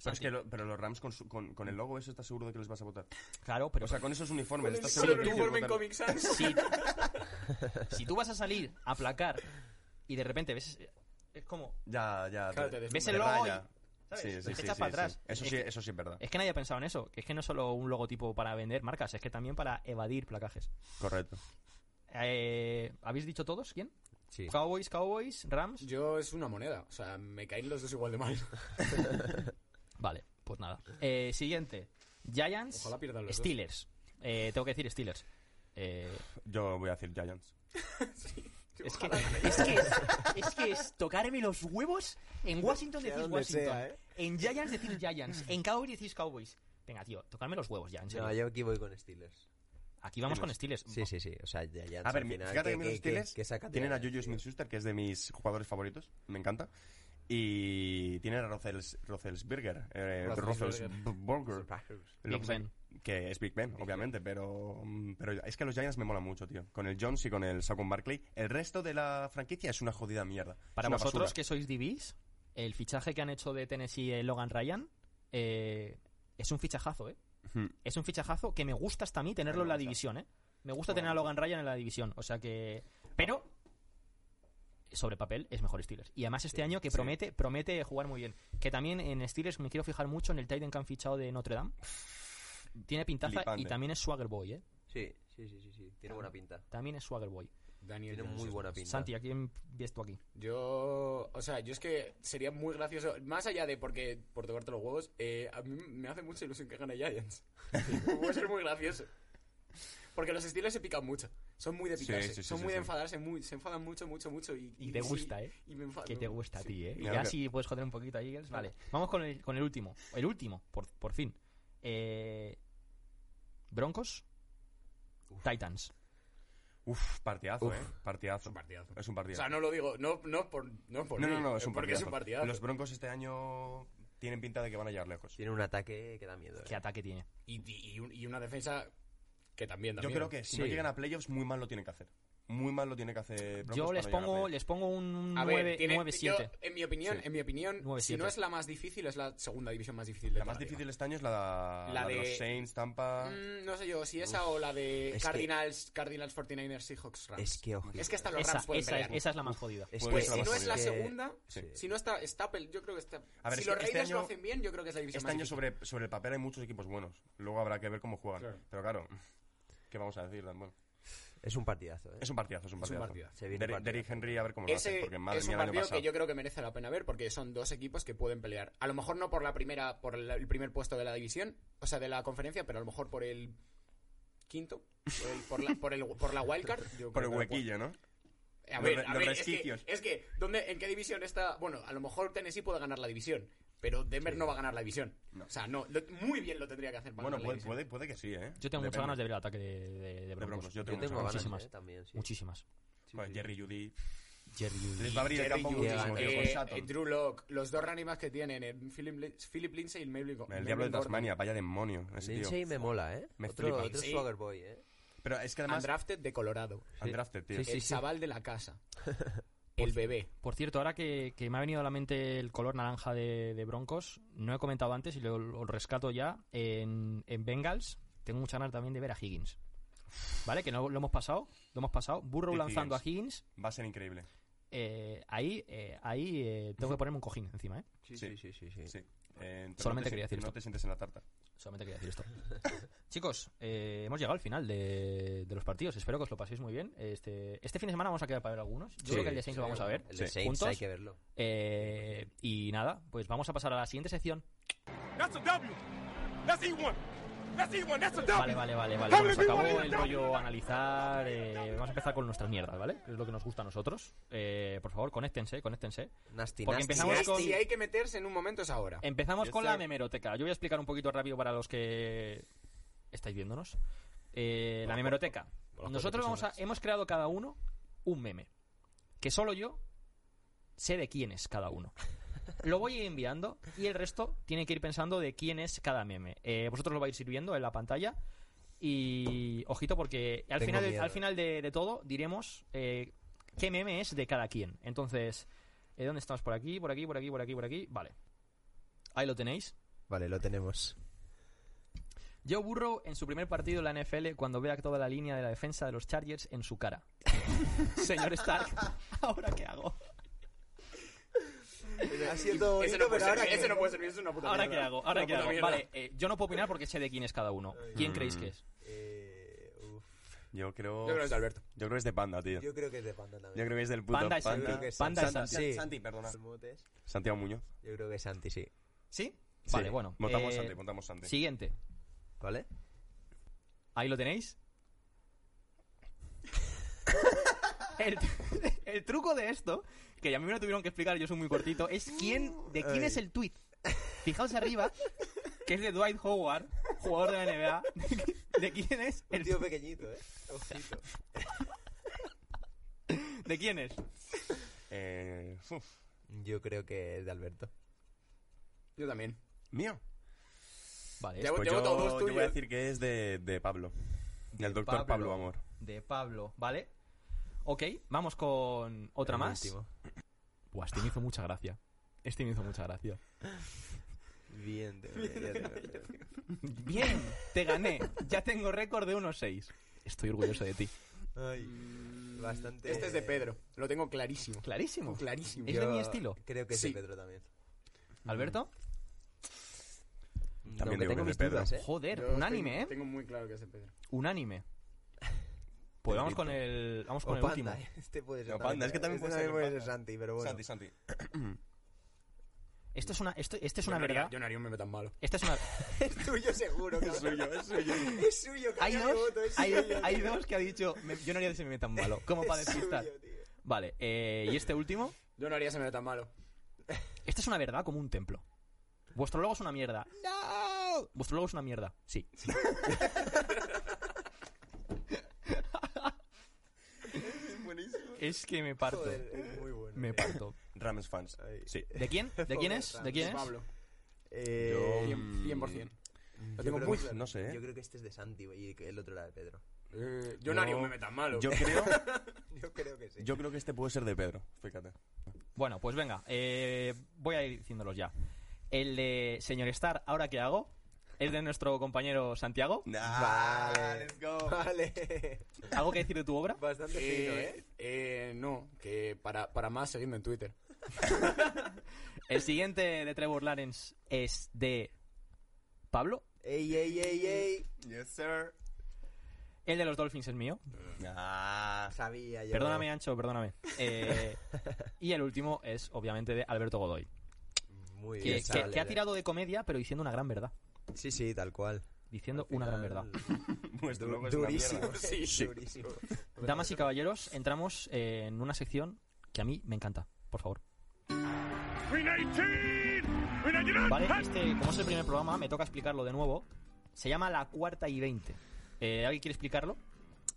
[SPEAKER 2] Pero, es que lo- pero los Rams con, su- con, con el logo eso estás seguro de que les vas a votar.
[SPEAKER 1] Claro, pero
[SPEAKER 2] O sea, con esos uniformes. estás
[SPEAKER 3] Solo
[SPEAKER 2] seguro
[SPEAKER 3] el
[SPEAKER 2] de que
[SPEAKER 3] uniforme en
[SPEAKER 2] quieres votar.
[SPEAKER 3] Comic Sans.
[SPEAKER 1] si, si tú vas a salir a placar y de repente ves es como
[SPEAKER 2] Ya, ya.
[SPEAKER 3] Claro,
[SPEAKER 2] te-
[SPEAKER 3] te
[SPEAKER 1] ves
[SPEAKER 2] te
[SPEAKER 1] el logo
[SPEAKER 2] raya.
[SPEAKER 1] y- ¿sabes?
[SPEAKER 2] Sí, sí,
[SPEAKER 1] Te
[SPEAKER 2] sí,
[SPEAKER 1] echas
[SPEAKER 2] sí,
[SPEAKER 1] para
[SPEAKER 2] sí.
[SPEAKER 1] atrás. Eh,
[SPEAKER 2] Eso
[SPEAKER 1] Es
[SPEAKER 2] sí,
[SPEAKER 1] que-
[SPEAKER 2] eso sí es verdad.
[SPEAKER 1] es que nadie ha pensado en eso, que es que no es solo un logotipo para vender marcas, es que también para evadir placajes.
[SPEAKER 2] Correcto.
[SPEAKER 1] Eh, ¿Habéis dicho todos? ¿Quién?
[SPEAKER 4] Sí.
[SPEAKER 1] Cowboys, Cowboys, Rams.
[SPEAKER 3] Yo es una moneda. O sea, me caen los dos igual
[SPEAKER 1] (laughs)
[SPEAKER 3] de mal.
[SPEAKER 1] Vale, pues nada. Eh, siguiente. Giants,
[SPEAKER 3] Ojalá pierdan los dos.
[SPEAKER 1] Steelers. Eh, tengo que decir Steelers. Eh,
[SPEAKER 2] Yo voy a decir Giants.
[SPEAKER 1] es, que, es, que es, es que es tocarme los huevos en Washington decís
[SPEAKER 4] donde
[SPEAKER 1] Washington.
[SPEAKER 4] sea, ¿eh?
[SPEAKER 1] En Giants
[SPEAKER 2] (laughs)
[SPEAKER 1] decís Giants. En Cowboys decís Cowboys. Venga, tío, tocarme los huevos ya, en serio.
[SPEAKER 4] No, yo aquí voy con Steelers.
[SPEAKER 1] Aquí vamos con Steelers.
[SPEAKER 4] Sí, sí, sí. O sea, ya, ya
[SPEAKER 2] A ver,
[SPEAKER 4] al
[SPEAKER 2] mi-
[SPEAKER 4] final,
[SPEAKER 2] fíjate
[SPEAKER 4] ¿qué-
[SPEAKER 2] que mis
[SPEAKER 4] qué-
[SPEAKER 2] Steelers
[SPEAKER 4] qué- qué sacan de
[SPEAKER 2] tienen a
[SPEAKER 4] ahí,
[SPEAKER 2] Juju
[SPEAKER 4] tío?
[SPEAKER 2] Smith-Schuster, que es de mis jugadores favoritos, me encanta. Y tienen a Rothels, Rothelsberger, eh,
[SPEAKER 3] Roethlisberger.
[SPEAKER 2] Roethlisberger, lo-
[SPEAKER 1] Big Ben.
[SPEAKER 2] que es Big Ben, obviamente, pero, mm, pero es que los Giants me molan mucho, tío. Con el Jones y con el Saquon Barkley. El resto de la franquicia es una jodida mierda.
[SPEAKER 1] Para
[SPEAKER 2] Es una
[SPEAKER 1] vosotros
[SPEAKER 2] basura.
[SPEAKER 1] que sois divis, el fichaje que han hecho de Tennessee eh, Logan Ryan eh, es un fichajazo, ¿eh?
[SPEAKER 2] Hmm.
[SPEAKER 1] Es un fichajazo que me gusta hasta a mí tenerlo en la
[SPEAKER 2] gusta.
[SPEAKER 1] división, ¿eh? Me gusta tener a Logan Ryan en la división, o sea que... Pero sobre papel es mejor Steelers. Y además este año que
[SPEAKER 2] sí.
[SPEAKER 1] promete promete jugar muy bien. Que también en Steelers me quiero fijar mucho en el Titan que han fichado de Notre Dame. Tiene pintaza y
[SPEAKER 2] Flipante.
[SPEAKER 1] también es Swagger Boy, ¿eh?
[SPEAKER 4] Sí, sí, sí, sí, sí. Tiene buena pinta.
[SPEAKER 1] También es Swagger Boy.
[SPEAKER 3] Daniel
[SPEAKER 4] Tiene
[SPEAKER 3] Jones
[SPEAKER 4] muy
[SPEAKER 3] es
[SPEAKER 4] buena
[SPEAKER 3] más.
[SPEAKER 4] pinta.
[SPEAKER 1] Santi, ¿a quién ves tú aquí?
[SPEAKER 3] Yo, o sea, yo es que sería muy gracioso, más allá de porque por tocarte los huevos, eh, a mí me hace mucha ilusión que gane Giants. (laughs) Puede ser muy gracioso. Porque los estilos se pican mucho. Son muy de
[SPEAKER 2] Sí,
[SPEAKER 3] picarse,
[SPEAKER 2] sí, sí,
[SPEAKER 3] son
[SPEAKER 2] sí,
[SPEAKER 3] muy de
[SPEAKER 2] sí.
[SPEAKER 3] enfadarse, muy, se enfadan mucho, mucho, mucho. Y,
[SPEAKER 1] Y te gusta, ¿eh?
[SPEAKER 3] Y me enfado.
[SPEAKER 1] que te gusta a ti, ¿eh? Y
[SPEAKER 2] Claro
[SPEAKER 1] ya
[SPEAKER 2] que-
[SPEAKER 1] si puedes joder un poquito a Eagles. Vale, vamos con el, con el último. El último, por, por fin. Eh, Broncos. Titans.
[SPEAKER 2] Uf, partidazo,
[SPEAKER 4] Uf.
[SPEAKER 2] eh.
[SPEAKER 3] Es
[SPEAKER 2] Partidazo.
[SPEAKER 3] un partidazo.
[SPEAKER 2] Es un
[SPEAKER 3] O
[SPEAKER 2] partidazo.
[SPEAKER 3] sea, no lo digo, no, no por, no por
[SPEAKER 2] no,
[SPEAKER 3] mí,
[SPEAKER 2] no, no, es un
[SPEAKER 3] porque
[SPEAKER 2] partidazo.
[SPEAKER 3] es un partidazo.
[SPEAKER 2] Los Broncos este año tienen pinta de que van a llegar lejos.
[SPEAKER 4] Tiene un ataque que da miedo. ¿eh?
[SPEAKER 1] ¿Qué ataque tiene?
[SPEAKER 3] Y, y- y un- y una defensa que también,
[SPEAKER 2] Yo
[SPEAKER 3] también.
[SPEAKER 2] creo que si no
[SPEAKER 4] Sí.
[SPEAKER 2] llegan a playoffs, muy mal lo tienen que hacer. Muy mal lo tiene que hacer. Broncos
[SPEAKER 1] Yo
[SPEAKER 2] para
[SPEAKER 1] les
[SPEAKER 2] no llegar a
[SPEAKER 1] pongo,
[SPEAKER 2] playoffs.
[SPEAKER 1] les pongo un
[SPEAKER 3] A ver,
[SPEAKER 1] 9
[SPEAKER 3] tiene-
[SPEAKER 1] 9-7.
[SPEAKER 3] yo, en mi opinión,
[SPEAKER 2] Sí.
[SPEAKER 3] en mi opinión, si
[SPEAKER 1] 9-7.
[SPEAKER 3] no es la más difícil, es la segunda división más difícil de
[SPEAKER 2] La
[SPEAKER 3] toda
[SPEAKER 2] más
[SPEAKER 3] liga.
[SPEAKER 2] difícil este año es la,
[SPEAKER 3] La
[SPEAKER 2] la de...
[SPEAKER 3] de-
[SPEAKER 2] los Saints, Tampa.
[SPEAKER 3] Mm, no sé yo, si esa o la de
[SPEAKER 4] es que-
[SPEAKER 3] Cardinals, Cardinals 49ers, Seahawks, Rams.
[SPEAKER 4] Es que, ojito.
[SPEAKER 3] Es que hasta los
[SPEAKER 1] Esa,
[SPEAKER 3] Rams pueden
[SPEAKER 1] esa, es,
[SPEAKER 3] pelear.
[SPEAKER 1] esa es la más jodida.
[SPEAKER 4] Es
[SPEAKER 2] Puede
[SPEAKER 3] Pues,
[SPEAKER 4] que-
[SPEAKER 2] ser
[SPEAKER 3] si
[SPEAKER 2] la
[SPEAKER 3] no
[SPEAKER 2] más
[SPEAKER 3] es la
[SPEAKER 4] jodida.
[SPEAKER 3] segunda,
[SPEAKER 2] Sí.
[SPEAKER 3] si no está, está pel- yo creo que está...
[SPEAKER 2] A ver,
[SPEAKER 3] si
[SPEAKER 2] es
[SPEAKER 3] los
[SPEAKER 2] que este
[SPEAKER 3] Raiders lo
[SPEAKER 2] año-
[SPEAKER 3] hacen bien, yo creo que es la división
[SPEAKER 2] Este
[SPEAKER 3] más
[SPEAKER 2] año
[SPEAKER 3] difícil.
[SPEAKER 2] sobre, sobre el papel hay muchos equipos buenos. Luego habrá que ver cómo juegan.
[SPEAKER 3] Claro.
[SPEAKER 2] Pero claro, (laughs) ¿qué vamos a decir? Dan? Bueno,
[SPEAKER 4] Es un partidazo. ¿eh?
[SPEAKER 2] es un partidazo, es un
[SPEAKER 3] Es un
[SPEAKER 2] partidazo.
[SPEAKER 3] partidazo.
[SPEAKER 4] Se viene
[SPEAKER 2] Der-
[SPEAKER 4] partidazo.
[SPEAKER 2] Derrick Henry a ver cómo lo hace.
[SPEAKER 3] Ese
[SPEAKER 2] Porque madre
[SPEAKER 3] es
[SPEAKER 2] mía,
[SPEAKER 3] un
[SPEAKER 2] el año
[SPEAKER 3] partido
[SPEAKER 2] pasado.
[SPEAKER 3] que yo creo que merece la pena ver porque son dos equipos que pueden pelear. A lo mejor no por la primera, por la- el primer puesto de la división, o sea, de la conferencia, pero a lo mejor por el quinto, por, el- por la, por, el, por la wildcard.
[SPEAKER 2] (laughs)
[SPEAKER 3] yo
[SPEAKER 2] Por
[SPEAKER 3] creo que
[SPEAKER 2] el
[SPEAKER 3] lo puede-
[SPEAKER 2] huequillo, ¿no?
[SPEAKER 3] A
[SPEAKER 2] Los
[SPEAKER 3] ver,
[SPEAKER 2] re-
[SPEAKER 3] a
[SPEAKER 2] los
[SPEAKER 3] ver, es que,
[SPEAKER 2] resquicios.
[SPEAKER 3] es que ¿dónde, ¿en qué división está? Bueno, a lo mejor Tennessee puede ganar la división, pero Denver no va a ganar la división.
[SPEAKER 2] No.
[SPEAKER 3] O sea, no, lo- muy bien lo tendría que hacer para
[SPEAKER 2] Bueno,
[SPEAKER 3] ganar la
[SPEAKER 2] puede,
[SPEAKER 3] división.
[SPEAKER 2] puede, puede que sí, ¿eh?
[SPEAKER 1] Yo tengo muchas
[SPEAKER 2] Depende.
[SPEAKER 1] ganas de ver el ataque de, de- de
[SPEAKER 2] De
[SPEAKER 1] Broncos.
[SPEAKER 2] Broncos. Yo
[SPEAKER 4] Yo
[SPEAKER 2] tengo,
[SPEAKER 4] tengo
[SPEAKER 2] muchas
[SPEAKER 4] ganas
[SPEAKER 2] ganas.
[SPEAKER 1] muchísimas.
[SPEAKER 4] ¿eh? también. sí.
[SPEAKER 1] Muchísimas.
[SPEAKER 4] Sí,
[SPEAKER 2] Bueno,
[SPEAKER 4] sí.
[SPEAKER 2] Jerry Judy.
[SPEAKER 1] Jerry Judy.
[SPEAKER 2] Les va a abrir el
[SPEAKER 3] Jerry
[SPEAKER 2] campo
[SPEAKER 3] Judy,
[SPEAKER 2] muchísimo.
[SPEAKER 4] Judy,
[SPEAKER 2] tío, con
[SPEAKER 3] eh,
[SPEAKER 2] Sutton.
[SPEAKER 3] eh, Drew Lock, los dos running backs que tienen, eh, Philip, Li- Philip Lindsay y Melvin Go-
[SPEAKER 2] El
[SPEAKER 3] Melvin
[SPEAKER 2] diablo de
[SPEAKER 3] Gordon.
[SPEAKER 2] Tasmania, vaya demonio ese tío.
[SPEAKER 4] Lindsay me mola, ¿eh?
[SPEAKER 2] Me
[SPEAKER 4] otro
[SPEAKER 2] flipa.
[SPEAKER 4] otro
[SPEAKER 3] Sí.
[SPEAKER 4] Swagger Boy, ¿eh?
[SPEAKER 2] Pero es que además...
[SPEAKER 3] Undrafted de Colorado.
[SPEAKER 2] Undrafted, tío.
[SPEAKER 4] Sí, sí.
[SPEAKER 3] el chaval de la casa. El bebé.
[SPEAKER 1] Por cierto, ahora que, que me ha venido a la mente el color naranja de, de Broncos, no he comentado antes y lo, lo rescato ya. En, en Bengals tengo muchas ganas también de ver a Higgins. ¿Vale? Que no lo hemos pasado. Lo hemos pasado. Burrow
[SPEAKER 2] T.
[SPEAKER 1] lanzando a Higgins.
[SPEAKER 2] Va a ser increíble.
[SPEAKER 1] eh, ahí eh, ahí eh, tengo que ponerme un cojín encima, ¿eh?
[SPEAKER 4] Sí,
[SPEAKER 2] Sí.
[SPEAKER 4] sí, sí, sí, sí.
[SPEAKER 2] Sí. Eh, entonces
[SPEAKER 1] Solamente
[SPEAKER 2] no te
[SPEAKER 1] quería
[SPEAKER 2] sien-
[SPEAKER 1] decir
[SPEAKER 2] No
[SPEAKER 1] esto.
[SPEAKER 2] te sientes en la tarta.
[SPEAKER 1] Solamente quería decir esto.
[SPEAKER 4] (laughs)
[SPEAKER 1] Chicos, eh, hemos llegado al final de, de los partidos. Espero que os lo paséis muy bien. Este, este fin de semana vamos a quedar para ver algunos. Yo
[SPEAKER 4] Sí,
[SPEAKER 1] creo que el de Saints lo
[SPEAKER 4] sí,
[SPEAKER 1] vamos a ver.
[SPEAKER 4] El de
[SPEAKER 2] Sí.
[SPEAKER 4] Saints
[SPEAKER 1] ¿Juntos?
[SPEAKER 4] hay que verlo.
[SPEAKER 1] Eh, y nada, pues vamos a pasar a la siguiente sección. Vale, vale, vale, vale. Bueno, se acabó el rollo analizar. eh, vamos a empezar con nuestras mierdas, ¿vale? Es lo que nos gusta a nosotros. Eh, por favor, conéctense, conéctense.
[SPEAKER 4] Nasty,
[SPEAKER 1] Porque
[SPEAKER 4] nasty.
[SPEAKER 1] empezamos
[SPEAKER 3] si, hay,
[SPEAKER 1] con-
[SPEAKER 3] si Este, hay que meterse en un momento es ahora.
[SPEAKER 1] Empezamos
[SPEAKER 2] Yo
[SPEAKER 1] con
[SPEAKER 2] estoy-
[SPEAKER 1] la memeroteca. Yo voy a explicar un poquito rápido para los que estáis viéndonos. Eh, la memeroteca.
[SPEAKER 3] las
[SPEAKER 1] Nosotros
[SPEAKER 3] cuatro
[SPEAKER 1] vamos a, hemos creado cada uno un meme. Que solo yo sé de quién es cada uno. Lo voy a ir enviando y el resto tiene que ir pensando de quién es cada meme. Eh, vosotros lo vais a ir viendo en la pantalla. Y ojito, porque al
[SPEAKER 4] Tengo
[SPEAKER 1] final, de,
[SPEAKER 4] miedo.
[SPEAKER 1] al final de, de todo diremos eh, qué meme es de cada quien. Entonces, eh, ¿dónde estamos? Por aquí, por aquí, por aquí, por aquí, por aquí. Vale. Ahí lo tenéis.
[SPEAKER 4] Vale, lo tenemos.
[SPEAKER 1] Joe Burrow en su primer partido en la NFL cuando vea toda la línea de la defensa de los Chargers en su cara. (laughs) Señor Stark, (laughs) ¿ahora qué hago?
[SPEAKER 5] Ha sido todo
[SPEAKER 3] Ese
[SPEAKER 5] bonito,
[SPEAKER 3] no puede
[SPEAKER 5] pero ahora
[SPEAKER 3] ser, ese
[SPEAKER 5] que-
[SPEAKER 3] no
[SPEAKER 1] (laughs)
[SPEAKER 3] puede servir, es una puta
[SPEAKER 1] ¿Ahora qué
[SPEAKER 3] mierda.
[SPEAKER 1] hago? ¿Ahora
[SPEAKER 3] Una
[SPEAKER 1] qué
[SPEAKER 3] puta
[SPEAKER 1] hago?
[SPEAKER 3] mierda.
[SPEAKER 1] Vale, eh, yo no puedo opinar porque sé de quién es cada uno. ¿Quién creéis que es?
[SPEAKER 4] Eh, uf,
[SPEAKER 2] Yo creo...
[SPEAKER 3] Yo creo que es de Alberto.
[SPEAKER 2] Yo creo que es de Panda, tío. Yo
[SPEAKER 4] yo creo que es de Panda también.
[SPEAKER 2] creo que es del puto
[SPEAKER 1] Panda
[SPEAKER 2] Panda.
[SPEAKER 1] es el-
[SPEAKER 4] creo que es
[SPEAKER 1] Panda es
[SPEAKER 4] Santi.
[SPEAKER 1] Santi.
[SPEAKER 4] Sí.
[SPEAKER 2] Santi, perdona.
[SPEAKER 4] Salmotes.
[SPEAKER 2] Santiago Muñoz.
[SPEAKER 4] Yo creo que es Santi, sí.
[SPEAKER 1] ¿Sí? Vale,
[SPEAKER 2] Sí.
[SPEAKER 1] bueno.
[SPEAKER 2] Montamos
[SPEAKER 1] eh,
[SPEAKER 2] Santi, montamos Santi.
[SPEAKER 1] Siguiente.
[SPEAKER 4] ¿Vale?
[SPEAKER 1] Ahí lo tenéis. (laughs) El, (laughs) el truco de esto, que a mí me lo tuvieron que explicar, yo soy muy cortito, es quién, de quién
[SPEAKER 4] Ay.
[SPEAKER 1] es el tweet. Fijaos arriba, que es de Dwight Howard, jugador de la NBA. (laughs) ¿De quién es?
[SPEAKER 4] Un
[SPEAKER 1] el-
[SPEAKER 4] tío (laughs) pequeñito, ¿eh? Ojito.
[SPEAKER 1] ¿De quién es?
[SPEAKER 2] Eh, uf.
[SPEAKER 4] Yo creo que es de Alberto.
[SPEAKER 3] Yo también.
[SPEAKER 2] Mío.
[SPEAKER 1] Vale, este
[SPEAKER 3] Ya
[SPEAKER 1] es
[SPEAKER 3] voy-
[SPEAKER 2] Pues
[SPEAKER 3] Llevo
[SPEAKER 2] yo,
[SPEAKER 3] todos
[SPEAKER 2] yo
[SPEAKER 3] tuyos.
[SPEAKER 2] voy a decir que es de, de Pablo. Del doctor Pablo.
[SPEAKER 1] Pablo.
[SPEAKER 2] Amor.
[SPEAKER 1] de Pablo, ¿vale? Ok, vamos con otra
[SPEAKER 4] El
[SPEAKER 1] más.
[SPEAKER 4] último.
[SPEAKER 1] Buah, este me hizo mucha gracia. Este me hizo mucha gracia.
[SPEAKER 4] Bien, te- ya te-
[SPEAKER 1] Bien, te gané. Ya tengo récord de 1-6. Estoy orgulloso de ti.
[SPEAKER 4] (laughs) Ay, bastante.
[SPEAKER 3] Este es de Pedro. Lo tengo clarísimo.
[SPEAKER 1] Clarísimo.
[SPEAKER 3] Clarísimo.
[SPEAKER 1] Es de mi estilo.
[SPEAKER 4] Creo que es
[SPEAKER 3] Sí.
[SPEAKER 4] de Pedro también.
[SPEAKER 1] ¿Alberto?
[SPEAKER 2] También
[SPEAKER 4] Aunque
[SPEAKER 2] digo que
[SPEAKER 4] tengo
[SPEAKER 2] es de
[SPEAKER 4] mis
[SPEAKER 2] Pedro.
[SPEAKER 4] dudas, ¿eh?
[SPEAKER 1] Joder,
[SPEAKER 3] Yo
[SPEAKER 1] un
[SPEAKER 3] tengo-
[SPEAKER 1] anime, ¿eh?
[SPEAKER 3] Tengo muy claro que es de Pedro.
[SPEAKER 1] Un anime. Pues vamos con el, vamos con
[SPEAKER 4] O
[SPEAKER 1] el último.
[SPEAKER 4] Panda, ¿eh? este puede ser.
[SPEAKER 2] No, Panda, es que también
[SPEAKER 4] este
[SPEAKER 2] puede ser
[SPEAKER 4] puede
[SPEAKER 2] Panda.
[SPEAKER 4] ser Santi, pero bueno.
[SPEAKER 2] Santi, Santi.
[SPEAKER 1] Esto es una, esto, esto es
[SPEAKER 3] Yo
[SPEAKER 1] una
[SPEAKER 3] no haría-
[SPEAKER 1] verdad.
[SPEAKER 3] Yo no haría un meme tan malo.
[SPEAKER 1] Esta
[SPEAKER 3] (laughs)
[SPEAKER 1] es una.
[SPEAKER 4] Es tuyo seguro,
[SPEAKER 2] Es
[SPEAKER 4] cabrón.
[SPEAKER 2] suyo, es suyo.
[SPEAKER 4] Es suyo,
[SPEAKER 1] Hay
[SPEAKER 4] cambia mi
[SPEAKER 1] dos,
[SPEAKER 4] voto, es
[SPEAKER 1] hay,
[SPEAKER 4] suyo,
[SPEAKER 1] hay dos que ha dicho. "Me- Yo no haría ese meme tan malo. Como
[SPEAKER 3] (laughs)
[SPEAKER 1] para
[SPEAKER 4] es suyo,
[SPEAKER 1] despistar.
[SPEAKER 4] tío.
[SPEAKER 1] Vale, eh, y este último.
[SPEAKER 3] Yo no haría ese meme tan malo.
[SPEAKER 1] Esta es una verdad como un templo. Vuestro logo es una mierda. ¡No! Vuestro logo es una mierda. Sí.
[SPEAKER 2] Buenísimo.
[SPEAKER 1] Es que me parto.
[SPEAKER 4] Joder, es muy bueno.
[SPEAKER 1] Me parto.
[SPEAKER 2] Rams fans.
[SPEAKER 4] Ay.
[SPEAKER 2] Sí.
[SPEAKER 1] ¿De quién? ¿De quién es? ¿De quién es?
[SPEAKER 3] Pablo. mm,
[SPEAKER 4] Eh,
[SPEAKER 2] Yo- mm,
[SPEAKER 3] Cien- 100%. Lo
[SPEAKER 4] yo
[SPEAKER 3] tengo
[SPEAKER 4] creo
[SPEAKER 3] muy
[SPEAKER 4] que-
[SPEAKER 3] claro.
[SPEAKER 2] No sé, ¿eh?
[SPEAKER 4] Yo creo que este es de Santi y que el otro era de Pedro. (laughs)
[SPEAKER 3] Eh, yo no haría un meme tan malo.
[SPEAKER 2] Yo creo,
[SPEAKER 4] Yo creo que sí.
[SPEAKER 2] yo creo que este puede ser de Pedro, fíjate.
[SPEAKER 1] Bueno, pues venga, eh, voy a ir diciéndolos ya. El de Señor Star, ¿ahora qué hago? Es de nuestro compañero Santiago.
[SPEAKER 4] Vale.
[SPEAKER 2] let's go. (laughs)
[SPEAKER 4] Vale.
[SPEAKER 1] ¿Algo que decir de tu obra?
[SPEAKER 4] Bastante fino,
[SPEAKER 3] Eh,
[SPEAKER 4] ¿eh?
[SPEAKER 3] eh, no, que para, para más seguidme en Twitter.
[SPEAKER 1] El siguiente de Trevor Lawrence es de Pablo.
[SPEAKER 4] Ey, ey, ey, ey.
[SPEAKER 1] Mm.
[SPEAKER 2] Yes, sir.
[SPEAKER 1] El de los Dolphins es mío.
[SPEAKER 2] Ah,
[SPEAKER 4] Sabía yo.
[SPEAKER 1] Perdóname, Ancho, perdóname.
[SPEAKER 4] (laughs)
[SPEAKER 1] Eh, y el último es, obviamente, de Alberto Godoy.
[SPEAKER 4] Mm, Muy
[SPEAKER 1] Que,
[SPEAKER 4] bien.
[SPEAKER 1] que-
[SPEAKER 4] chaval,
[SPEAKER 1] que ha
[SPEAKER 4] eh.
[SPEAKER 1] tirado de comedia, pero diciendo una gran verdad.
[SPEAKER 4] Sí, sí, tal cual.
[SPEAKER 1] Diciendo
[SPEAKER 4] Al
[SPEAKER 1] una gran verdad.
[SPEAKER 4] final, pues,
[SPEAKER 2] vuestro
[SPEAKER 4] du-
[SPEAKER 2] logo es una
[SPEAKER 4] durísimo.
[SPEAKER 2] mierda. (laughs)
[SPEAKER 4] sí,
[SPEAKER 2] Sí.
[SPEAKER 4] durísimo.
[SPEAKER 1] Damas y caballeros, entramos eh, en una sección que a mí me encanta. Por favor. Vale, este, como es el primer programa, me toca explicarlo de nuevo. Se llama La Cuarta y Veinte. Eh, ¿Alguien quiere explicarlo?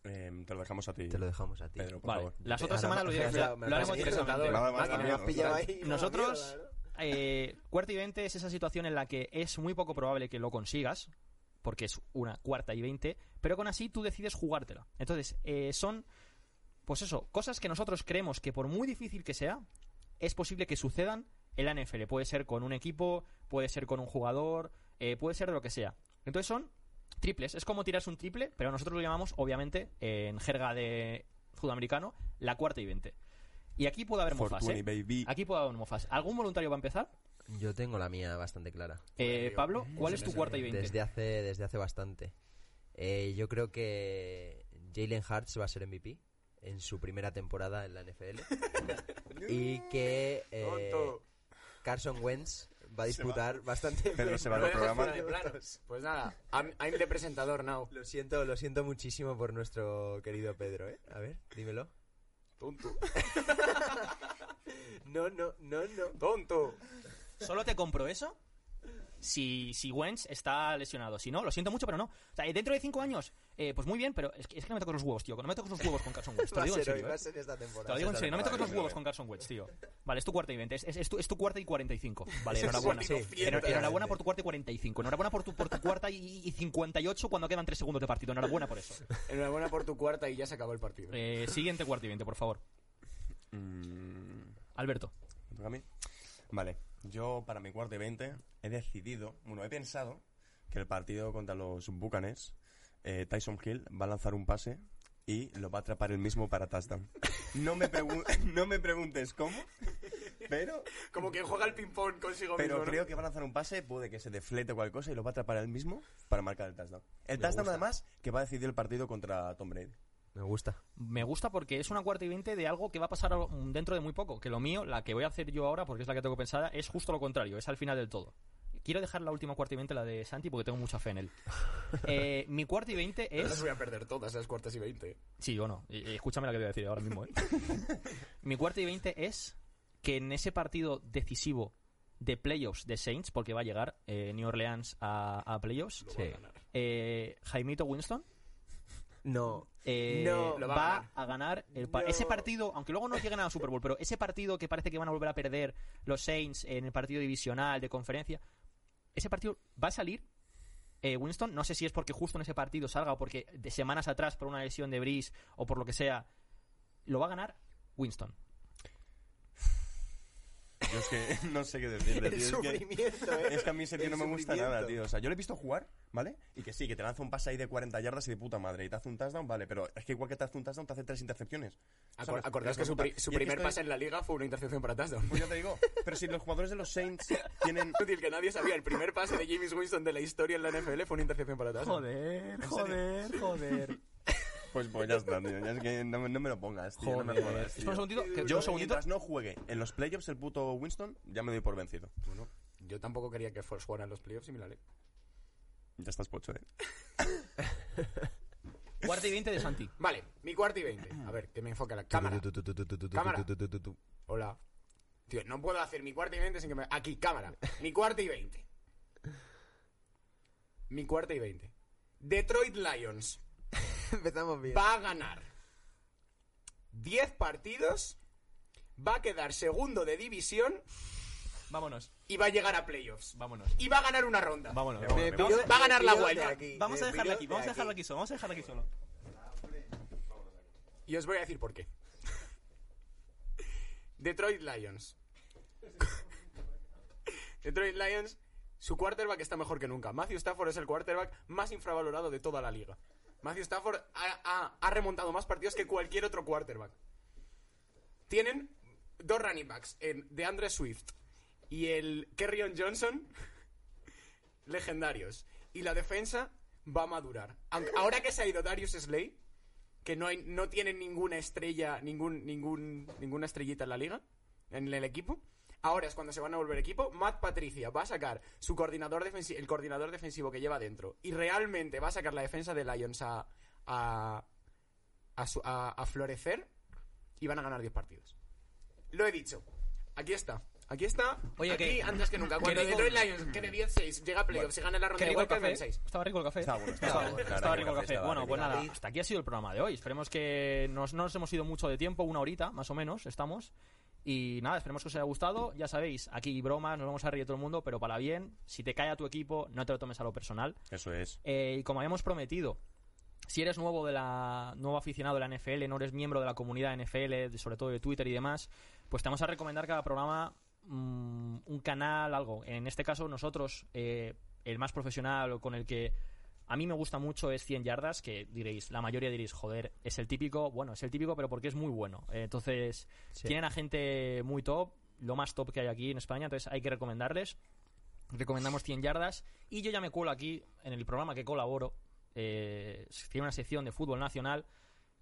[SPEAKER 2] Eh, te lo dejamos a ti,
[SPEAKER 4] Te lo dejamos a ti.
[SPEAKER 2] Pedro, por
[SPEAKER 1] Vale.
[SPEAKER 2] favor.
[SPEAKER 1] Las otras
[SPEAKER 4] Ahora,
[SPEAKER 1] semanas lo,
[SPEAKER 4] me
[SPEAKER 1] diré-
[SPEAKER 4] (laughs) has
[SPEAKER 1] lo-
[SPEAKER 4] dado- me
[SPEAKER 1] lo
[SPEAKER 4] has
[SPEAKER 1] haremos
[SPEAKER 4] dado
[SPEAKER 1] interesante.
[SPEAKER 3] presentador.
[SPEAKER 2] Nada más,
[SPEAKER 3] Máquina,
[SPEAKER 2] nada
[SPEAKER 3] me
[SPEAKER 4] has
[SPEAKER 2] menos.
[SPEAKER 4] pillado ahí. una
[SPEAKER 1] Nosotros,
[SPEAKER 4] mierda, ¿no?
[SPEAKER 1] eh, cuarta y veinte es esa situación en la que es muy poco probable que lo consigas, porque es una cuarta y veinte, pero con así tú decides jugártela. Entonces, eh, son, pues eso, cosas que nosotros creemos que por muy difícil que sea, es posible que sucedan en la NFL. Puede ser con un equipo, puede ser con un jugador, eh, puede ser de lo que sea. Entonces son triples. Es como tirarse un triple, pero nosotros lo llamamos, obviamente, en jerga de sudamericano, la cuarta y veinte. Y aquí puede haber mofas,
[SPEAKER 2] 420,
[SPEAKER 1] ¿eh?
[SPEAKER 2] baby.
[SPEAKER 1] Aquí puedo dar un mofas. ¿Algún voluntario va a empezar?
[SPEAKER 4] Yo tengo la mía bastante clara.
[SPEAKER 1] Eh, Pablo, ¿cuál
[SPEAKER 3] se
[SPEAKER 1] es
[SPEAKER 3] me
[SPEAKER 1] tu
[SPEAKER 3] sale.
[SPEAKER 1] cuarta y veinte?
[SPEAKER 4] Desde hace, desde hace bastante. Eh, yo creo que Jalen Hurts va a ser MVP en su primera temporada en la (laughs) NFL. y que eh,
[SPEAKER 3] Tonto.
[SPEAKER 4] Carson Wentz va a disputar bastante.
[SPEAKER 2] Pedro se va
[SPEAKER 3] Lo
[SPEAKER 2] del
[SPEAKER 3] dejas
[SPEAKER 2] programa.
[SPEAKER 3] fuera de (laughs) planos. Pues nada, I'm, I'm the presentador now.
[SPEAKER 4] Lo siento, lo siento muchísimo por nuestro querido Pedro, ¿eh? A ver, dímelo.
[SPEAKER 3] Tonto.
[SPEAKER 4] (laughs) No, no, no, no.
[SPEAKER 3] Tonto.
[SPEAKER 1] Solo te compro eso si, si Wentz está lesionado. Si no, lo siento mucho, pero no. O sea, eh, dentro de cinco años, eh, pues muy bien, pero es que, es que no me toco los huevos, tío. No me toco los huevos con Carson Wentz. Te
[SPEAKER 4] (laughs)
[SPEAKER 1] lo
[SPEAKER 4] Va a
[SPEAKER 1] digo en
[SPEAKER 4] ser hoy,
[SPEAKER 1] serio. eh.
[SPEAKER 4] va a ser esta
[SPEAKER 1] Te lo
[SPEAKER 4] temporada.
[SPEAKER 1] digo en serio, no me toques los
[SPEAKER 2] Vale,
[SPEAKER 1] huevos
[SPEAKER 2] vale.
[SPEAKER 1] con Carson Wentz, tío. Vale, es tu cuarta y veinte. Es, es- es tu, es tu cuarta y
[SPEAKER 4] (laughs)
[SPEAKER 1] 45. Vale,
[SPEAKER 3] Es tu
[SPEAKER 1] enhorabuena.
[SPEAKER 3] cuarta y
[SPEAKER 1] Enhor-
[SPEAKER 3] doscientos.
[SPEAKER 1] Enhorabuena por tu cuarta y 45. Enhorabuena por tu, por tu cuarta y, y 58 cuando quedan tres segundos de partido. Enhorabuena por
[SPEAKER 4] (laughs)
[SPEAKER 1] eso.
[SPEAKER 3] Enhorabuena por tu cuarta y ya se acabó el partido.
[SPEAKER 1] Eh, siguiente cuarta y 20, por favor.
[SPEAKER 2] Mm,
[SPEAKER 1] Alberto.
[SPEAKER 2] ¿me toca a mí? Vale, yo para mi cuarto y 20 he decidido, bueno, he pensado que el partido contra los Bucanes, eh, Tyson Hill va a lanzar un pase y lo va a atrapar el mismo para touchdown. (laughs) No me, pregun- (laughs) no me preguntes cómo, pero,
[SPEAKER 3] Como que juega al ping-pong consigo
[SPEAKER 2] pero
[SPEAKER 3] mismo. ¿no?
[SPEAKER 2] creo que va a lanzar un pase, puede que se deflete o cualquier cosa y lo va a atrapar él mismo para marcar el touchdown. El
[SPEAKER 4] Me
[SPEAKER 2] touchdown
[SPEAKER 4] gusta.
[SPEAKER 2] además que va a decidir el partido contra Tom Brady.
[SPEAKER 4] Me gusta.
[SPEAKER 1] Me gusta porque es una cuarta y veinte de algo que va a pasar a- dentro de muy poco. Que lo mío, la que voy a hacer yo ahora, porque es la que tengo pensada, es justo lo contrario, es al final del todo. Quiero dejar la última cuarta y veinte, la de Santi, porque tengo mucha fe en él. Eh, mi cuarta y veinte
[SPEAKER 3] Yo las
[SPEAKER 1] es.
[SPEAKER 3] voy a perder todas, las cuartas y veinte.
[SPEAKER 1] Sí, yo no. Eh, Escúchame la que te voy a decir ahora mismo, ¿eh? mi cuarta y veinte es que en ese partido decisivo de playoffs de Saints, porque va a llegar eh, New Orleans a, a playoffs,
[SPEAKER 4] Sí.
[SPEAKER 1] eh, Jaimito Winston
[SPEAKER 4] No.
[SPEAKER 1] eh,
[SPEAKER 4] No,
[SPEAKER 3] lo
[SPEAKER 1] va,
[SPEAKER 3] va
[SPEAKER 1] a
[SPEAKER 3] a
[SPEAKER 1] ganar, el par-
[SPEAKER 4] No.
[SPEAKER 1] ese partido, aunque luego no lleguen a la Super Bowl, pero ese partido que parece que van a volver a perder los Saints en el partido divisional de conferencia, ese partido va a salir. eh, Winston, no sé si es porque justo en ese partido salga o porque de semanas atrás por una lesión de Brice o por lo que sea, lo va a ganar Winston.
[SPEAKER 2] Yo es (laughs) que no sé qué decirle,
[SPEAKER 4] El
[SPEAKER 2] tío, es que-
[SPEAKER 4] sufrimiento, ¿eh?
[SPEAKER 2] (laughs) Es que a mí ese tío
[SPEAKER 4] El
[SPEAKER 2] no me gusta
[SPEAKER 4] sufrimiento.
[SPEAKER 2] nada, tío. O sea, yo le he visto jugar, ¿vale? Y que sí, que te lanza un pase ahí de 40 yardas y de puta madre. Y te hace un touchdown, vale. Pero es que igual que te hace un touchdown, te hace tres intercepciones.
[SPEAKER 3] Acor-
[SPEAKER 2] ¿Sabes?
[SPEAKER 3] Acordaos
[SPEAKER 2] Pero
[SPEAKER 3] que su,
[SPEAKER 2] puta.
[SPEAKER 3] pri- su
[SPEAKER 2] Y es que
[SPEAKER 3] primer
[SPEAKER 2] estoy-
[SPEAKER 3] pase en la liga fue una intercepción para (laughs) touchdown.
[SPEAKER 2] Pues ya te digo. Pero si los jugadores de los Saints tienen.
[SPEAKER 3] Útil que nadie sabía, el primer pase de James Winston de la historia en la NFL fue una intercepción para touchdown.
[SPEAKER 1] Joder, (laughs) joder, joder.
[SPEAKER 2] Pues, pues ya está, tío. Ya es que no, me- no me lo pongas, tío. No me
[SPEAKER 1] Joder.
[SPEAKER 2] jodas,
[SPEAKER 1] Espera un
[SPEAKER 2] tío.
[SPEAKER 1] segundito, que-
[SPEAKER 2] Yo,
[SPEAKER 1] un segundito.
[SPEAKER 2] mientras no juegue en los playoffs el puto Winston, ya me doy por vencido.
[SPEAKER 3] Bueno, yo tampoco quería que Force jugara en los playoffs y me la leo.
[SPEAKER 2] Ya estás pocho, eh.
[SPEAKER 1] Cuarta y 20 de Santi.
[SPEAKER 3] Vale, mi cuarto y veinte. A ver, que me enfoca la cámara.
[SPEAKER 4] Tu, tu, tu, tu, tu, tu, tu,
[SPEAKER 3] Cámara.
[SPEAKER 4] tu, tu, tu, tu.
[SPEAKER 3] Hola. Tío, no puedo hacer mi cuarta y veinte sin que me... Aquí, cámara. Mi cuarta y veinte. Mi cuarta y veinte. Detroit Lions
[SPEAKER 4] (laughs) Empezamos bien.
[SPEAKER 3] va a ganar 10 partidos, va a quedar segundo de división
[SPEAKER 1] Vámonos,
[SPEAKER 3] y va a llegar a playoffs.
[SPEAKER 1] vámonos,
[SPEAKER 3] Y va a ganar una ronda.
[SPEAKER 1] vámonos.
[SPEAKER 2] Me voy.
[SPEAKER 1] Vamos-
[SPEAKER 3] va a ganar la Guaya.
[SPEAKER 1] Vamos a dejarla aquí, vamos a dejarla aquí solo, vamos a dejarla aquí solo.
[SPEAKER 3] Y os voy a decir por qué. (laughs) Detroit Lions. (laughs) Detroit Lions, su quarterback está mejor que nunca. Matthew Stafford es el quarterback más infravalorado de toda la liga. Matthew Stafford ha, ha- ha remontado más partidos que cualquier otro quarterback. Tienen dos running backs, en DeAndre Swift y el Kerrion Johnson, legendarios. Y la defensa va a madurar. Aunque- ahora que se ha ido Darius Slay, que no hay, no tienen ninguna estrella, ningún, ningún, ninguna estrellita en la liga, en el equipo. Ahora es cuando se van a volver equipo. Matt Patricia va a sacar su coordinador defensivo, el coordinador defensivo que lleva dentro. Y realmente va a sacar la defensa de Lions a, a, a, su- a- a florecer. Y van a ganar 10 partidos. Lo he dicho. Aquí está. Aquí está.
[SPEAKER 1] Oye,
[SPEAKER 3] aquí
[SPEAKER 1] que-
[SPEAKER 3] antes que nunca. Cuando Mm.
[SPEAKER 1] que digo-
[SPEAKER 3] Detroit Lions que de 10-6 llega a playoffs, se gana la ronda
[SPEAKER 1] ¿Qué
[SPEAKER 3] de
[SPEAKER 1] rico el
[SPEAKER 3] igual que
[SPEAKER 1] café?
[SPEAKER 3] el 6.
[SPEAKER 1] Estaba rico el café.
[SPEAKER 2] Estaba bueno, estaba bueno, la verdad
[SPEAKER 1] Estaba
[SPEAKER 2] que
[SPEAKER 1] rico el café.
[SPEAKER 2] estaba
[SPEAKER 1] Bueno,
[SPEAKER 2] rico.
[SPEAKER 1] pues nada, hasta aquí ha sido el programa de hoy. Esperemos que nos- no nos hemos ido mucho de tiempo, una horita más o menos, estamos. Y nada, esperemos que os haya gustado. Ya sabéis, aquí bromas, nos vamos a reír todo el mundo, pero para bien, si te cae a tu equipo, no te lo tomes a lo personal.
[SPEAKER 2] Eso es.
[SPEAKER 1] Eh, y como habíamos prometido, si eres nuevo de la nuevo aficionado de la NFL, no eres miembro de la comunidad NFL, de- sobre todo de Twitter y demás, pues te vamos a recomendar cada programa mm, un canal, algo. En este caso nosotros, eh, el más profesional o con el que a mí me gusta mucho es 100 yardas, que diréis, la mayoría diréis, joder, es el típico, bueno, es el típico, pero porque es muy bueno. Eh, entonces,
[SPEAKER 4] Sí.
[SPEAKER 1] tienen a gente muy top, lo más top que hay aquí en España, entonces hay que recomendarles. Recomendamos 100 yardas. Y yo ya me cuelo aquí, en el programa que colaboro, eh, tiene una sección de fútbol nacional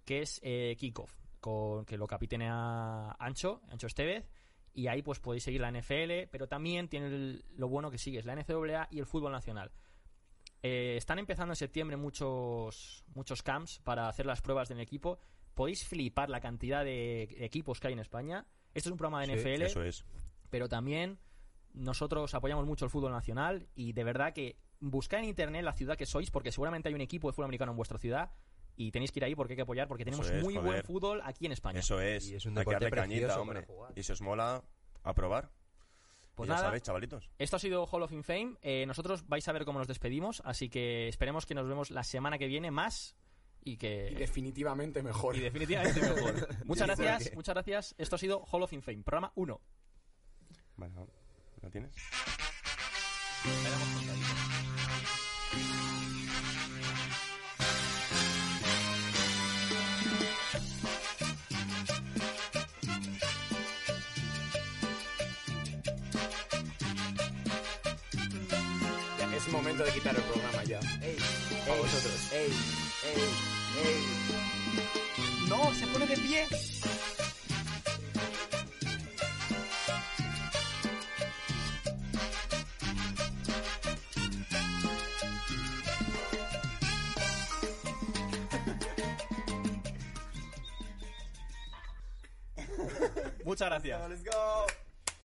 [SPEAKER 1] que es eh, Kickoff, con, que lo capitanea Ancho, Ancho Estevez. Y ahí pues podéis seguir la NFL, pero también tiene el- lo bueno que sigues, la NCAA y el fútbol nacional. Eh, están empezando en septiembre muchos, muchos camps para hacer las pruebas del equipo. Podéis flipar la cantidad de equipos que hay en España. Este es un programa de
[SPEAKER 4] Sí,
[SPEAKER 1] NFL
[SPEAKER 2] Eso es.
[SPEAKER 1] pero también nosotros apoyamos mucho el fútbol nacional y de verdad que buscad en internet la ciudad que sois porque seguramente hay un equipo de fútbol americano en vuestra ciudad y tenéis que ir ahí porque hay que apoyar porque tenemos
[SPEAKER 2] Eso es,
[SPEAKER 1] muy buen
[SPEAKER 2] joder.
[SPEAKER 1] fútbol aquí en España.
[SPEAKER 2] Eso es.
[SPEAKER 4] Y es un
[SPEAKER 2] Hay que
[SPEAKER 4] deporte
[SPEAKER 2] darle cañita,
[SPEAKER 4] precioso
[SPEAKER 2] hombre.
[SPEAKER 4] para jugar.
[SPEAKER 2] Y si os mola, a probar.
[SPEAKER 1] Pues
[SPEAKER 2] Y ya
[SPEAKER 1] nada,
[SPEAKER 2] sabéis, chavalitos.
[SPEAKER 1] esto ha sido Hall of Fame. Eh, nosotros vais a ver cómo nos despedimos, así que esperemos que nos vemos la semana que viene más y que
[SPEAKER 3] Y definitivamente mejor.
[SPEAKER 1] y definitivamente
[SPEAKER 4] (laughs)
[SPEAKER 1] mejor. Muchas
[SPEAKER 4] Sí,
[SPEAKER 1] gracias,
[SPEAKER 4] porque-
[SPEAKER 1] muchas gracias. Esto ha sido Hall of Fame, programa 1.
[SPEAKER 2] Vale, ¿lo tienes?
[SPEAKER 3] Es momento de quitar el programa ya. A vosotros.
[SPEAKER 1] No, se pone de pie. Muchas gracias.
[SPEAKER 5] Let's go.